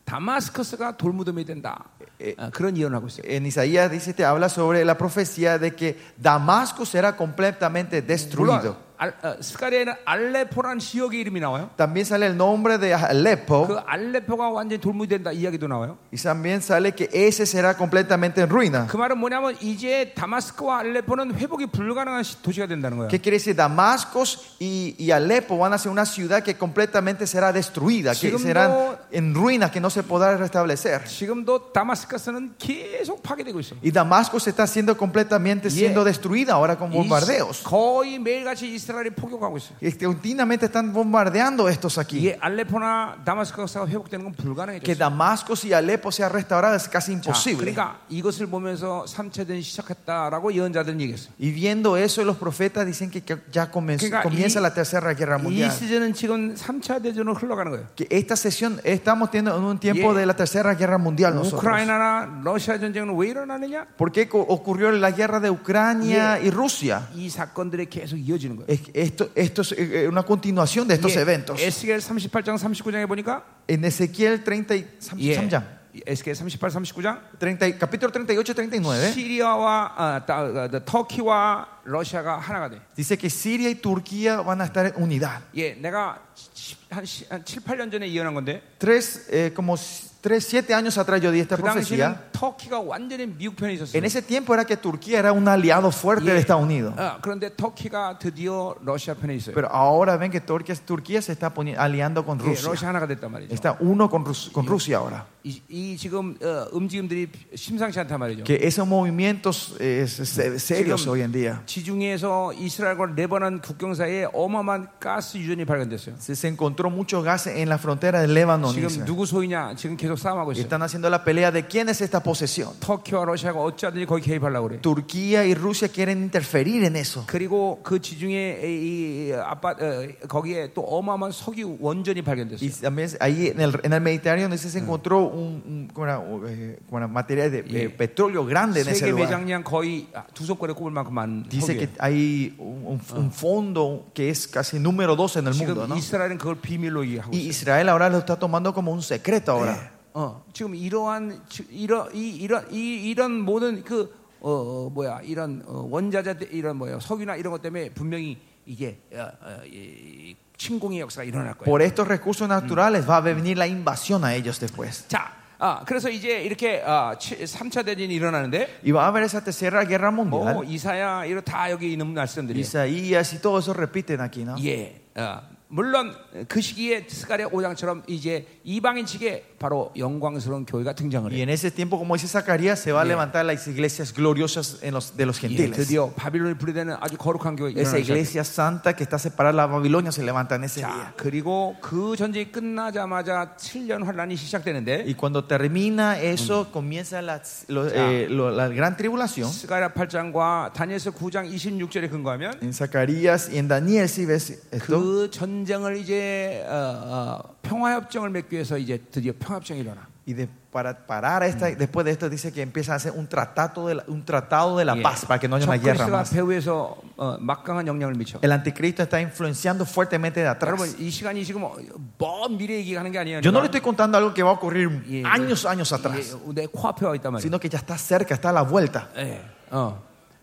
B: 다마스커스가 돌무덤이 된다.
A: 예.
B: 어, 그런 예언하고 있어요.
A: En Isaías 17 habla sobre la profecía de que Damasco será completamente destruido.
B: 물론 알- 어, 스가리아에는 알레포라는 지역의 이름이 나와요.
A: También sale el nombre de
B: 그
A: Alepo
B: 알레포가 완전히 돌무이 된다 이야기도 나와요.
A: y también sale que ese será completamente en ruina.
B: 그 말은 뭐냐면 이제 다마스크와 알레포는 회복이 불가능한 시- 도시가 된다는 거예요.
A: ¿Qué quiere decir? Damascos y, y Alepo van a ser una ciudad que completamente será destruida, que
B: Sigamos.
A: serán en ruinas, que no se podrá restablecer.
B: 지금도 다마스커스는 계속 파괴되고 있어.
A: Y Damasco se está siendo completamente
B: Yeah.
A: siendo destruida ahora con
B: 이-
A: bombardeos.
B: 거의 매일같이 이스라엘이 포격하고 있어요.
A: Este, Continuamente están bombardeando estos aquí.
B: 이게 알레포나 다마스커스가 회복되는 건
A: Que
B: 불가능해졌어요.
A: Damasco y Alepo sea restaurada es casi
B: 자,
A: imposible.
B: 그러니까 이것을 보면서 3차전 시작했다라고 예언자들은 얘기했어요.
A: Y viendo eso, los profetas dicen que que ya comenzó-
B: Kika,
A: comienza
B: y-
A: la tercera guerra
B: 이
A: mundial.
B: 시즌은 지금 3차 대전으로 흘러가는 거예요.
A: Que esta sesión estamos teniendo en un tiempo
B: Yeah.
A: de la tercera guerra mundial nosotros.
B: 우크라이나나 러시아 전쟁은 왜 일어나느냐?
A: ¿Por qué co- ocurrió la guerra de Ucrania y Rusia?
B: 이 사건들이 계속 이어지는
A: Es-
B: 거예요.
A: Esto, esto es eh, una continuación de estos
B: 예,
A: eventos.
B: 에스겔 38장 39장에 보니까
A: En Ezequiel 30, y- sam-
B: 예,
A: samjang,
B: 에스겔 38, 39장
A: 30 y- capítulo 38 39,
B: 시리아와 아, 따- 아, 따- 터키와 러시아가 하나가 돼.
A: dice que Siria y Turquía van a estar en unidad.
B: 예, 내가 시- 한, 시- 한 7, 8년 전에 예언한 건데
A: Tres, eh, como s- tres, siete años atrás yo di esta
B: 그
A: profecía.
B: 당시는 터키가 완전히 미국 편에 있었어요.
A: En ese tiempo era que Turquía era un aliado fuerte
B: Yeah.
A: de Estados Unidos.
B: 아, 그런데 터키가 드디어 러시아 편에 있어요.
A: Pero ahora ven que Turquía, Turquía se está poni- aliando con
B: 예, 러시아
A: Rusia.
B: 하나가 됐단 말이죠.
A: Está uno con, Rus- con Rusia ahora.
B: 이, 이 지금 어, 움직임들이 심상치 않단 말이죠.
A: Que esos movimientos eh, se- se- serios
B: Sigamos.
A: hoy en día.
B: 지중해에서 이스라엘과 레바논 국경 사이에 어마어마한 가스 유전이 발견됐어요.
A: Se, se encontró muchos gases en la frontera del Líbano.
B: 지금
A: Israel.
B: 누구 소유냐? 지금 계속 싸움하고
A: Y
B: 있어요.
A: están 하ciendo la pelea de quién es esta posesión.
B: 터키와 러시아가 어찌하든지 거기 개입하려고 그래.
A: Turquía y Rusia quieren interferir en eso.
B: 그리고 그 지중해 이 아빠 어, 거기에 또 어마어마한 석유 원전이 발견됐어요.
A: Y también ahí en el, en el Mediterráneo dice, se encontró un, un- ¿cómo era? O, eh, ¿cómo era? material de eh,
B: Yeah.
A: petróleo grande en ese
B: 세계
A: lugar.
B: 매장량 거의 아, 두 손가락에 꼽을 만큼 많은
A: Dice dice que
B: 천국이에요.
A: hay un, un- un fondo que es casi número dos en el mundo,
B: 지금
A: ¿no?
B: 이스라엘은 그걸 비밀로 얘기하고
A: Y
B: 있어요.
A: Israel ahora lo está tomando como un secreto ahora.
B: 어, 지금 이러한 지- 이러 이 이런 이 이런 모든 그 어, 어, 뭐야 이런 어, 원자재들 이런 뭐야 석유나 이런 것 때문에 분명히 이게 어, 어, 이, 이 침공의 역사가 일어날 거예요.
A: Por estos recursos naturales va a venir la invasión a ellos después.
B: 자, 아, 그래서 이제 이렇게 아, 3차 대전이 일어나는데
A: Y va a haber esa tercera guerra
B: 뭐
A: mundial.
B: 이사야 이런 다 여기 있는 말씀들이 에요
A: Isaías y todo eso repiten aquí, ¿no?
B: 예. 어, 물론 그 시기에 스가랴 5장처럼 이제 이방인 측에 바로 영광스러운 교회가 등장을
A: Y
B: 해요.
A: en ese tiempo, como dice Zacarías, se va a
B: Bien. este
A: levantar las iglesias gloriosas en los, de los
B: 예,
A: gentiles.
B: 드디어 바빌론이 분리되는 아주 거룩한 교회가
A: Esa
B: 일어나기 시작해요.
A: iglesia santa que está separada de la Babilonia se levanta en ese
B: 자,
A: día.
B: 그리고 그 전쟁이 끝나자마자 7년 환란이 시작되는데
A: Y cuando termina eso, comienza la, lo- eh, lo- la gran tribulación.
B: 스가랴 8장과 다니엘서 9장 26절에 근거하면
A: En Zacarías y en Daniel, si ves esto,
B: 그 전쟁을 이제 어, 어, 평화협정을 맺기 위해서 이제 드디어 평화협정이 일어나.
A: y de- para parar esta, después de esto dice que empieza a hacer un tratado de la, un tratado de la
B: 예.
A: paz para que no haya una guerra
B: 적그리스도가
A: más.
B: 배후에서 어, 막강한 영향을 미쳐.
A: El anticristo está influenciando fuertemente de
B: 여러분
A: atrás.
B: 이 시간이 지금 어, 먼 미래 얘기하는 게 아니에요.
A: Yo no le
B: 그러니까.
A: estoy contando algo que va a
B: 예,
A: ocurrir
B: 예.
A: años, años atrás,
B: 예, 내 코앞에 와 있단 말이에요.
A: sino que ya está cerca, está a la vuelta.
B: 예. 어.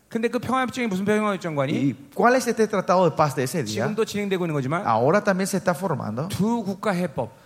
B: 근데 그 평화협정이 무슨 평화협정관이? 아.
A: ¿Y cuál es este tratado de paz de ese día?
B: 지금도 진행되고 있는 거지만
A: Ahora también se está formando.
B: 두 국가 해법.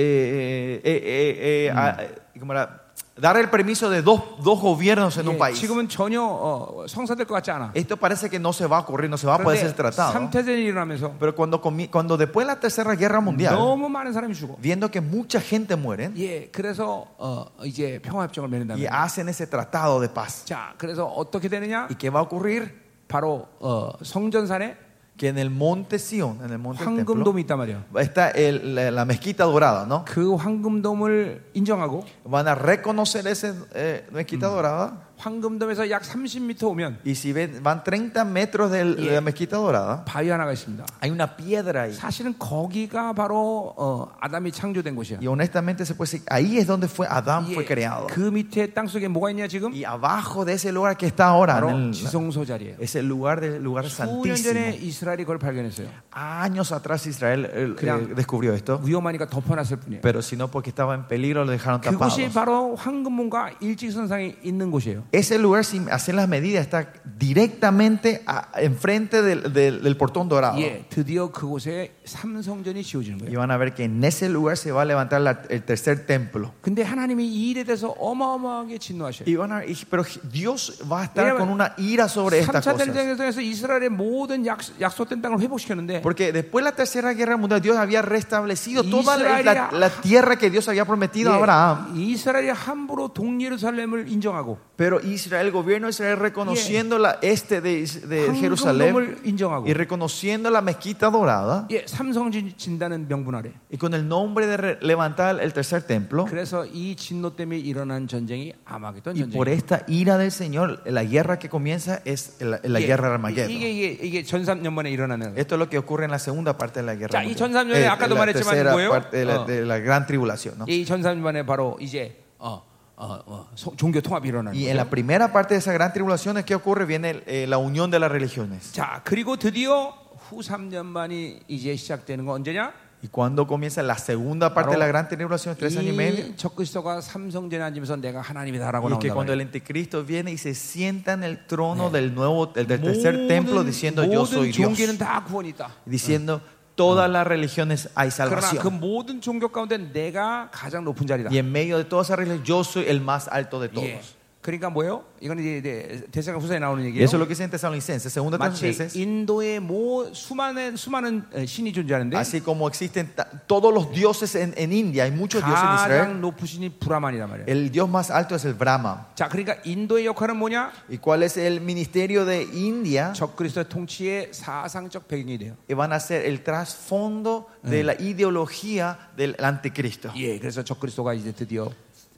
A: eh, eh, eh, eh, a- eh, ¿cómo era? dar el permiso de dos, dos gobiernos en
B: 예,
A: un país.
B: 지금은 전혀 어, 성사될 것 같지 않아.
A: Esto parece que no se va a ocurrir, no se va a poder
B: 그런데
A: ser tratado.
B: 3태전이 일어나면서
A: Pero cuando, comi- cuando después de la Tercera Guerra Mundial,
B: 너무 많은 사람이 죽어.
A: viendo que mucha gente muere,
B: 예, 그래서 어, 이제 아. 평화협정을 맺는다는
A: y
B: 거예요.
A: hacen ese tratado de paz.
B: 자, 그래서 어떻게 되느냐?
A: ¿Y qué va a ocurrir?
B: 바로 어, 성전산에
A: Que en el monte Sion, en el monte del templo,
B: 황금돔이 있단 말이에요.
A: está el- la, la mezquita dorada, ¿no?
B: 그 황금돔을 인정하고
A: Van a reconocer esa eh, mezquita dorada.
B: 황금돔에서 약 30m 오면
A: Y si ven, van 30 metros del- de la mezquita dorada,
B: 바위 하나가 있습니다.
A: hay una piedra ahí.
B: 사실은 거기가 바로 어, 아담이 창조된 곳이야.
A: Y honestamente se puede decir, ahí es donde fue Adán
B: 예,
A: fue creado.
B: 그 밑에 땅 속에 뭐가 있냐 지금?
A: Y abajo de ese lugar que está ahora, en
B: 바로
A: el-
B: 지성소 자리예요.
A: es el lugar del lugar
B: 수년 전에
A: santísimo.
B: 이스라엘이 그걸 발견했어요.
A: Años atrás Israel eh,
B: 그냥-
A: eh, descubrió esto,
B: 위험하니까 덮어놨을 뿐이에요.
A: pero si no porque estaba en peligro lo dejaron tapado.
B: 네, 그곳이 그러니까 바로 황금문과 일직선상에 있는 곳이에요.
A: Ese lugar, sin hacer las medidas, está directamente a- enfrente del, del- del portón dorado.
B: 예, 드디어 그곳에 삼성전이 지어지는
A: Y
B: 거예요.
A: van a ver que en ese lugar se va a levantar la- el tercer templo.
B: 근데 하나님이 이 일에 대해서 어마어마하게 진노하셔요.
A: Y van a- y- pero Dios va a estar
B: Mira,
A: con una ira sobre estas
B: 3차
A: cosas.
B: 대전을 통해서 이스라엘의 모든 약, 약속된 땅을 회복시켰는데
A: Porque después de la tercera guerra mundial, Dios había restablecido toda la,
B: Israel
A: la-
B: era-
A: la tierra que Dios había prometido a Abraham.
B: 예, 이스라엘이 함부로 동예루살렘을 인정하고
A: Pero Israel, el gobierno de Israel, reconociendo la este de, Is- de Jerusalén
B: 황금문을 인정하고
A: y reconociendo la mezquita dorada
B: 예, 삼성전 진다는 명분 아래
A: y con el nombre de re- levantar el tercer templo.
B: 그래서 이 진노 때문에 일어난 전쟁이 아마겟돈
A: Y por
B: 전쟁.
A: esta ira del Señor, la guerra que comienza es la, la guerra de
B: 예, 이게
A: Armagedón.
B: 이게 이게 전삼년 만에 일어나는 거예요.
A: Esto es lo que ocurre en la segunda parte de la guerra.
B: 자, 이
A: mundial. Eh,
B: 전삼년에 아까도
A: la
B: 말했지만
A: tercera
B: 뭐예요?
A: parte de la,
B: 어.
A: de la gran tribulación. ¿no?
B: 이 전삼년 만에 바로 이제 어, 어, 어, 소- 종교 통합이 일어나는
A: Y en
B: 거예요.
A: la primera parte de esa gran tribulación es que ocurre, viene eh, la unión de las religiones.
B: 자, 그리고 드디어 후 3년 만이 이제 시작되는 건 언제냐?
A: Y cuando comienza la segunda parte de la gran tribulación, tres años y medio,
B: 이 적그리스도가 삼성전에 앉으면서 내가 하나님이다라고
A: y es que
B: 나온다.
A: cuando
B: 말이에요.
A: el anticristo viene y se sienta en el trono del nuevo, del tercer templo, diciendo
B: 모든,
A: yo
B: 모든
A: soy Dios,
B: 종교는 다 구원이 있다.
A: diciendo todas las religiones hay
B: 그러나 그
A: salvación.
B: 모든 종교 가운데 내가 가장 높은 자리다.
A: Y en medio de todas esas religiones, yo soy el más alto de
B: 예.
A: todos.
B: 그러니까 뭐예요? 이건 이제- 이제 대사가 후서에 나오는
A: Y
B: 얘기예요.
A: eso es lo que dice en Tesalonicenses, segunda
B: 마치
A: Tesalonicenses.
B: 인도의 모 수많은 수많은 어, 신이 존재하는데
A: Así como existen ta- todos los dioses en, en India, hay muchos dioses en Israel.
B: 가장 높으신이 브라만이란 말이에요.
A: El dios más alto es el Brahma.
B: 자, 그러니까 인도의 역할은 뭐냐?
A: ¿Y cuál es el ministerio de India?
B: 적그리스도의 통치의 사상적 배경이 돼요.
A: Que van a ser el trasfondo de la ideología del anticristo.
B: 예, 그래서 적그리스도가 이제 드디어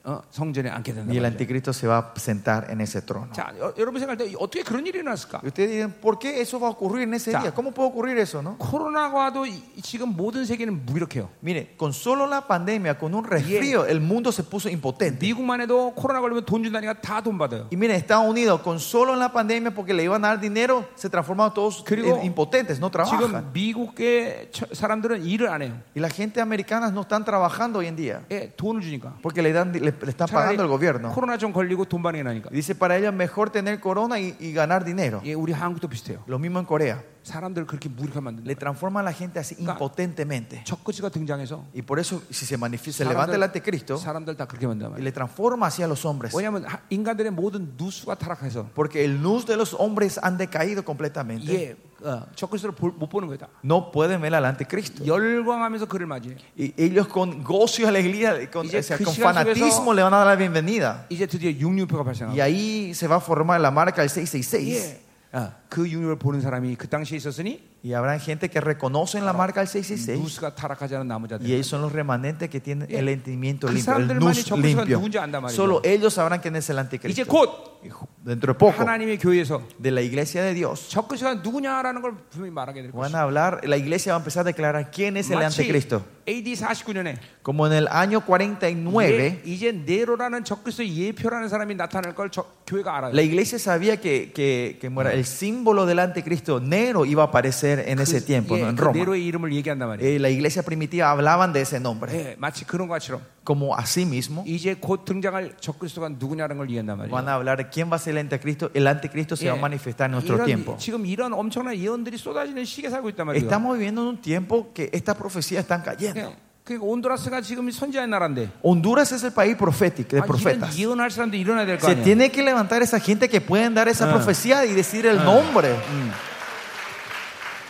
B: 어, 성전에 앉게 된다.
A: Y el
B: 말이죠.
A: anticristo se va a sentar en ese trono.
B: 자, 여, 여러분 생각할 때 어떻게 그런 일이 일어났을까?
A: Y ustedes dirán, ¿por qué eso va a ocurrir en ese
B: Ya.
A: día? ¿Cómo puede ocurrir eso? No?
B: 코로나와도 이- 지금 모든 세계는 무기력해요.
A: Mire, con solo la pandemia, con un resfrío, el mundo se puso impotente.
B: 미국만 해도 코로나 걸리면 돈 준다니까 다 돈 받아요.
A: Y mire, Estados Unidos, con solo en la pandemia, porque le iban a dar dinero, se transformaron todos
B: Creo-
A: en impotentes, no trabajan.
B: 지금 미국의 처- 사람들은 일을 안 해요.
A: Y la gente americana no están trabajando hoy en día,
B: 예, 돈을 주니까.
A: porque le, dan, le, le están
B: 차라리
A: pagando el gobierno.
B: 코로나 좀 걸리고 돈 받는 게 나니까.
A: Y Dice, para ellos es mejor tener corona y, y ganar dinero.
B: 예, 우리 한국도 비슷해요.
A: Lo mismo en Corea.
B: 사람들 을 그렇게 무력하게 만든다.
A: Le transforma a la gente así
B: Claro.
A: impotentemente.
B: 적그지가 등장해서
A: Y por eso, si se, manifiesta, se levanta el
B: 사람들,
A: anticristo
B: 사람들 다 그렇게 만든다
A: y
B: 말이에요.
A: le transforma hacia los hombres.
B: 왜냐하면 하- 인간들의 모든 누수가 타락해서
A: Porque el luz de los hombres han decaído completamente.
B: 이게 어, 적그리스도를 볼- 못 보는 거다.
A: No pueden ver al anticristo.
B: 열광하면서 그를 맞이해.
A: Y ellos con gozo y alegría, con,
B: Y ya
A: o sea,
B: que
A: con
B: sigan subiendo-
A: fanatismo le van a dar la bienvenida.
B: 이제 드디어 육류표가 발생하고.
A: Y ahí se va a formar la marca del 666.
B: 예. 어, 그 육류를 보는 사람이 그 당시에 있었으니
A: Y habrá gente que reconocen la marca del 666.
B: 누수가 타락하지 않은 나무자들.
A: Y ellos son los remanentes que tienen
B: Yeah.
A: el entendimiento
B: 그
A: limpio, el
B: 사람들만이
A: nus
B: 접근수가 누군지
A: limpio.
B: 안단 말이죠.
A: Solo ellos sabrán quién es el
B: 이제
A: anticristo.
B: 곧
A: Y ju- Dentro de poco,
B: 하나님의 교회에서
A: de la iglesia de Dios,
B: 적그리스도가 누구냐라는 걸 분명히 말하게 될
A: van
B: 것이다.
A: a hablar, la iglesia va a empezar a declarar quién es el
B: 마치
A: anticristo.
B: AD 49년에
A: Como en el año 49,
B: 이제 네로라는 적그리스도 예표라는 사람이 나타날 걸 저- 교회가 알아요.
A: la iglesia sabía que, que, que muera, el símbolo del anticristo, Nero, iba a aparecer en ese tiempo,
B: 예,
A: ¿no? en
B: 그
A: Roma.
B: 네로의 이름을 얘기한단 말이에요.
A: Eh, la iglesia primitiva hablaban de ese nombre.
B: 예, 마치 그런 것처럼
A: Como a sí mismo,
B: 이제 곧 등장할 적그리스도가 누구냐는 걸 이해한단
A: van
B: 말이에요. 예.
A: a hablar de quién va a ser el anticristo. El anticristo se va a
B: Eh,
A: manifestar en nuestro tiempo.
B: 이런, 지금 이런 엄청난 예언들이 쏟아지는 시기에 살고 있단 말이에요.
A: Estamos viviendo en un tiempo que estas profecías están cayendo.
B: 예, 그러니까 온두라스가 지금 선지자의 나라인데
A: Honduras es el país profético de
B: 아, 이런
A: profetas.
B: 예언할 사람도 일어나야 될 거
A: Se
B: 아니에요.
A: tiene que levantar esa gente que pueden dar esa
B: Ah.
A: profecía y decir el nombre.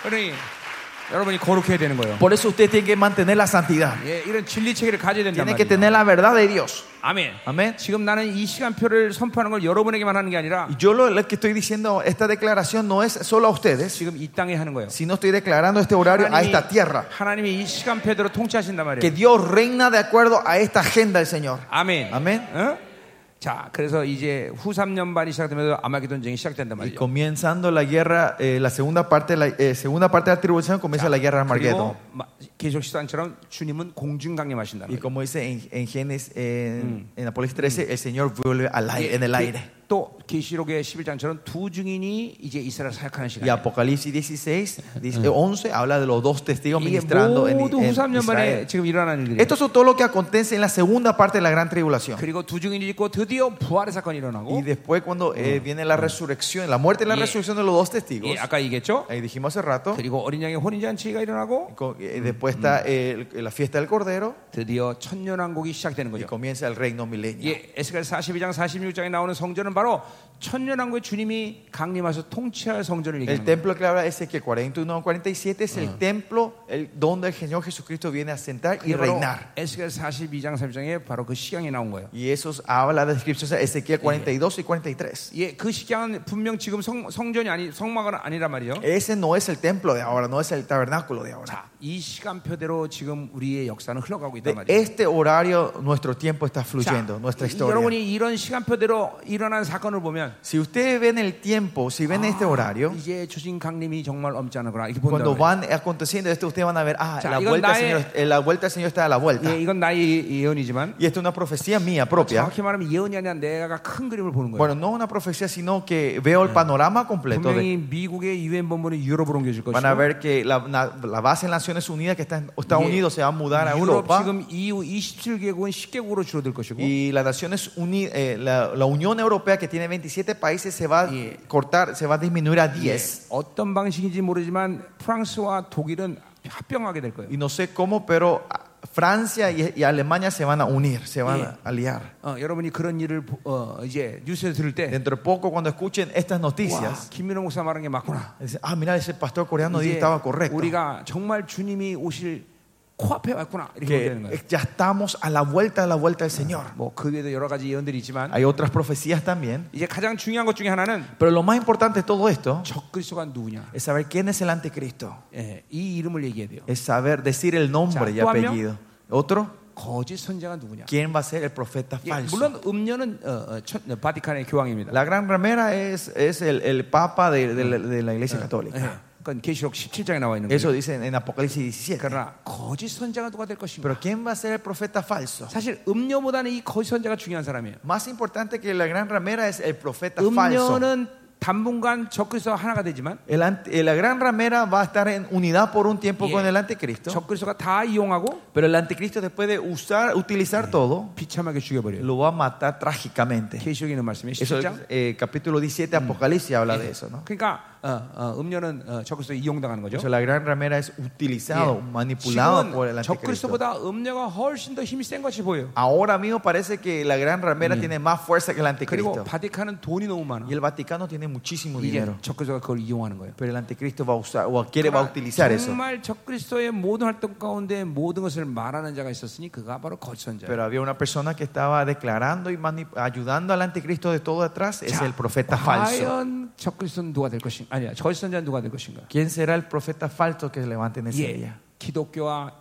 B: 그러니 여러분이 거룩해야 되는 거예요.
A: Por eso usted tiene que mantener la santidad.
B: 예, 이런 진리 체계를 가져야 된단
A: Tiene que
B: 말이에요.
A: tener la verdad de Dios.
B: 아멘.
A: Amén.
B: 지금 나는 이 시간표를 선포하는 걸 여러분에게만 하는 게 아니라
A: Y yo lo, lo que estoy diciendo, esta declaración no es solo a ustedes,
B: 지금 이 땅에 하는 거예요.
A: sino estoy declarando este horario a esta tierra.
B: 하나님이 이 시간표대로 통치하신단
A: Que
B: 말이에요.
A: Dios reina de acuerdo a esta agenda del Señor.
B: 아멘.
A: 아멘.
B: 어? 자, 그래서 이제 후 3년 반이 시작되면서 아마기 전쟁이 시작된단
A: Y
B: 말이에요.
A: comenzando la guerra, eh, la segunda parte, de la eh, segunda parte de la tribulación comienza la guerra de Armagedón.
B: 그리고 마- 계속 시단처럼 주님은 공중 강림하신다는
A: Y
B: 거예요.
A: como dice en, en Génesis, en, en Apocalipsis 13, el Señor vuelve al aire, en el aire.
B: 예, 또 계시록의 11장처럼 두 증인이 이제 이스라엘 사역하는
A: Y
B: 시간.
A: Apocalipsis 16, dice- 11, habla de los dos testigos
B: 이게
A: ministrando en,
B: 모두
A: en
B: 후 3년 반에
A: Israel.
B: 지금 일어나는 일들이에요.
A: Esto es todo lo que acontece en la segunda parte de la gran tribulación.
B: 어? 그리고 두 증인이 있고 드디어 부활의
A: Y
B: 사건이 일어나고
A: después cuando eh, viene la resurrección, la muerte y la
B: Y-
A: resurrección de los dos testigos,
B: 예, 아까 얘기했죠?
A: ahí dijimos hace rato,
B: 그리고 어린 양의 혼인잔치가 일어나고
A: con- eh, después está eh, el- la fiesta del Cordero
B: 드디어 천년왕국이 시작되는
A: y
B: 거죠.
A: comienza el reino milenio.
B: 예, 에스겔 42장 46장에 나오는 성전은 바로 천년왕국의 주님이 강림하셔서 통치할
A: El
B: 성전을 얘기하는 거예요.
A: templo que habla es que 41 47 es el templo el, donde el Señor Jesucristo viene a sentar y
B: 이게 바로
A: reinar.
B: 에스겔 42장 3장에 바로 그 시경이 나온 거예요.
A: Y eso habla de descripciones de Ezequiel 42 y 43.
B: 예, 그 시경은 분명 지금 성, 성전이 아니 성막은 아니란 말이죠.
A: Ese no es el templo de ahora, no es el tabernáculo de ahora.
B: 자, 이 시간표대로 지금 우리의 역사는 흘러가고 있단
A: De
B: 말이에요.
A: este horario nuestro tiempo está
B: 자,
A: fluyendo, nuestra
B: 이-
A: historia.
B: 여러분이 이런 시간표대로 일어난 사건을 보면
A: Si ustedes ven el tiempo, si ven este horario,
B: 이제 주신 강림이 정말 없지 않구나 이렇게 본다.
A: cuando van aconteciendo esto, ustedes van a ver, ah,
B: 자,
A: la
B: 이건
A: vuelta, del
B: 나의-
A: Señor, eh, la vuelta del Señor está a la vuelta.
B: 예, 이건 나의 예언이지만
A: Y esta es una profecía mía propia.
B: 정확히 말하면 예언이 아니라 내가 큰 그림을 보는 거예요.
A: Bueno, no una profecía, sino que veo el panorama completo. De,
B: 분명히 미국의 유엔 본부는 유럽으로 옮겨질 것이고
A: van a ver que la, na- la base de Naciones Unidas, que está en Estados
B: 예,
A: Unidos, se va a mudar a
B: 유럽
A: Europa.
B: 지금 EU 27개국은 10개국으로 줄어들 것이고
A: Y las Naciones Uni- eh, la, la Unión Europea, que tiene 27 países, se va a
B: Yeah.
A: cortar, se va a disminuir a
B: 예,
A: 10.
B: 어떤 방식인지 모르지만 프랑스와 독일은 합병하게 될 거예요.
A: Y no sé cómo, pero ah, Francia y, y Alemania se van a unir, se van
B: Yeah.
A: a aliar.
B: 어, 여러분이 그런 일을 보- 어, 이제 뉴스에 들을 때
A: Dentro de poco, cuando escuchen estas
B: 와,
A: noticias,
B: 김민호 목사 말한 게 맞구나.
A: dicen, ah, mira, ese pastor coreano dijo
B: 이제
A: estaba correcto.
B: 우리가 정말 주님이 오실 코앞에 왔구나 이렇게
A: Que
B: 되는 거예요.
A: ya estamos a la vuelta de la vuelta del Señor.
B: 뭐 그 외에도 여러 가지 예언들이 있지만
A: Hay otras profecías también.
B: 이제 가장 중요한 것 중에 하나는
A: Pero lo más importante de todo esto
B: 적그리스도가 누구냐.
A: es 사ber quién es el anticristo.
B: 예, 이 이름을 얘기해야 돼요.
A: Es saber decir el nombre y
B: Ya, ¿tú, amigo?
A: apellido. ¿Otro?
B: 거짓 선지자가 누구냐?
A: ¿Quién va a ser el profeta
B: 예,
A: falso?
B: 물론 음료는 어, 어, 천- 어, 바티칸의 교황입니다.
A: La gran ramera es, es el, el papa de, de la- de la iglesia
B: 예,
A: católica.
B: 그건 계시록 17장에 나와 있는 거예요.
A: Eso dice en, en Apocalipsis 17.
B: 그러나 거짓 선자가 누가 될 것인가?
A: Pero ¿quién va a ser el profeta falso?
B: 사실 음료보다는 이 거짓 선자가 중요한 사람이에요.
A: Más importante que la gran ramera es el profeta falso.
B: 음료는 당분간 적그리스도 하나가 되지만
A: El ant- eh, la gran ramera va a estar en unidad por un tiempo
B: Yeah.
A: con el anticristo.
B: 적그리스도가 다 이용하고
A: Pero el anticristo después de usar, utilizar todo,
B: 비참하게 죽여버려요.
A: lo va a matar trágicamente.
B: 계시록에 있는 말씀이
A: Eso
B: 17장.
A: eh, capítulo 17 Apocalipsis habla de eso, ¿no?
B: 그러니까 어, 어, 음료는 어, 적그리스도 이용당하는 거죠.
A: O sea, la gran ramera es utilizado, manipulado por el
B: 예. 지금은
A: anticristo.
B: 적그리스도보다 음료가 훨씬 더 힘이 센 것이 보여요.
A: Ahora mismo parece que la gran ramera tiene más fuerza que el
B: 그리고
A: anticristo.
B: 바티칸은 돈이 너무 많아.
A: Y el Vaticano tiene muchísimo
B: 이게
A: dinero.
B: 적그리스도가 그걸 이용하는 거예요.
A: Pero el anticristo va a usar, o quiere,
B: 네,
A: va a utilizar eso.
B: 정말 적그리스도의 모든 활동 가운데 모든 것을 말하는 자가 있었으니 그가 바로 거짓 선자예요.
A: Pero había una persona que estaba declarando y mani- ayudando al anticristo de todo atrás, es
B: 자,
A: el profeta falso.
B: 과연 적그리스도는 누가 될 것인가? 아니야, 거짓 선자는 누가 될 것인가?
A: ¿Quién será el profeta falso que se levante en ese
B: 예,
A: día?
B: 기독교와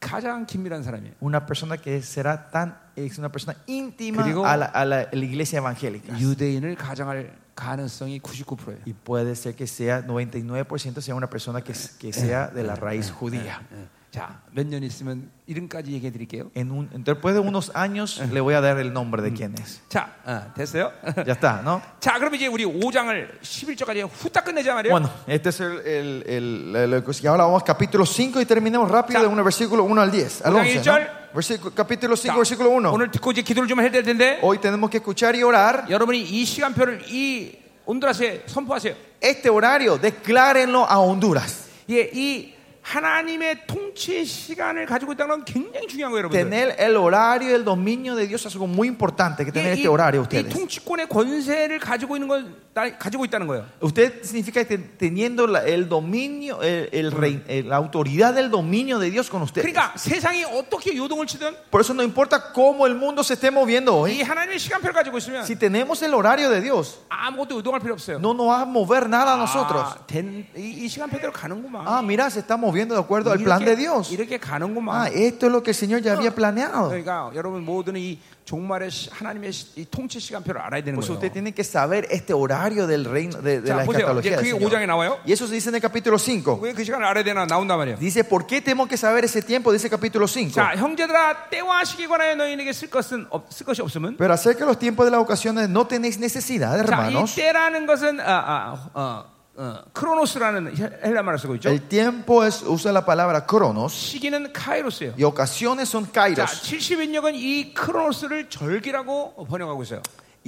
B: 가장 긴밀한 사람이에요.
A: Una persona que será tan, es una persona íntima
B: 그리고-
A: a la, a la- a la iglesia evangélica.
B: 유대인을 가장할 가능성이 99%예요.
A: Y puede ser que sea 99% sea una persona que, que sea de la raíz judía.
B: 네. 자, 몇 년 있으면 이름까지 얘기해 드릴게요.
A: En un- después de unos años le voy a dar el nombre de quién es.
B: 자, 어, 됐어요.
A: Ya está, ¿no?
B: 자, 그럼 이제 우리 5장을 11절까지 후딱 끝내자 말이에요.
A: Bueno, este es el, el- el- el- lo que- y ahora vamos capítulo 5 y terminemos rápido de
B: Ya.
A: un versículo 1 al 10. Al 11, ¿no?
B: Daniel.
A: Versículo- capítulo 5,
B: 자,
A: versículo 1.
B: 오늘 듣고 이제 기도를 좀 해야 될 텐데
A: Hoy tenemos que escuchar y orar.
B: 여러분이 이 시간표를 이 온드라스에 선포하세요.
A: Este horario, declárenlo a Honduras.
B: 예, 이 하나님의 통치 시간을 가지고 있다는 건 굉장히 중요한 거예요, 여러분들.
A: Tener el horario, el dominio de Dios es algo muy importante que tener
B: 예, 이,
A: este horario
B: 이
A: ustedes.
B: 통치권의 권세를 가지고 있는 건 나- 가지고 있다는 거예요.
A: Usted significa que teniendo la- el dominio, el, el rein- eh, la autoridad del dominio de Dios con ustedes.
B: 그러니까 세상이 어떻게 요동을 치든
A: Por eso no importa cómo el mundo se esté moviendo hoy.
B: 이 하나님의 시간표를 가지고 있으면
A: Si tenemos el horario de Dios,
B: 아무것도 요동할 필요 없어요.
A: no nos va a mover
B: Ah.
A: nada a nosotros.
B: 아, 된- 이, 이 시간표대로 가는구만.
A: Ah, mira, se está moviendo de acuerdo al plan de Dios.
B: 이렇게 가는구만.
A: Ah, esto es lo que el Señor ya había planeado.
B: 그러니까 여러분 모두는 이 종말의 시- 하나님의 시- 이 통치 시간표를 알아야 되는
A: Por eso
B: 거예요.
A: usted tiene que saber este horario del reino de, de
B: 자,
A: la
B: 보세요. 이제
A: escatología. del
B: 그게
A: Señor.
B: 5장에 나와요.
A: Y eso se dice en el capítulo 5.
B: 왜 그 시간을 알아야 되나 나온단 말이에요.
A: Dice, ¿por qué tenemos que saber ese tiempo? Dice capítulo 5.
B: 자, 형제들아 때와 시기에 관하여 너희에게 쓸 것은 없, 쓸 것이 없으면
A: Pero acerca de los tiempos de las ocasiones no tenéis necesidad,
B: 자, 이
A: hermanos.
B: 때라는 것은 아, 아, 어, 어, 크로노스라는 헬- 헬라 말을 쓰고 있죠.
A: El tiempo es, usa la palabra cronos
B: 시기는 카이로스예요.
A: y ocasiones son
B: 자,
A: kairos.
B: 70인역은 이 크로노스를 절기라고 번역하고 있어요.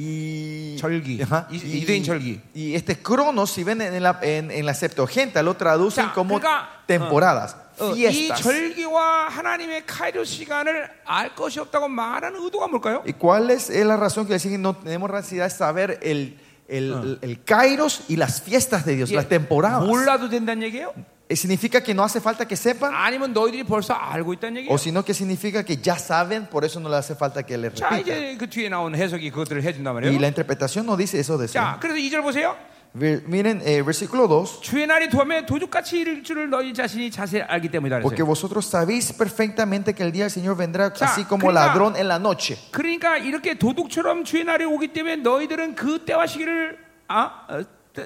A: Y,
B: 절기.
A: Ajá.
B: 이-
A: Y-
B: 이대인 절기.
A: y este cronos, si ven en la, en, en la Septuaginta, lo traducen
B: 자,
A: como
B: 그러니까,
A: temporadas,
B: 어, 이
A: fiestas.
B: 절기와 하나님의 카이로 시간을 알 것이 없다고 말하는 의도가 뭘까요?
A: ¿Y cuál es, es la razón que decir que no tenemos necesidad de saber el, el, el kairos y las fiestas de Dios,
B: 예,
A: las temporadas?
B: 몰라도 된다는 얘기예요?
A: Eh, ¿Significa que no hace falta que sepan?
B: 아니면 너희들이 벌써 알고 있다는 얘기예요?
A: ¿O sino que significa que ya saben, por eso no le hace falta que les
B: 자,
A: repita?
B: 이제 그 뒤에 나온 해석이 그것들을 해준단
A: Y la
B: 말이에요.
A: interpretación no dice eso de eso.
B: 자, 그래서 2절 보세요.
A: Ver- Miren, eh, versículo 2.
B: 주의 날이 도하면 도둑같이 이를 줄을 너희 자신이 자세히 알기 때문이다.
A: Porque
B: 그랬어요.
A: vosotros sabéis perfectamente que el día del Señor vendrá
B: Ya,
A: así como
B: 그러니까-
A: ladrón en la noche.
B: 그러니까 이렇게 도둑처럼 주의 날이 오기 때문에 너희들은 그 때와 시기를 아, 어,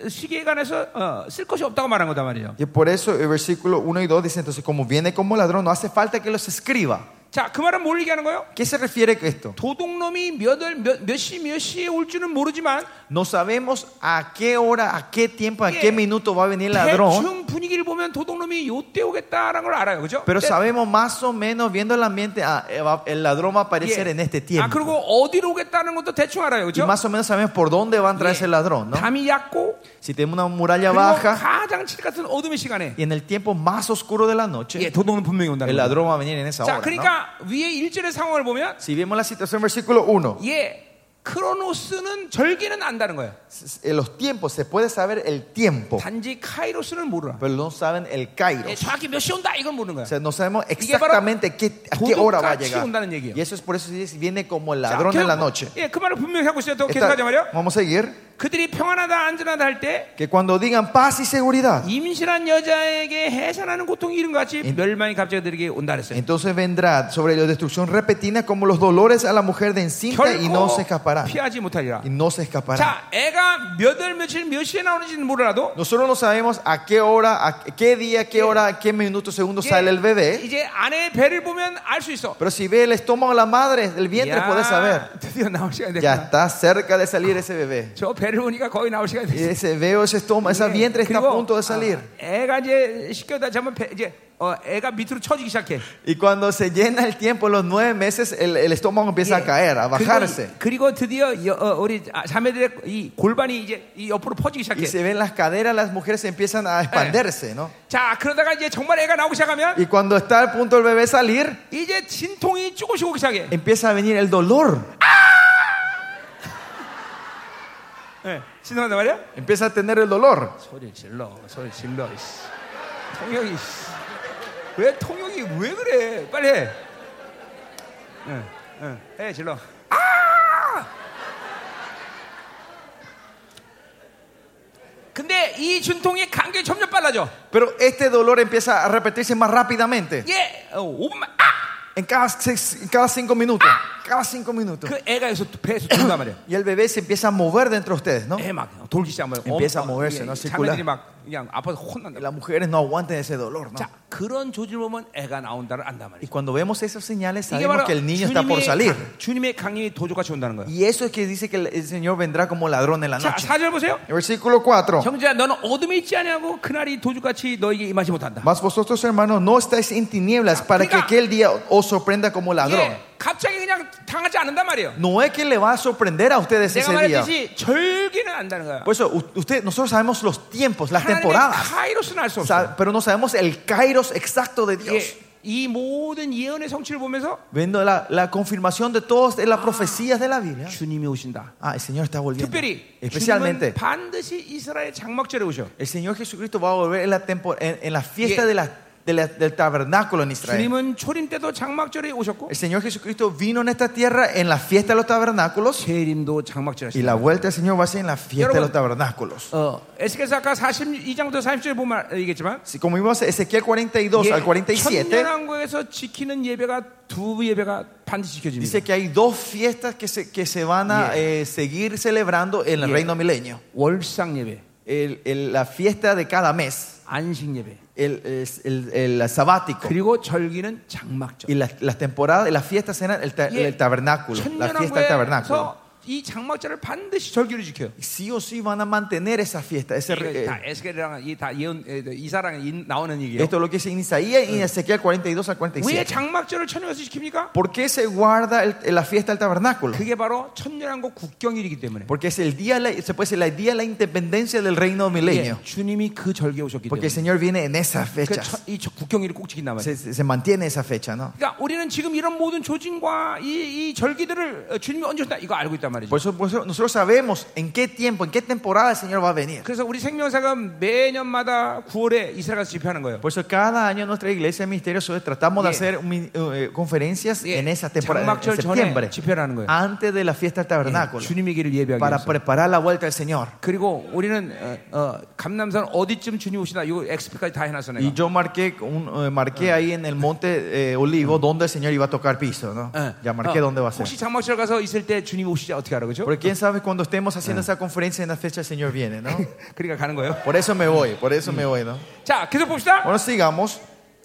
B: 시기에 관해서 어, 쓸 것이 없다고 말한 거단 말이에요.
A: Y por eso el versículo 1 y 2 dice entonces, como viene como ladrón, no hace falta que los escriba.
B: 자, 그 말은 뭘 얘기하는 거예요?
A: ¿Qué se refiere con esto?
B: 도둑놈이 몇몇시몇 몇 시에 올 줄은 모르지만
A: No sabemos a qué hora, a qué tiempo, a
B: Bien.
A: qué minuto va a venir el ladrón,
B: 대충 분위기를 보면 도둑놈이 요때 오겠다라는 걸 알아요, 그죠?
A: pero
B: 때-
A: sabemos más o menos viendo el ambiente, ah, eh, va- el ladrón va a aparecer
B: 예.
A: en este
B: 아 그리고
A: tiempo.
B: 어디로 오겠다는 것도 대충 알아요,
A: Y
B: 그죠?
A: más o menos sabemos por dónde va a entrar
B: 예.
A: ese ladrón, ¿no?
B: 담이 얕고
A: Si tenemos una muralla
B: 그리고
A: baja
B: 가장 칠 같은 어둠의 시간에
A: y en el tiempo más oscuro de la
B: 예,
A: noche,
B: 도둑은 분명히 온다는
A: el
B: 거예요.
A: ladrón va a venir en esa hora.
B: 자,
A: ¿no?
B: 그러니까 위에 일절의 상황을 보면
A: Si vemos la situación, versículo 1,
B: 예, 크로노스는 절기는 안다는 거예요.
A: en eh, los tiempos se puede saber el tiempo,
B: 단지 카이로스는 모르라.
A: pero no saben el Cairo.
B: 예, 정확히 몇 시 온다 이걸 모르는 거야.
A: O sea, no sabemos
B: 이게 바로
A: exactamente qué, a qué hora va a
B: 도둑같이
A: llegar.
B: 온다는 얘기예요.
A: Y eso es por eso dice, viene como el
B: 자,
A: ladrón en la
B: 결국-
A: noche.
B: 예, 그 말을 분명히 하고 있어요. 더
A: Esta-
B: 계속하자 말이요.
A: vamos a seguir.
B: 그들이 평안하다 안전하다 할 때
A: Que cuando digan paz y seguridad,
B: 임신한 여자에게 해산하는 고통이 이런 것 같이 멸망이 갑자기 들에게 온다 그랬어요.
A: entonces vendrá sobre la destrucción repentina como los dolores a la mujer de encinta y no
B: 결코
A: se escapará.
B: 피하지 못하리라.
A: Y no se escapará.
B: 자, 애가 몇 월 며칠 몇 시에 나오는지는 모르라도
A: Nosotros no sabemos a qué hora, a qué día, qué hora, qué minuto, segundo sale el bebé.
B: 이제 아내의 배를 보면 알 수 있어.
A: Pero si ve el estómago de la madre, el vientre,
B: 야,
A: puede saber.
B: 드디어 나올 시간이
A: Ya
B: 됐구나.
A: está cerca de salir ese bebé.
B: 저 배를 보니까 거의 나올 시간이
A: Y
B: 됐어.
A: ese, veo ese estómago, ese vientre está a punto de salir.
B: 아, 애가 이제 시켜다 자면 배, 이제 어, 애가 밑으로 쳐지기 시작해. 예.
A: Y cuando se llena el tiempo, los nueve meses, el, el estómago empieza a caer, a bajarse.
B: 그리고, 그리고 드디어 여, 어, 우리 아, 자매들의 이 골반이 이제 이 옆으로 퍼지기
A: Y se
B: 시작해.
A: ven las caderas, las mujeres empiezan a expandirse, ¿no?
B: 자, 그러다가 이제 정말 애가 나오기 시작하면
A: Y cuando está al punto del bebé salir,
B: 이제 진통이 조금씩 오기 시작해.
A: empieza a venir el dolor.
B: 예, 진통한단 말이야?
A: Empieza a tener el dolor.
B: 소리 질러, 소리 질러. 이씨. 통역이 씨. 왜 통역이 왜 그래? 빨리 해. 응, 응, 해 질러. 아! 근데 이 준통이 간격이 점점 빨라져.
A: Pero este dolor empieza a repetirse más rápidamente.
B: 예, 어, 5분만. 아!
A: En cada, seis- en cada cinco minutos. Cada cinco minutos.
B: 그 애가 여기서 배에서 죽는단 말이야.
A: Y el bebé se empieza a mover dentro de ustedes, ¿no?
B: 애 막 돌기 시작하면
A: Empieza a moverse, no?
B: 자매들이 막 그냥 아파서 혼난다.
A: Y las mujeres no aguantan ese dolor, ¿no?
B: 자, 그런 조짐 보면 애가 나온다를 안단 말이야.
A: Y cuando vemos esas señales,
B: 이게
A: sabemos
B: 바로
A: que el niño está por salir.
B: 강- 주님의 강림이 도적같이 온다는 거야.
A: Y eso es que dice que el, el Señor vendrá como ladrón en la
B: 자,
A: noche.
B: 사절 보세요.
A: El versículo 4.
B: 형제야, 너는 어둠에 있지 아니하고 그날이 도적같이 너에게 임하지 못한다.
A: Mas vosotros, hermanos, no estáis en tinieblas para que
B: Diga.
A: aquel día os sorprenda como ladrón.
B: 이게 갑자기 그냥 당하지 않는단 말이에요.
A: No es que le va a sorprender a ustedes
B: 내가
A: ese día.
B: 말했듯이 절기는 안다는 거야.
A: Por eso, u- usted, nosotros sabemos los tiempos, las
B: 하나님의
A: temporadas,
B: 카이로스는 알 수 없어.
A: Sa- pero no sabemos el kairos exacto de Dios.
B: 예, 이 모든 예언의 성취를 보면서
A: Viendo la, la confirmación de todas las profecías de la Biblia.
B: 주님이 오신다.
A: Ah, el Señor está volviendo.
B: 특별히 주님은
A: Especialmente,
B: 반드시 이스라엘 장막절에 오셔.
A: el Señor Jesucristo va a volver en la, tempo- en, en la fiesta
B: Yeah.
A: de la- de la- del tabernáculo en Israel.
B: 주님은 초림 때도 장막절에 오셨고
A: El Señor Jesucristo vino en esta tierra en la fiesta de los tabernáculos
B: 재림도 장막절에
A: y
B: 오셨다.
A: la vuelta del Señor va a ser en la fiesta de los tabernáculos.
B: 어, 에스겔서 아까 42장부터 40절에 보면 아, 알겠지만 예,
A: Si como vimos Ezequiel 42 al 47,
B: 천년왕국에서 지키는 예배가 두 예배가 반드시 지켜집니다.
A: dice que hay dos fiestas que se, que se van a eh, seguir celebrando en el
B: Yeah.
A: reino milenio.
B: 월상 예배,
A: El- el- la fiesta de cada mes,
B: 안식 예배,
A: el, es- el- el sabático.
B: 그리고 절기는 장막절.
A: Y las las temporadas, las fiestas eran el, ta-
B: Yeah.
A: el tabernáculo, la fiesta del tabernáculo.
B: 천년왕국에서 이 장막절을 반드시 절기를 지켜요.
A: Y Sí o sí van a mantener esa fiesta. Ese, re-
B: 이게 다
A: eh,
B: 에스겔이랑 이다 예언 에, 이사랑 인- 나오는 얘기예요.
A: esto es lo que dice en Isaías y en Ezequiel 42 al 47.
B: 왜 장막절을 천년에서 지킵니까?
A: ¿Por qué se guarda el- la fiesta del tabernáculo?
B: 그게 바로 천년왕국 국경일이기 때문에.
A: Porque es el día, de la- se puede decir, el día de la independencia del reino
B: 예,
A: milenio.
B: 주님이 그 절기에 오셨기
A: Porque el
B: 때문에.
A: Señor viene en esas
B: 그
A: fechas.
B: 천- 이 저- 국경일을 꼭 지킨단 말이에요.
A: Se, se- se mantiene esa fecha, ¿no?
B: 그러니까 우리는 지금 이런 모든 조짐과 이, 이 절기들을 어, 주님이 언제 온다 이거 알고 있단 말이죠.
A: Por eso, por eso nosotros sabemos en qué tiempo, en qué temporada el Señor va a venir.
B: 그래서 우리 생명사가 매년마다 9월에 이스라엘 가서 집회하는 거예요.
A: Por eso cada año en nuestra iglesia de Misterio Sobe tratamos de
B: Yeah.
A: hacer un min- eh, conferencias
B: Yeah.
A: en esa temporada, en- en
B: 장막절 전에
A: septiembre,
B: 집회를 하는 거예요.
A: antes de la fiesta del
B: 예,
A: tabernáculo,
B: 주님의 길을 예배하기
A: para
B: 위해서.
A: preparar la vuelta del Señor.
B: 그리고 우리는 어, 어, 감남산 어디쯤 주님 오시나 이거 엑스피까지 다 해놨어 내가.
A: Y yo marqué, un- eh, marqué ahí en el monte eh, Olivo donde el Señor iba a tocar piso, ¿no?
B: 예.
A: Ya marqué
B: 어,
A: dónde va a ser.
B: 혹시 장막절 가서 있을 때 주님 오시지 어떻게 알아 그죠?
A: Porque quién sabe cuando estemos haciendo esa conferencia en la fecha el Señor viene, ¿no?
B: 그러니까 가는 거예요.
A: Por eso me voy, por eso me voy, ¿no?
B: 자 계속 봅시다.
A: Bueno, sigamos.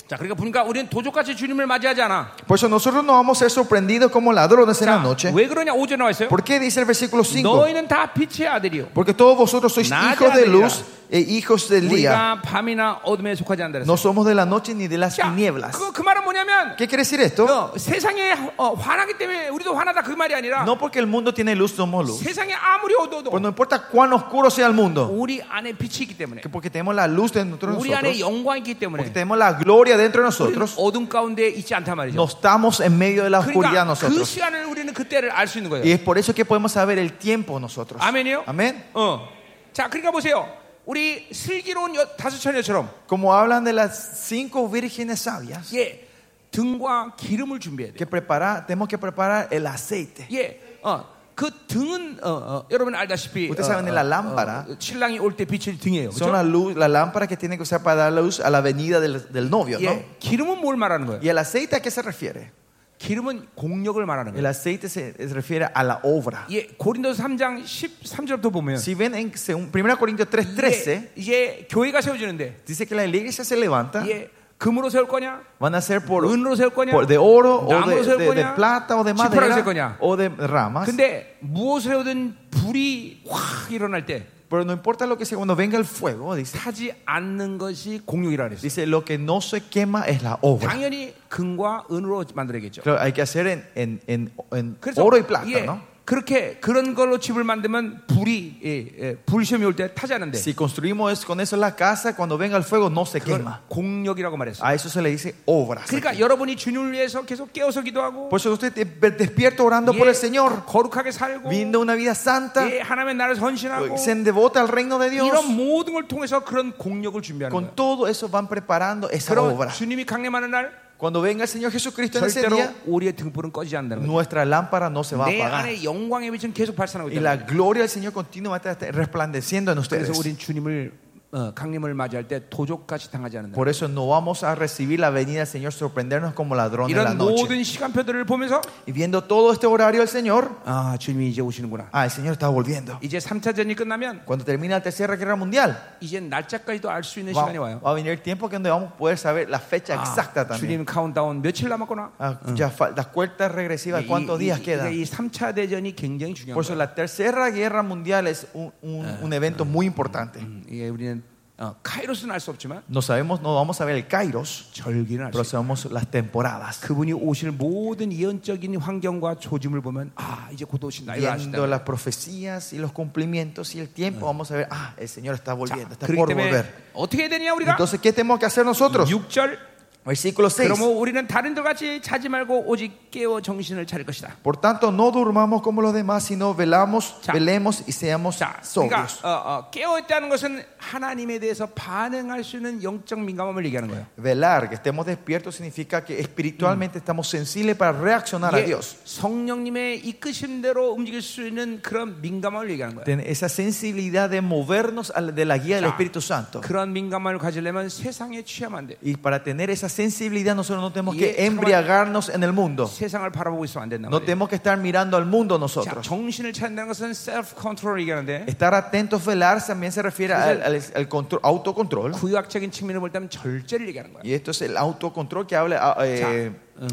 B: 자 그러니까 보니까 우리는 도적같이 주님을 맞이하지 않아.
A: Por eso nosotros no vamos a ser sorprendidos como ladrones en la
B: 자,
A: noche.
B: 왜 그러냐 5절에 나와 있어요.
A: ¿Por qué dice el versículo 5?
B: 너희는 다 빛의 아들이요.
A: Porque todos vosotros sois
B: Nadie
A: hijos de
B: adelirá.
A: luz e hijos del día.
B: 우리가 밤이나 어둠에 속하지 않는다 그랬어.
A: No somos de la noche ni de las
B: 자,
A: tinieblas.
B: 그, 그 말은 뭐냐면
A: ¿Qué quiere decir esto?
B: 어, 세상에 어, 화나기 때문에 우리도 화나다 그 말이 아니라
A: No porque el mundo tiene luz, somos luz.
B: 세상에 아무리 어두워도
A: Pues no importa cuán oscuro sea el mundo,
B: 우리 안에 빛이 있기 때문에
A: que porque tenemos la luz dentro de
B: 우리 안에
A: nosotros,
B: 영광이 있기
A: porque
B: 때문에
A: tenemos la gloria dentro de
B: 우리는
A: nosotros,
B: 어둠 가운데 있지 않단
A: no
B: 말이죠
A: estamos en medio de la oscuridad
B: 그러니까 그
A: nosotros.
B: 시간을 우리는 그때를 알 수 있는
A: Y
B: 거예요
A: es por eso que podemos saber el tiempo nosotros.
B: 아멘이요?
A: Amén.
B: 어. 자 그러니까 보세요 우리 슬기로운 여- 다섯 처녀처럼
A: Como hablan de las cinco vírgenes sabias,
B: 예, 등과 기름을 준비해야 돼요
A: que prepara, tenemos que preparar el aceite.
B: 예, 어, 그 등은 어, 어, 여러분 알다시피
A: Ustedes saben de la lámpara.
B: 어, 신랑이 올 때 비칠 등이에요. 그죠?
A: Son la, luz, la lámpara que tiene que usar para dar luz a la venida del, del novio, ¿no?
B: 예, 기름은 뭘 말하는 거예요?
A: ¿Y el aceite a qué se refiere?
B: 기름은 공력을 말하는
A: El
B: 거예요.
A: aceite se, se refiere a la obra.
B: 예, 고린도서 3장 13절부터 보면
A: Si ven en según 1 Corintios 3:13,
B: 이제, 이제 교회가 세워지는데
A: dice que la iglesia se levanta,
B: 예, 금으로 세울 거냐?
A: van a ser por,
B: 은으로 세울 거냐?
A: por- de oro o
B: 나무로 어,
A: de,
B: 세울
A: de- de
B: 거냐?
A: plata o de
B: 지푸라기로 어,
A: madera
B: 세울 거냐?
A: o de ramas.
B: 근데 무엇을 세우든 불이 확 일어날 때
A: Pero no importa lo que sea, cuando venga el fuego, dice,
B: 타지 않는 것이 공력이라 그랬어요.
A: dice lo que no se quema es la obra.
B: 당연히 금과 은으로 만들어야겠죠.
A: Claro, hay que hacer en, en- en- en
B: 그래서
A: oro y plata,
B: 예,
A: ¿no?
B: 그렇게 그런 걸로 집을 만들면 불이 예, 예, 불시험이 올 때 타지 않는데
A: Si construimos es- con eso la casa, cuando venga el fuego no se
B: 그걸
A: quema.
B: 공력이라고 말했어요.
A: A eso se le dice obras.
B: 그러니까 여러분이 주님을 위해서 계속 깨어서 기도하고
A: Por eso usted te- te- despierto orando
B: 예,
A: por el Señor,
B: 거룩하게 살고
A: viviendo una vida santa,
B: 예, 하나님의 나를 헌신하고
A: se devota al reino de Dios.
B: 이런 모든 걸 통해서 그런 공력을 준비하는 거예요.
A: Con todo eso van preparando esa
B: 그럼
A: obra.
B: 주님이 강림하는 날
A: Cuando venga el Señor Jesucristo en ese
B: 절대로
A: día,
B: 우리의 등불은 꺼지지 않는다는 거예요.
A: nuestra lámpara no se va a
B: 내
A: apagar.
B: 안에 영광의 빛은 계속 발산하고
A: Y
B: 있다.
A: la gloria del Señor continua va a estar resplandeciendo en ustedes.
B: 그래서 우린 주님을 어, 강림을 맞이할 때 도적같이 당하지 않는다.
A: Por eso no vamos a recibir la venida del Señor sorprendernos como ladrón en la
B: 이런
A: noche.
B: 모든 시간표들을 보면서
A: Y viendo todo este horario del Señor,
B: 아 주님이 이제 오시는구나.
A: ah, el Señor está volviendo.
B: 이제 3차전이 끝나면
A: Cuando termina la tercera guerra mundial,
B: 이제 날짜까지도 알 수 있는
A: va,
B: 시간이 와요.
A: va a venir el tiempo que donde vamos a poder saber la fecha exacta
B: 아,
A: también.
B: 주님 카운트다운 며칠 남았구나.
A: Ah, ya fal- las cuentas regresivas, ¿cuántos
B: 이, 이,
A: días quedan?
B: 이 3차 대전이 굉장히 중요한
A: Por eso
B: 거예요.
A: la tercera guerra mundial es un, un- un evento muy importante.
B: 음, 이게 우리는 어, 카이로스는 알 수 없지만
A: No sabemos, no vamos a ver el Kairos,
B: 절기는 알 수
A: pero
B: 있어요.
A: sabemos las temporadas.
B: 그분이 오실 모든 예언적인 환경과 조짐을 보면 아 이제 곧 오신다 이걸
A: Viendo
B: 아신다.
A: las profecías y los cumplimientos y el tiempo, vamos a ver, ah, el Señor está volviendo, está
B: 그렇기
A: por
B: 때문에
A: volver.
B: 어떻게 해야 되냐 우리가
A: Entonces, ¿qué tenemos que hacer nosotros?
B: 6절
A: Versículo 6.
B: 그러므로 우리는 다른들 같이 자지 말고 오직 깨어 정신을 차릴 것이다.
A: Por tanto, no durmamos como los demás, sino velamos,
B: 자.
A: velemos y seamos
B: 자, 그러니까
A: sobrios.
B: 어, 어, 깨어 있다는 것은 하나님에 대해서 반응할 수 있는 영적 민감함을 얘기하는 거예요.
A: Velar, que estemos despiertos, significa que espiritualmente estamos sensibles para reaccionar a
B: 이게
A: Dios.
B: 성령님의 이끄심대로 움직일 수 있는 그런 민감함을 얘기하는 거예요.
A: Ten esa sensibilidad de movernos al- de la guía del
B: Ya.
A: Espíritu Santo.
B: 그런 민감함을 가지려면 세상에 취하면 안 돼.
A: Y para tener esa sensibilidad nosotros no tenemos
B: Y es-
A: que embriagarnos en el mundo.
B: 세상을 바라보고 있으면 안 된다.
A: No
B: 말이에요.
A: tenemos que estar mirando al mundo
B: 자,
A: nosotros.
B: 정신을 차린다는 것은 self control 얘기하는데
A: Estar atentos, velar, también se refiere al, al- al contro- autocontrol.
B: 구약적인 측면을 볼 때는 절제를 얘기하는 거예요.
A: Y esto es el autocontrol que habla eh,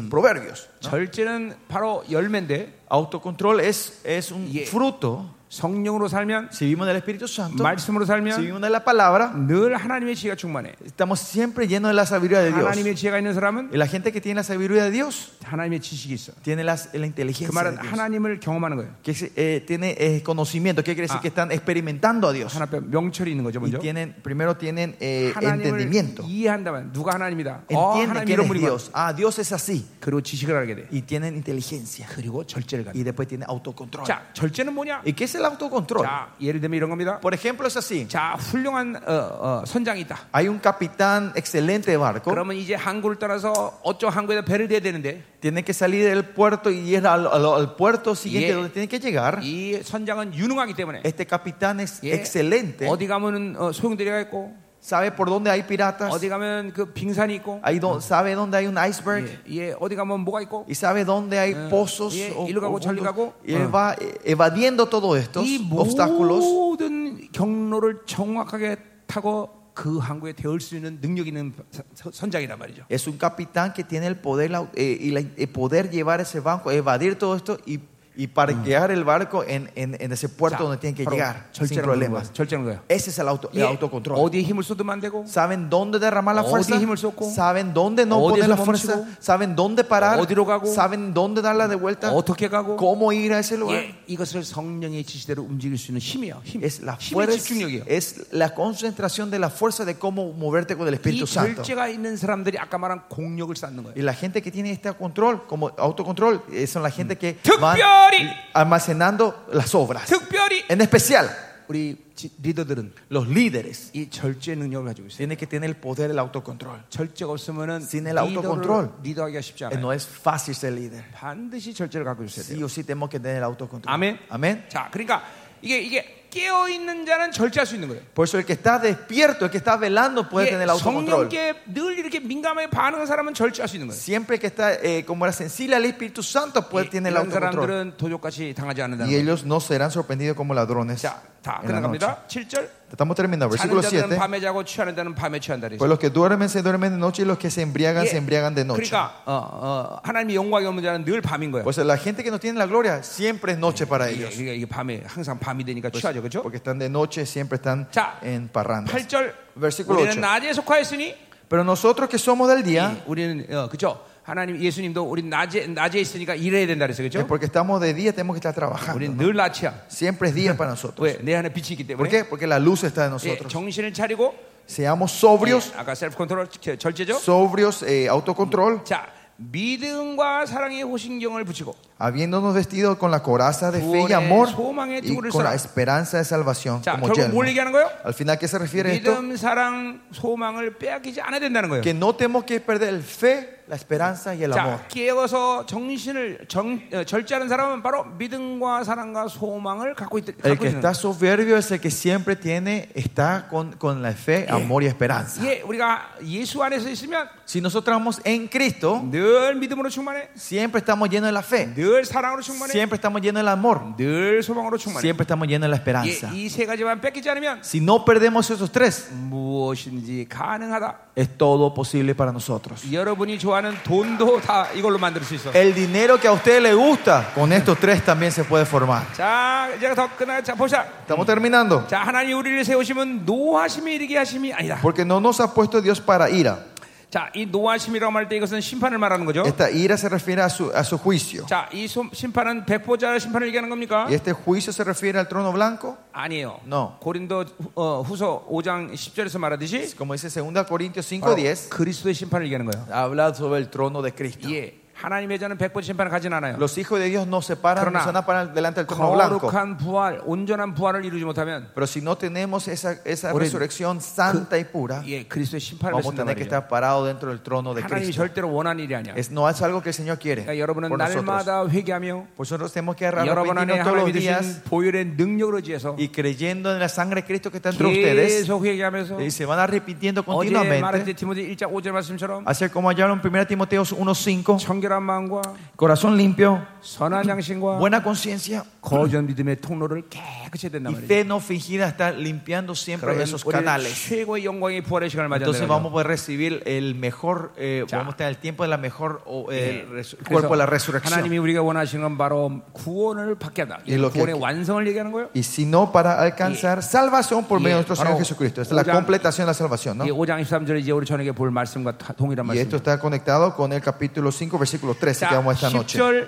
A: Proverbios.
B: 어? 절제는 바로 열매인데
A: Autocontrol es, es un
B: Y-
A: fruto.
B: 성령으로 살면
A: Si vivimos del Espíritu Santo,
B: 말씀으로
A: si
B: 살면
A: vivimos de la palabra,
B: 늘 하나님의 지혜가 충만해.
A: estamos siempre llenos de la sabiduría de Dios.
B: 하나님의 지혜가 예. 있는 사람은
A: Y la gente que tiene la sabiduría de Dios
B: 하나님의 지식이 있어.
A: tiene las- la
B: 그
A: inteligencia. De
B: 말은
A: Dios.
B: 하나님을 경험하는 거예요.
A: que se- eh, tiene eh, conocimiento, ¿qué quiere decir?
B: Ah.
A: Que están experimentando a Dios.
B: 하나 앞에 명철이 있는 예, 거죠,
A: Y
B: 먼저.
A: tienen, primero tienen eh,
B: 하나님을
A: entendimiento.
B: 이해한다면 누가 하나님이다. 어,
A: Entienden
B: 하나님
A: quién
B: 이런
A: es
B: 분이고.
A: Dios. Ah, Dios es así.
B: 그리고 지식을 알게 돼.
A: Y tienen inteligencia.
B: 그리고 절제를 갖는.
A: Y después tienen autocontrol.
B: 자, 절제는 뭐냐?
A: ¿Y qué es el autocontrol?
B: 자, 예를 들면 이런 겁니다.
A: Por ejemplo, es así.
B: 자, 훌륭한 어, 어, 선장이 있다.
A: Hay un capitán excelente de barco.
B: 그러면 이제 항구를 따라서 어쩌 항구에다 배를 대야 되는데
A: Tiene que salir del puerto y ir al, al- al puerto siguiente
B: Yeah.
A: donde tiene que llegar.
B: 이 선장은 유능하기 때문에
A: Este capitán es
B: 예,
A: excelente.
B: 어디 가면은 어, 소용돌이가 있고
A: Sabe por dónde hay piratas.
B: 어디 가면 그 빙산이 있고
A: Ahí do- sabe dónde hay un iceberg.
B: 예, 예, 어디 가면 뭐가 있고
A: y sabe dónde hay
B: Eh,
A: pozos
B: yeah,
A: o-
B: y luego
A: o
B: hago,
A: juntos.
B: hago.
A: y él
B: Ah.
A: va eh, evadiendo todos estos
B: 이
A: obstáculos
B: 모든 경로를 정확하게 타고 그 항구에 대올 수 있는 능력 있는 선- 선장이란 말이죠.
A: es un capitán que tiene el poder la- eh, y la- eh, poder llevar ese banco evadir todo esto y, y parquear el barco en, en- en ese puerto donde tienen que llegar sin
B: 절제하는 거야.
A: problemas
B: 절제하는 거야.
A: ese es el, auto, el
B: 예,
A: autocontrol
B: 어디에 힘을 쏟으면 안 되고
A: saben dónde derramar la
B: 어디에
A: fuerza
B: 힘을 쏟고,
A: saben dónde no
B: 어디에서
A: poner la fuerza
B: 멈추고,
A: saben dónde parar
B: 어디로 가고,
A: saben dónde darla de vuelta
B: 어떻게 가고
A: cómo ir a ese lugar
B: 예, 이것을 성령의 지시대로 움직일 수 있는 힘이야. 힘.
A: es la
B: 힘의
A: fuerza,
B: 집중력이에요.
A: es la concentración de la fuerza de cómo moverte con el
B: 이
A: Espíritu Santo.
B: 절제가 있는 사람들이 아까 말한 공력을 쌓는 거예요.
A: Y la gente que tiene este control, como autocontrol, eh, son la gente que
B: ¡특별히!
A: van almacenando las obras.
B: 특별히
A: En especial,
B: 우리 지- 리더들은
D: Los líderes
B: 이 절제 능력을 가지고 있어요.
D: tienen que tener el poder del autocontrol.
B: 절제가 없으면은
D: Sin el
B: 리더를
D: autocontrol.
B: 리더하기가 쉽지
D: Eh,
B: 않아요.
D: No es fácil ser líder.
B: 반드시 절제를 갖고 있어야
D: Sí
B: 돼요.
D: o sí tenemos que tener el autocontrol.
B: Amén.
D: Amén.
B: 자, 그러니까 이게 이게 깨어 있는 자는 절제할 수 있는 거예요.
D: Por eso el que está despierto, el que está velando puede tener el autocontrol.
B: 성령께 늘 이렇게 민감하게 반응하는 사람은 절제할 수 있는 거예요.
D: Siempre el que está eh, como era sensible al Espíritu Santo puede
B: 이-
D: tener el
B: 이런
D: autocontrol.
B: 사람들은 도적같이 당하지 않는다는
A: Y
B: 거예요.
A: ellos no serán sorprendidos como ladrones.
B: 자, 다
A: en la noche.
B: 끝나갑니다. 7절.
A: Estamos terminando.
B: 자는
A: Versículo
B: 자들은
A: 7.
B: 밤에 자고 취하는 자는 밤에 취한다 그랬어요.
A: Pues los que duermen se duermen de noche y los que se embriagan
B: 예.
A: se embriagan de noche.
B: 그러니까 어, 어, 하나님이 영광이 없는 자는 늘 밤인 거예요.
A: Pues la gente que no tiene la gloria siempre es noche para
B: 이게,
A: ellos. Pues
B: 이게, 이게 밤에 항상 밤이 되니까 취하죠, 그렇죠?
A: Porque están de noche, siempre están
B: 자,
A: en parrandas.
B: 8절
A: Versículo 8.
B: 우리는 낮에 속하였으니
A: Pero nosotros que somos del día,
B: 우리는 어, 그렇죠? 하나님 예수님도 우리 낮에 낮에 있으니까 일해야 된다 그랬어요,
A: es
B: 그렇죠?
A: porque estamos de día, tenemos que estar trabajando.
B: 우리는
A: ¿no?
B: 늘 낮이야.
A: Siempre es día para nosotros.
B: 왜? 내 안에 빛이 있기
A: ¿Por
B: 때문에
A: qué? Porque la luz está en
B: 예,
A: nosotros.
B: 정신을 차리고
A: Seamos sobrios,
B: 예, 아까 셀프 컨트롤 절- 절제죠.
A: sobrios, eh, autocontrol,
B: 자 믿음과 사랑의 호신경을 붙이고
A: habiéndonos vestido con la coraza de fe y
B: Pure,
A: amor
B: soman의
A: y
B: tugu를
A: con la
B: 써라.
A: esperanza de salvación
B: 자
A: como
B: 결국
A: yelmo.
B: 뭘 얘기하는 거예요?
A: Al final, ¿qué se refiere esto?
B: 믿음, 사랑, 소망을 빼앗기지 않아야 된다는 거예요.
A: Que no tenemos que perder el fe, la esperanza y el amor.
B: 자, 깨어서 정신을 정, 어, 절제하는 사람은 바로 믿음과 사랑과 소망을 갖고, 있,
A: El
B: 갖고
A: que
B: 있는
A: está soberbio es el que siempre tiene, está con, con la fe, amor y esperanza.
B: 예, 우리가 예수 안에서 있으면
A: Si nosotros estamos en Cristo,
B: 늘 믿음으로 충만해,
A: siempre estamos llenos de la fe,
B: 늘 사랑으로 충만해,
A: siempre estamos llenos del amor,
B: 늘 소망으로 충만해.
A: siempre estamos llenos de la esperanza.
B: 예, 이세 가지만 뺏기지 않으면
A: Si no perdemos esos tres,
B: 무엇인지 가능하다.
A: es todo posible para nosotros.
B: 여러분이 좋아하는 돈도 다 이걸로 만들 수 있어.
A: El dinero que a usted le gusta, con estos tres también se puede formar.
B: 자, 이제 더 끝나. 자, 봅시다.
A: Estamos terminando.
B: 자, 하나님이 우리를 세우시면 노하심에 이르게 하심이 아니다.
A: Porque no nos ha puesto Dios para ira.
B: 자, 이 노하심이라고 할 때 이것은 심판을 말하는 거죠.
A: Esta ira se refiere a su, a su juicio.
B: 자, 이 솜- 심판은 백보자 심판을 얘기하는 겁니까?
A: ¿Y este juicio se refiere al trono blanco?
B: 아니에요.
A: No.
B: 고린도 후- 어, 후서 5장 10절에서 말하듯이
A: Como dice 2 Corintios
B: 바로
A: 5:10,
B: 그리스도의 심판을 얘기하는 거예요.
A: habla sobre el trono de Cristo.
B: 예. 하나님의 자는 백보자 심판을 가진 않아요.
A: Los hijos de Dios no se paran,
B: Corona.
A: no se van a parar delante del trono blanco.
B: 거룩한 부활, 온전한 부활을 이루지 못하면
A: Pero si no tenemos esa, esa
B: Oren.
A: resurrección santa y pura,
B: 예, 그리스도의 심판을
A: vamos a
B: 받는다
A: tener que
B: 말이죠.
A: estar parados dentro del trono de
B: 하나님이
A: Cristo.
B: 절대로 원한 일이 아니야.
A: Es, no es algo que el Señor quiere.
B: 그러니까 여러분은
A: Por nosotros.
B: 날마다 회개하며
A: Por eso nosotros tenemos que
B: 여러분 안에
A: arrepentirnos todos
B: 하나님이
A: los días
B: 주신 보혈의 능력으로 지해서
A: y creyendo en la sangre de Cristo que está entre ustedes.
B: 계속 회개하면서
A: Y se van arrepintiendo
B: 어제 말했
A: continuamente.
B: 때 디모데 1장 5절 말씀처럼
A: Hacer como hallaron en 1 Timoteo 1.5,
B: 청결한 마음과
A: corazón limpio,
B: 선한 양심과
A: buena conciencia
B: 거짓 믿음의 통로를 깨끗이 된단
A: y
B: 말이에요.
A: fe no fingida está limpiando siempre
B: 그러면
A: esos
B: 우리는
A: canales.
B: 최고의 영광의 부활의 시간을
A: Entonces
B: 맞이한다.
A: vamos a poder recibir el mejor, eh,
B: Ya.
A: vamos a tener el tiempo de la mejor o, eh,
B: 그래서
A: resu- cuerpo de la resurrección.
B: 하나님이 우리가 원하시는 건 바로 구원을 받게 한다. 이
A: 이렇게-
B: 구원의 완성을 얘기하는 거예요.
A: Y si no, para alcanzar salvación por medio de nuestro
B: Yeah.
A: Señor
B: Ahora,
A: Jesucristo. Esta es la
B: oigan.
A: completación de la salvación, ¿no?
B: 이 5장 23절에 이제 우리 저녁에 볼 말씀과 다- 동일한
A: Y esto
B: 말씀.
A: está conectado con el capítulo 5, versículo 13 que
B: 자,
A: vamos esta noche.
B: 10절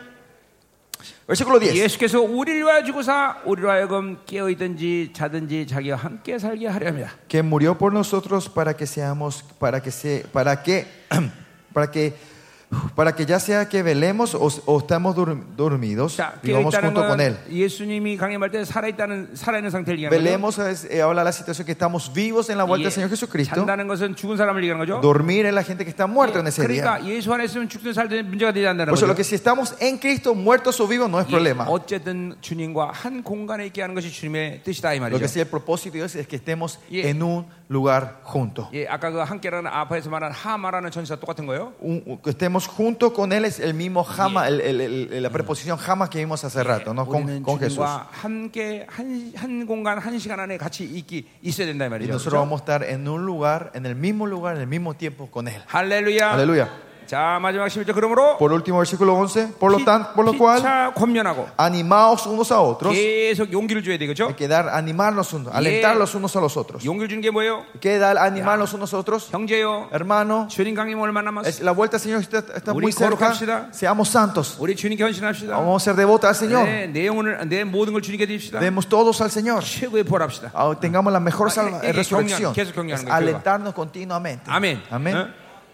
A: Versículo 10.
B: 예수께서 우리를 위하여 주고사 우리로 하여금 깨어 있든지 자든지 자기와 함께 살게 하려 합니다.
A: Que murió por nosotros para que seamos, para que se, para que, para que, para que ya sea que velemos o, o estamos dur- dormidos,
B: 자, 깨어
A: vivamos
B: 있다는
A: junto con Él.
B: 건 예수님이 강림할 때 살아 있다는 살아 있는 상태를 얘기하는 거죠.
A: Velemos, es- eh, habla de la situación que estamos vivos en la vuelta del Señor Jesucristo.
B: 잔다는 것은 죽은 사람을 얘기하는 거죠.
A: Dormir es la gente que está muerta en ese día.
B: 그러니까 예수 안에 있으면 죽든 살든 문제가 되지 않는다는
A: Por eso
B: 거죠.
A: lo que si estamos en Cristo, muertos o vivos, no es
B: 예,
A: problema.
B: 어쨌든 주님과 한 공간에 있게 하는 것이 주님의 뜻이다 이
A: Lo que
B: 말이죠.
A: sí el propósito de Dios es que estemos
B: Yeah.
A: en un lugar juntos.
B: 예, 아까 그 함께라는 아파에서 말한 하마라는 천사 똑같은 거예요.
A: Un- un- que estemos juntos con Él es el mismo jama, el- el- el- la preposición jama que vimos hace rato, ¿no? Con,
B: 우리는
A: con Jesús.
B: 주님과 함께 한, 한 공간 한 시간 안에 같이 있기 있어야 된다
A: Y
B: 이 말이죠.
A: nosotros vamos a estar en un lugar, en el mismo lugar, en el mismo tiempo con Él.
B: 그렇죠? 할렐루야.
A: Aleluya.
B: 자 마지막 11절 그러므로
A: Por último, versículo 11. Por lo,
B: 피-
A: tan, por lo cual,
B: 피차 권면하고
A: animaos unos a otros. Hay
B: 계속 용기를 줘야 되겠죠.
A: que dar, animarnos unos, alentar los unos a los otros.
B: 용기를 주는 게 뭐예요?
A: ¿Qué da animarnos unos a otros?
B: 형제요.
A: Hermano,
B: 주님 강림 얼마
A: es-
B: 남았어?
A: la vuelta al Señor está, está muy cerca. Seamos santos.
B: 우리 주님께 헌신합시다.
A: Vamos a ser devotos al Señor.
B: 네, 내 영혼을 내 모든 걸 주님께 드립시다.
A: Demos todos al Señor.
B: 최고의 부활합시다.
A: Ah, Tengamos la mejor
B: Ah,
A: salva-
B: eh, eh,
A: resurrección.
B: que eso, que eso, que eso, que eso.
A: Alentarnos continuamente.
B: 아멘.
A: Amén. ¿Eh?
B: 어?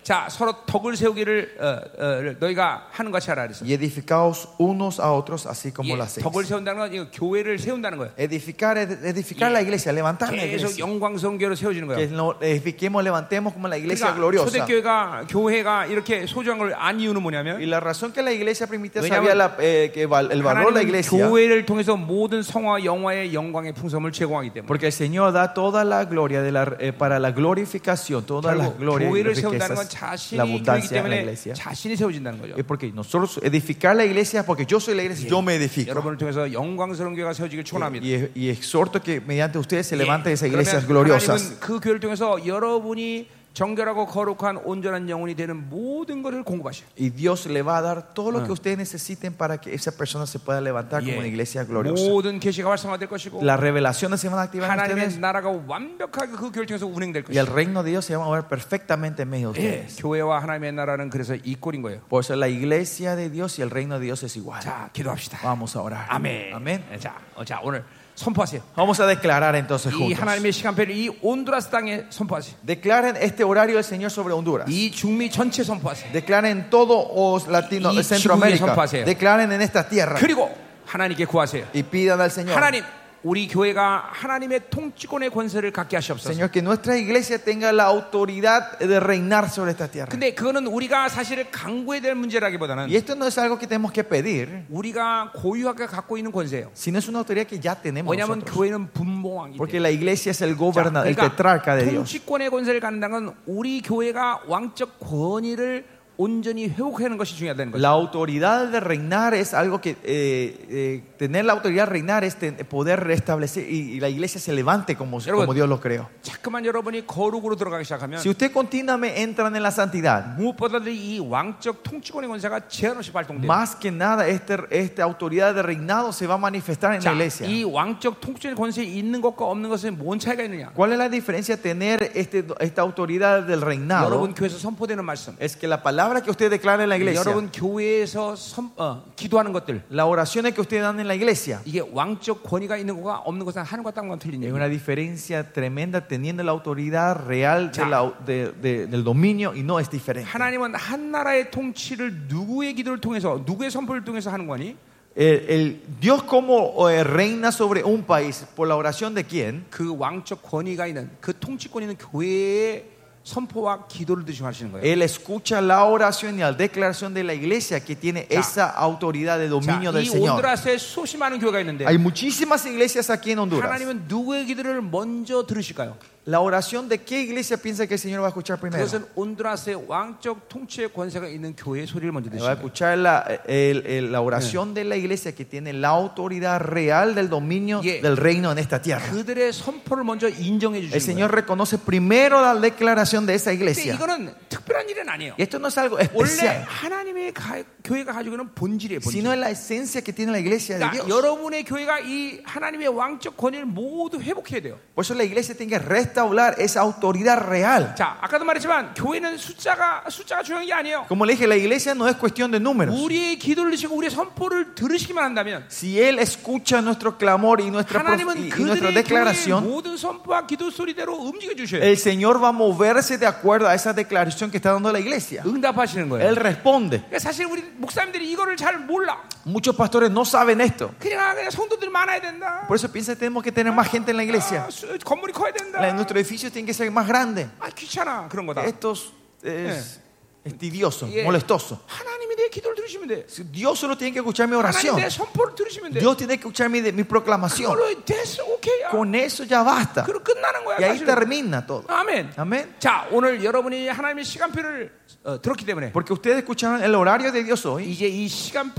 B: 자 서로 덕을 세우기를 어, 어, 너희가 하는 것이 하라 그랬어.
A: Y edificaos unos a otros así como
B: 예,
A: lo hacéis.
B: 덕을 세운다는 건 이거 교회를 세운다는 거예요.
A: Edificar, ed- edificar
B: 예.
A: la iglesia, levantar la
B: 계속
A: iglesia.
B: 영광성교로 세워지는
A: Que
B: 거예요.
A: nos edifiquemos, levantemos como la iglesia
B: 그러니까
A: gloriosa.
B: 초대교회가 교회가 이렇게 소중한 걸 안 이유는
A: Y
B: 뭐냐면
A: la razón que la iglesia primitiva
B: Veníamos-
A: sabía la- eh, que val- el valor de la
B: 하나님은
A: iglesia,
B: 교회를 통해서 모든 성화 영화의 영광의 풍성을 제공하기 때문에
A: porque el Señor da toda la gloria de la- eh, para la glorificación, todas las
B: 결국
A: glorias y
B: 교회를 세운다는 건
A: riquezas, la
B: 자신이 교회이기
A: abundancia en la
B: 때문에
A: iglesia.
B: 자신이 세워진다는 거죠.
A: Y porque nosotros edificar la iglesia, porque yo soy la iglesia, yo me edifico.
B: 여러분을 통해서 영광스러운 교회가 세워지길
A: Y,
B: 축원합니다.
A: y- y exhorto que mediante ustedes se
B: 예.
A: levanten esas iglesias
B: 그러면
A: gloriosas.
B: 하나님은 그 교회를 통해서 여러분이 정결하고 거룩한 온전한 영혼이 되는 모든 것을 공급하셔요.
A: Y Dios le va a dar todo lo que ustedes necesiten para que esa persona se pueda levantar como una iglesia gloriosa.
B: 예. 모든 계시가 활성화될 것이고
A: Las revelaciones se van a activar en
B: 하나님의
A: ustedes
B: 나라가 완벽하게 그 교회를 통해서 운행될
A: y el
B: 것이고
A: reino de Dios se va a mover perfectamente en medio de
B: 예.
A: ustedes.
B: 교회와 하나님의 나라는 그래서 이 꼴인 거예요.
A: Por eso la iglesia de Dios y el reino de Dios es igual.
B: 자, 기도합시다.
A: Vamos a orar.
B: 아멘.
A: Amén.
B: 예, 자, 어, 자 오늘 선포하세요.
A: Vamos a declarar entonces
B: 이
A: juntos.
B: 하나님의 시간표를 이 온두라스 땅에 선포하세요.
A: Declaren este horario del Señor sobre Honduras.
B: 이 중미 전체 선포하세요.
A: Declaren en todo os- Latino,
B: Y- y-
A: Centroamérica.
B: y-
A: Declaren en esta tierra.
B: 그리고 하나님께 구하세요.
A: Y pidan al Señor.
B: 하나님, 우리 교회가 하나님의 통치권의 권세를 갖게 하시옵소서.
A: Señor, que nuestra iglesia tenga la autoridad de reinar sobre esta tierra.
B: 근데 그거는 우리가 사실을 강구해야 될 문제라기보다는
A: Y esto no es algo que tenemos que pedir,
B: 우리가 고유하게 갖고 있는 권세예요.
A: sino es una autoridad que ya tenemos.
B: 왜냐하면
A: nosotros.
B: 교회는 분봉왕이기
A: Porque
B: 때문에.
A: la iglesia es el
B: 자, 그러니까
A: gobernador, el tetrarca de Dios.
B: 통치권의 권세를 갖는다는 건 우리 교회가 왕적 권위를 온전히 회복하는 것이 중요하다는 거죠.
A: La autoridad de reinar es algo que eh, eh, tener la autoridad de reinar es ten- poder restablecer y, y la iglesia se levante como, como Dios lo creó.
B: 자꾸만 여러분이 거룩으로 들어가기 시작하면
A: Si usted continuamente entran en la santidad,
B: 무엇보다도 이 왕적 통치권의 권세가 제한 없이 발동돼요.
A: más que nada este, esta autoridad de reinado se va a manifestar en la
B: 자,
A: iglesia.
B: 이 왕적 통치권의 권세 있는 것과 없는 것은 뭔 차이가 있느냐?
A: ¿Cuál es la diferencia tener este, esta autoridad del reinado?
B: 여러분 교회에서 선포되는 말씀.
A: Es que la palabra que usted declara en la iglesia,
B: 여러분 교회에서 선, 어, 기도하는 것들
A: las oraciones que usted dan en la iglesia,
B: 이게 왕적 권위가 있는 것과 없는 것은 하늘과 땅과 틀린
A: hay
B: 얘기예요.
A: una diferencia tremenda teniendo la autoridad real de
B: Ya.
A: la- de- de- del dominio y no es diferente.
B: 하나님은 한 나라의 통치를 누구의 기도를 통해서 누구의 선포를 통해서 하는 거니?
A: El, el- Dios como eh, reina sobre un país por la oración de quién?
B: 그 왕적 권위가 있는 그 통치권 있는 교회의 선포와 기도를 드시고 하시는 거예요.
A: Él escucha la oración y la declaración de la iglesia que tiene
B: Ya.
A: esa autoridad de
B: 자,
A: dominio del
B: 이
A: Señor.
B: 온드라스에 수없이 많은 교회가 있는데
A: Hay muchísimas iglesias aquí en Honduras.
B: 하나님은 누구의 기도를 먼저 들으실까요?
A: La oración de qué iglesia piensa que el Señor va a escuchar primero?
B: 그것은 온드라스의 왕적 통치의 권세가 있는 교회의 소리를 먼저
A: Va a
B: 들으실까요?
A: escuchar la, el- el- la oración de la iglesia que tiene la autoridad real del dominio
B: Yeah.
A: del reino en esta tierra.
B: 그들의 선포를 먼저 인정해
A: El
B: 주시는
A: Señor
B: 거예요.
A: reconoce primero la declaración de esa
B: 근데
A: iglesia.
B: 이거는 특별한 일은 아니에요.
A: Y esto no es algo
B: 원래
A: especial.
B: 하나님의 가- 교회가 가지고 있는 본질이에요. 본질.
A: sino es la esencia que tiene la iglesia de
B: 그러니까
A: Dios.
B: 여러분의 교회가 이 하나님의 왕적 권위를 모두 회복해야 돼요.
A: Por eso la iglesia tiene que restaurar esa autoridad real.
B: 자, 아까도 말했지만 교회는 숫자가 숫자가 중요한 게 아니에요.
A: Como le dije, la iglesia no es cuestión de números.
B: 우리의 기도를 드시고 우리의 선포를 들으시기만 한다면
A: Si Él escucha nuestro clamor y nuestra, pro-
B: 하나님은
A: y, y nuestra
B: 그들의 교회의
A: declaración,
B: 모든 선포와 기도 소리대로 움직여 주셔요.
A: el Señor va a moverse de acuerdo a esa declaración que está dando la iglesia.
B: 응답하시는 거예요.
A: Él responde.
B: 그러니까 사실 우리 목사님들이 이거를 잘 몰라.
A: Muchos pastores no saben esto.
B: 그냥 그냥 성도들이 많아야 된다.
A: Por eso piensa que tenemos que tener más gente en la iglesia.
B: 아, 네, 수- 건물이 커야
A: La-
B: 된다.
A: nuestro edificio tiene que ser más grande.
B: 아 귀찮아 그런 거다.
A: Esto es, es- es tedioso, molestoso.
B: 하나님이 내 기도를 들으시면 돼.
A: Dios solo tiene que escuchar mi
B: 하나님
A: oración.
B: 내 선포를 들으시면 돼.
A: Dios tiene que escuchar mi, mi proclamación.
B: 그걸로 됐어 오케이야.
A: Con eso ya basta.
B: 그럼 끝나는 거야.
A: Y ahí
B: 사실은.
A: termina todo.
B: 아멘.
A: Amén.
B: 자 오늘 여러분이 하나님의 시간표를 어, 들었기 때문에
A: Porque ustedes escucharon el horario de Dios hoy.
B: 이제 이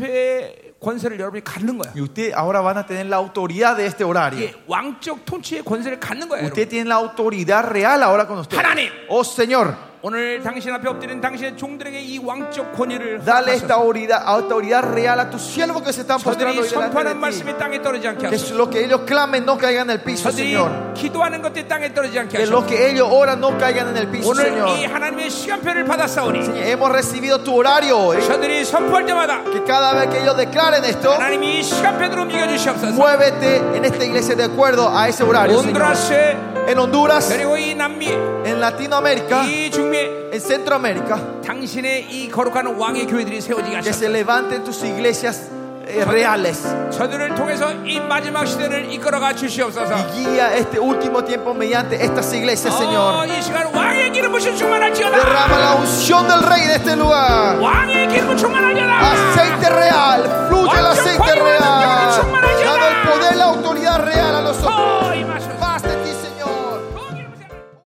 B: 시간표의 권세를 여러분이 갖는 거야.
A: Y ustedes ahora van a tener la autoridad de este horario.
B: 이게 왕적 통치의 권세를 갖는 거야.
A: Ustedes tienen la autoridad real ahora con ustedes.
B: 하나님.
A: Oh Señor,
B: 여러분. 오늘 당신 앞에 엎드린 당신의 종들에게 이 왕적 권위를
A: dale esta
B: 허락하소서.
A: autoridad, autoridad real a tus siervos que se están postrando
B: 저들이
A: hoy delante
B: 선포하는
A: de ti.
B: 말씀이 땅에 떨어지지 않게
A: Que
B: 하소서.
A: lo que ellos clamen no caigan en el piso,
B: 저들이
A: Señor.
B: 기도하는 것들이 땅에 떨어지지 않게
A: Que lo
B: 하소서.
A: que ellos oran no caigan en el piso,
B: 오늘 이
A: Señor.
B: 하나님의 시간표를 받았사오니
A: Señor, Hemos recibido tu horario hoy.
B: 저들이 선포할 때마다
A: Que cada vez que ellos declaren esto,
B: 하나님이 이 시간표대로 움직여 주시옵소서.
A: muévete en esta iglesia de acuerdo a ese horario. Señor.
B: 온드라스의
A: en Honduras,
B: 그리고 이 남미,
A: en Latinoamérica,
B: 이 중미,
A: en Centroamérica,
B: 당신의 이 거룩한 왕의 교회들이 세워지게
A: que se
B: 하셨다.
A: levanten tus iglesias eh, reales
B: 저들을 통해서 이 마지막 시대를 이끌어가 주시옵소서.
A: y guía este último tiempo mediante estas iglesias, Señor.
B: 어, 이 시간 왕의 기름 부신 충만할지어다.
A: Derrama la unción del Rey de este lugar.
B: 왕의 기름
A: 아,
B: 충만하여라.
A: Aceite real, fluye el aceite real. Dame el poder, la autoridad real a nosotros.
B: 어, Oh.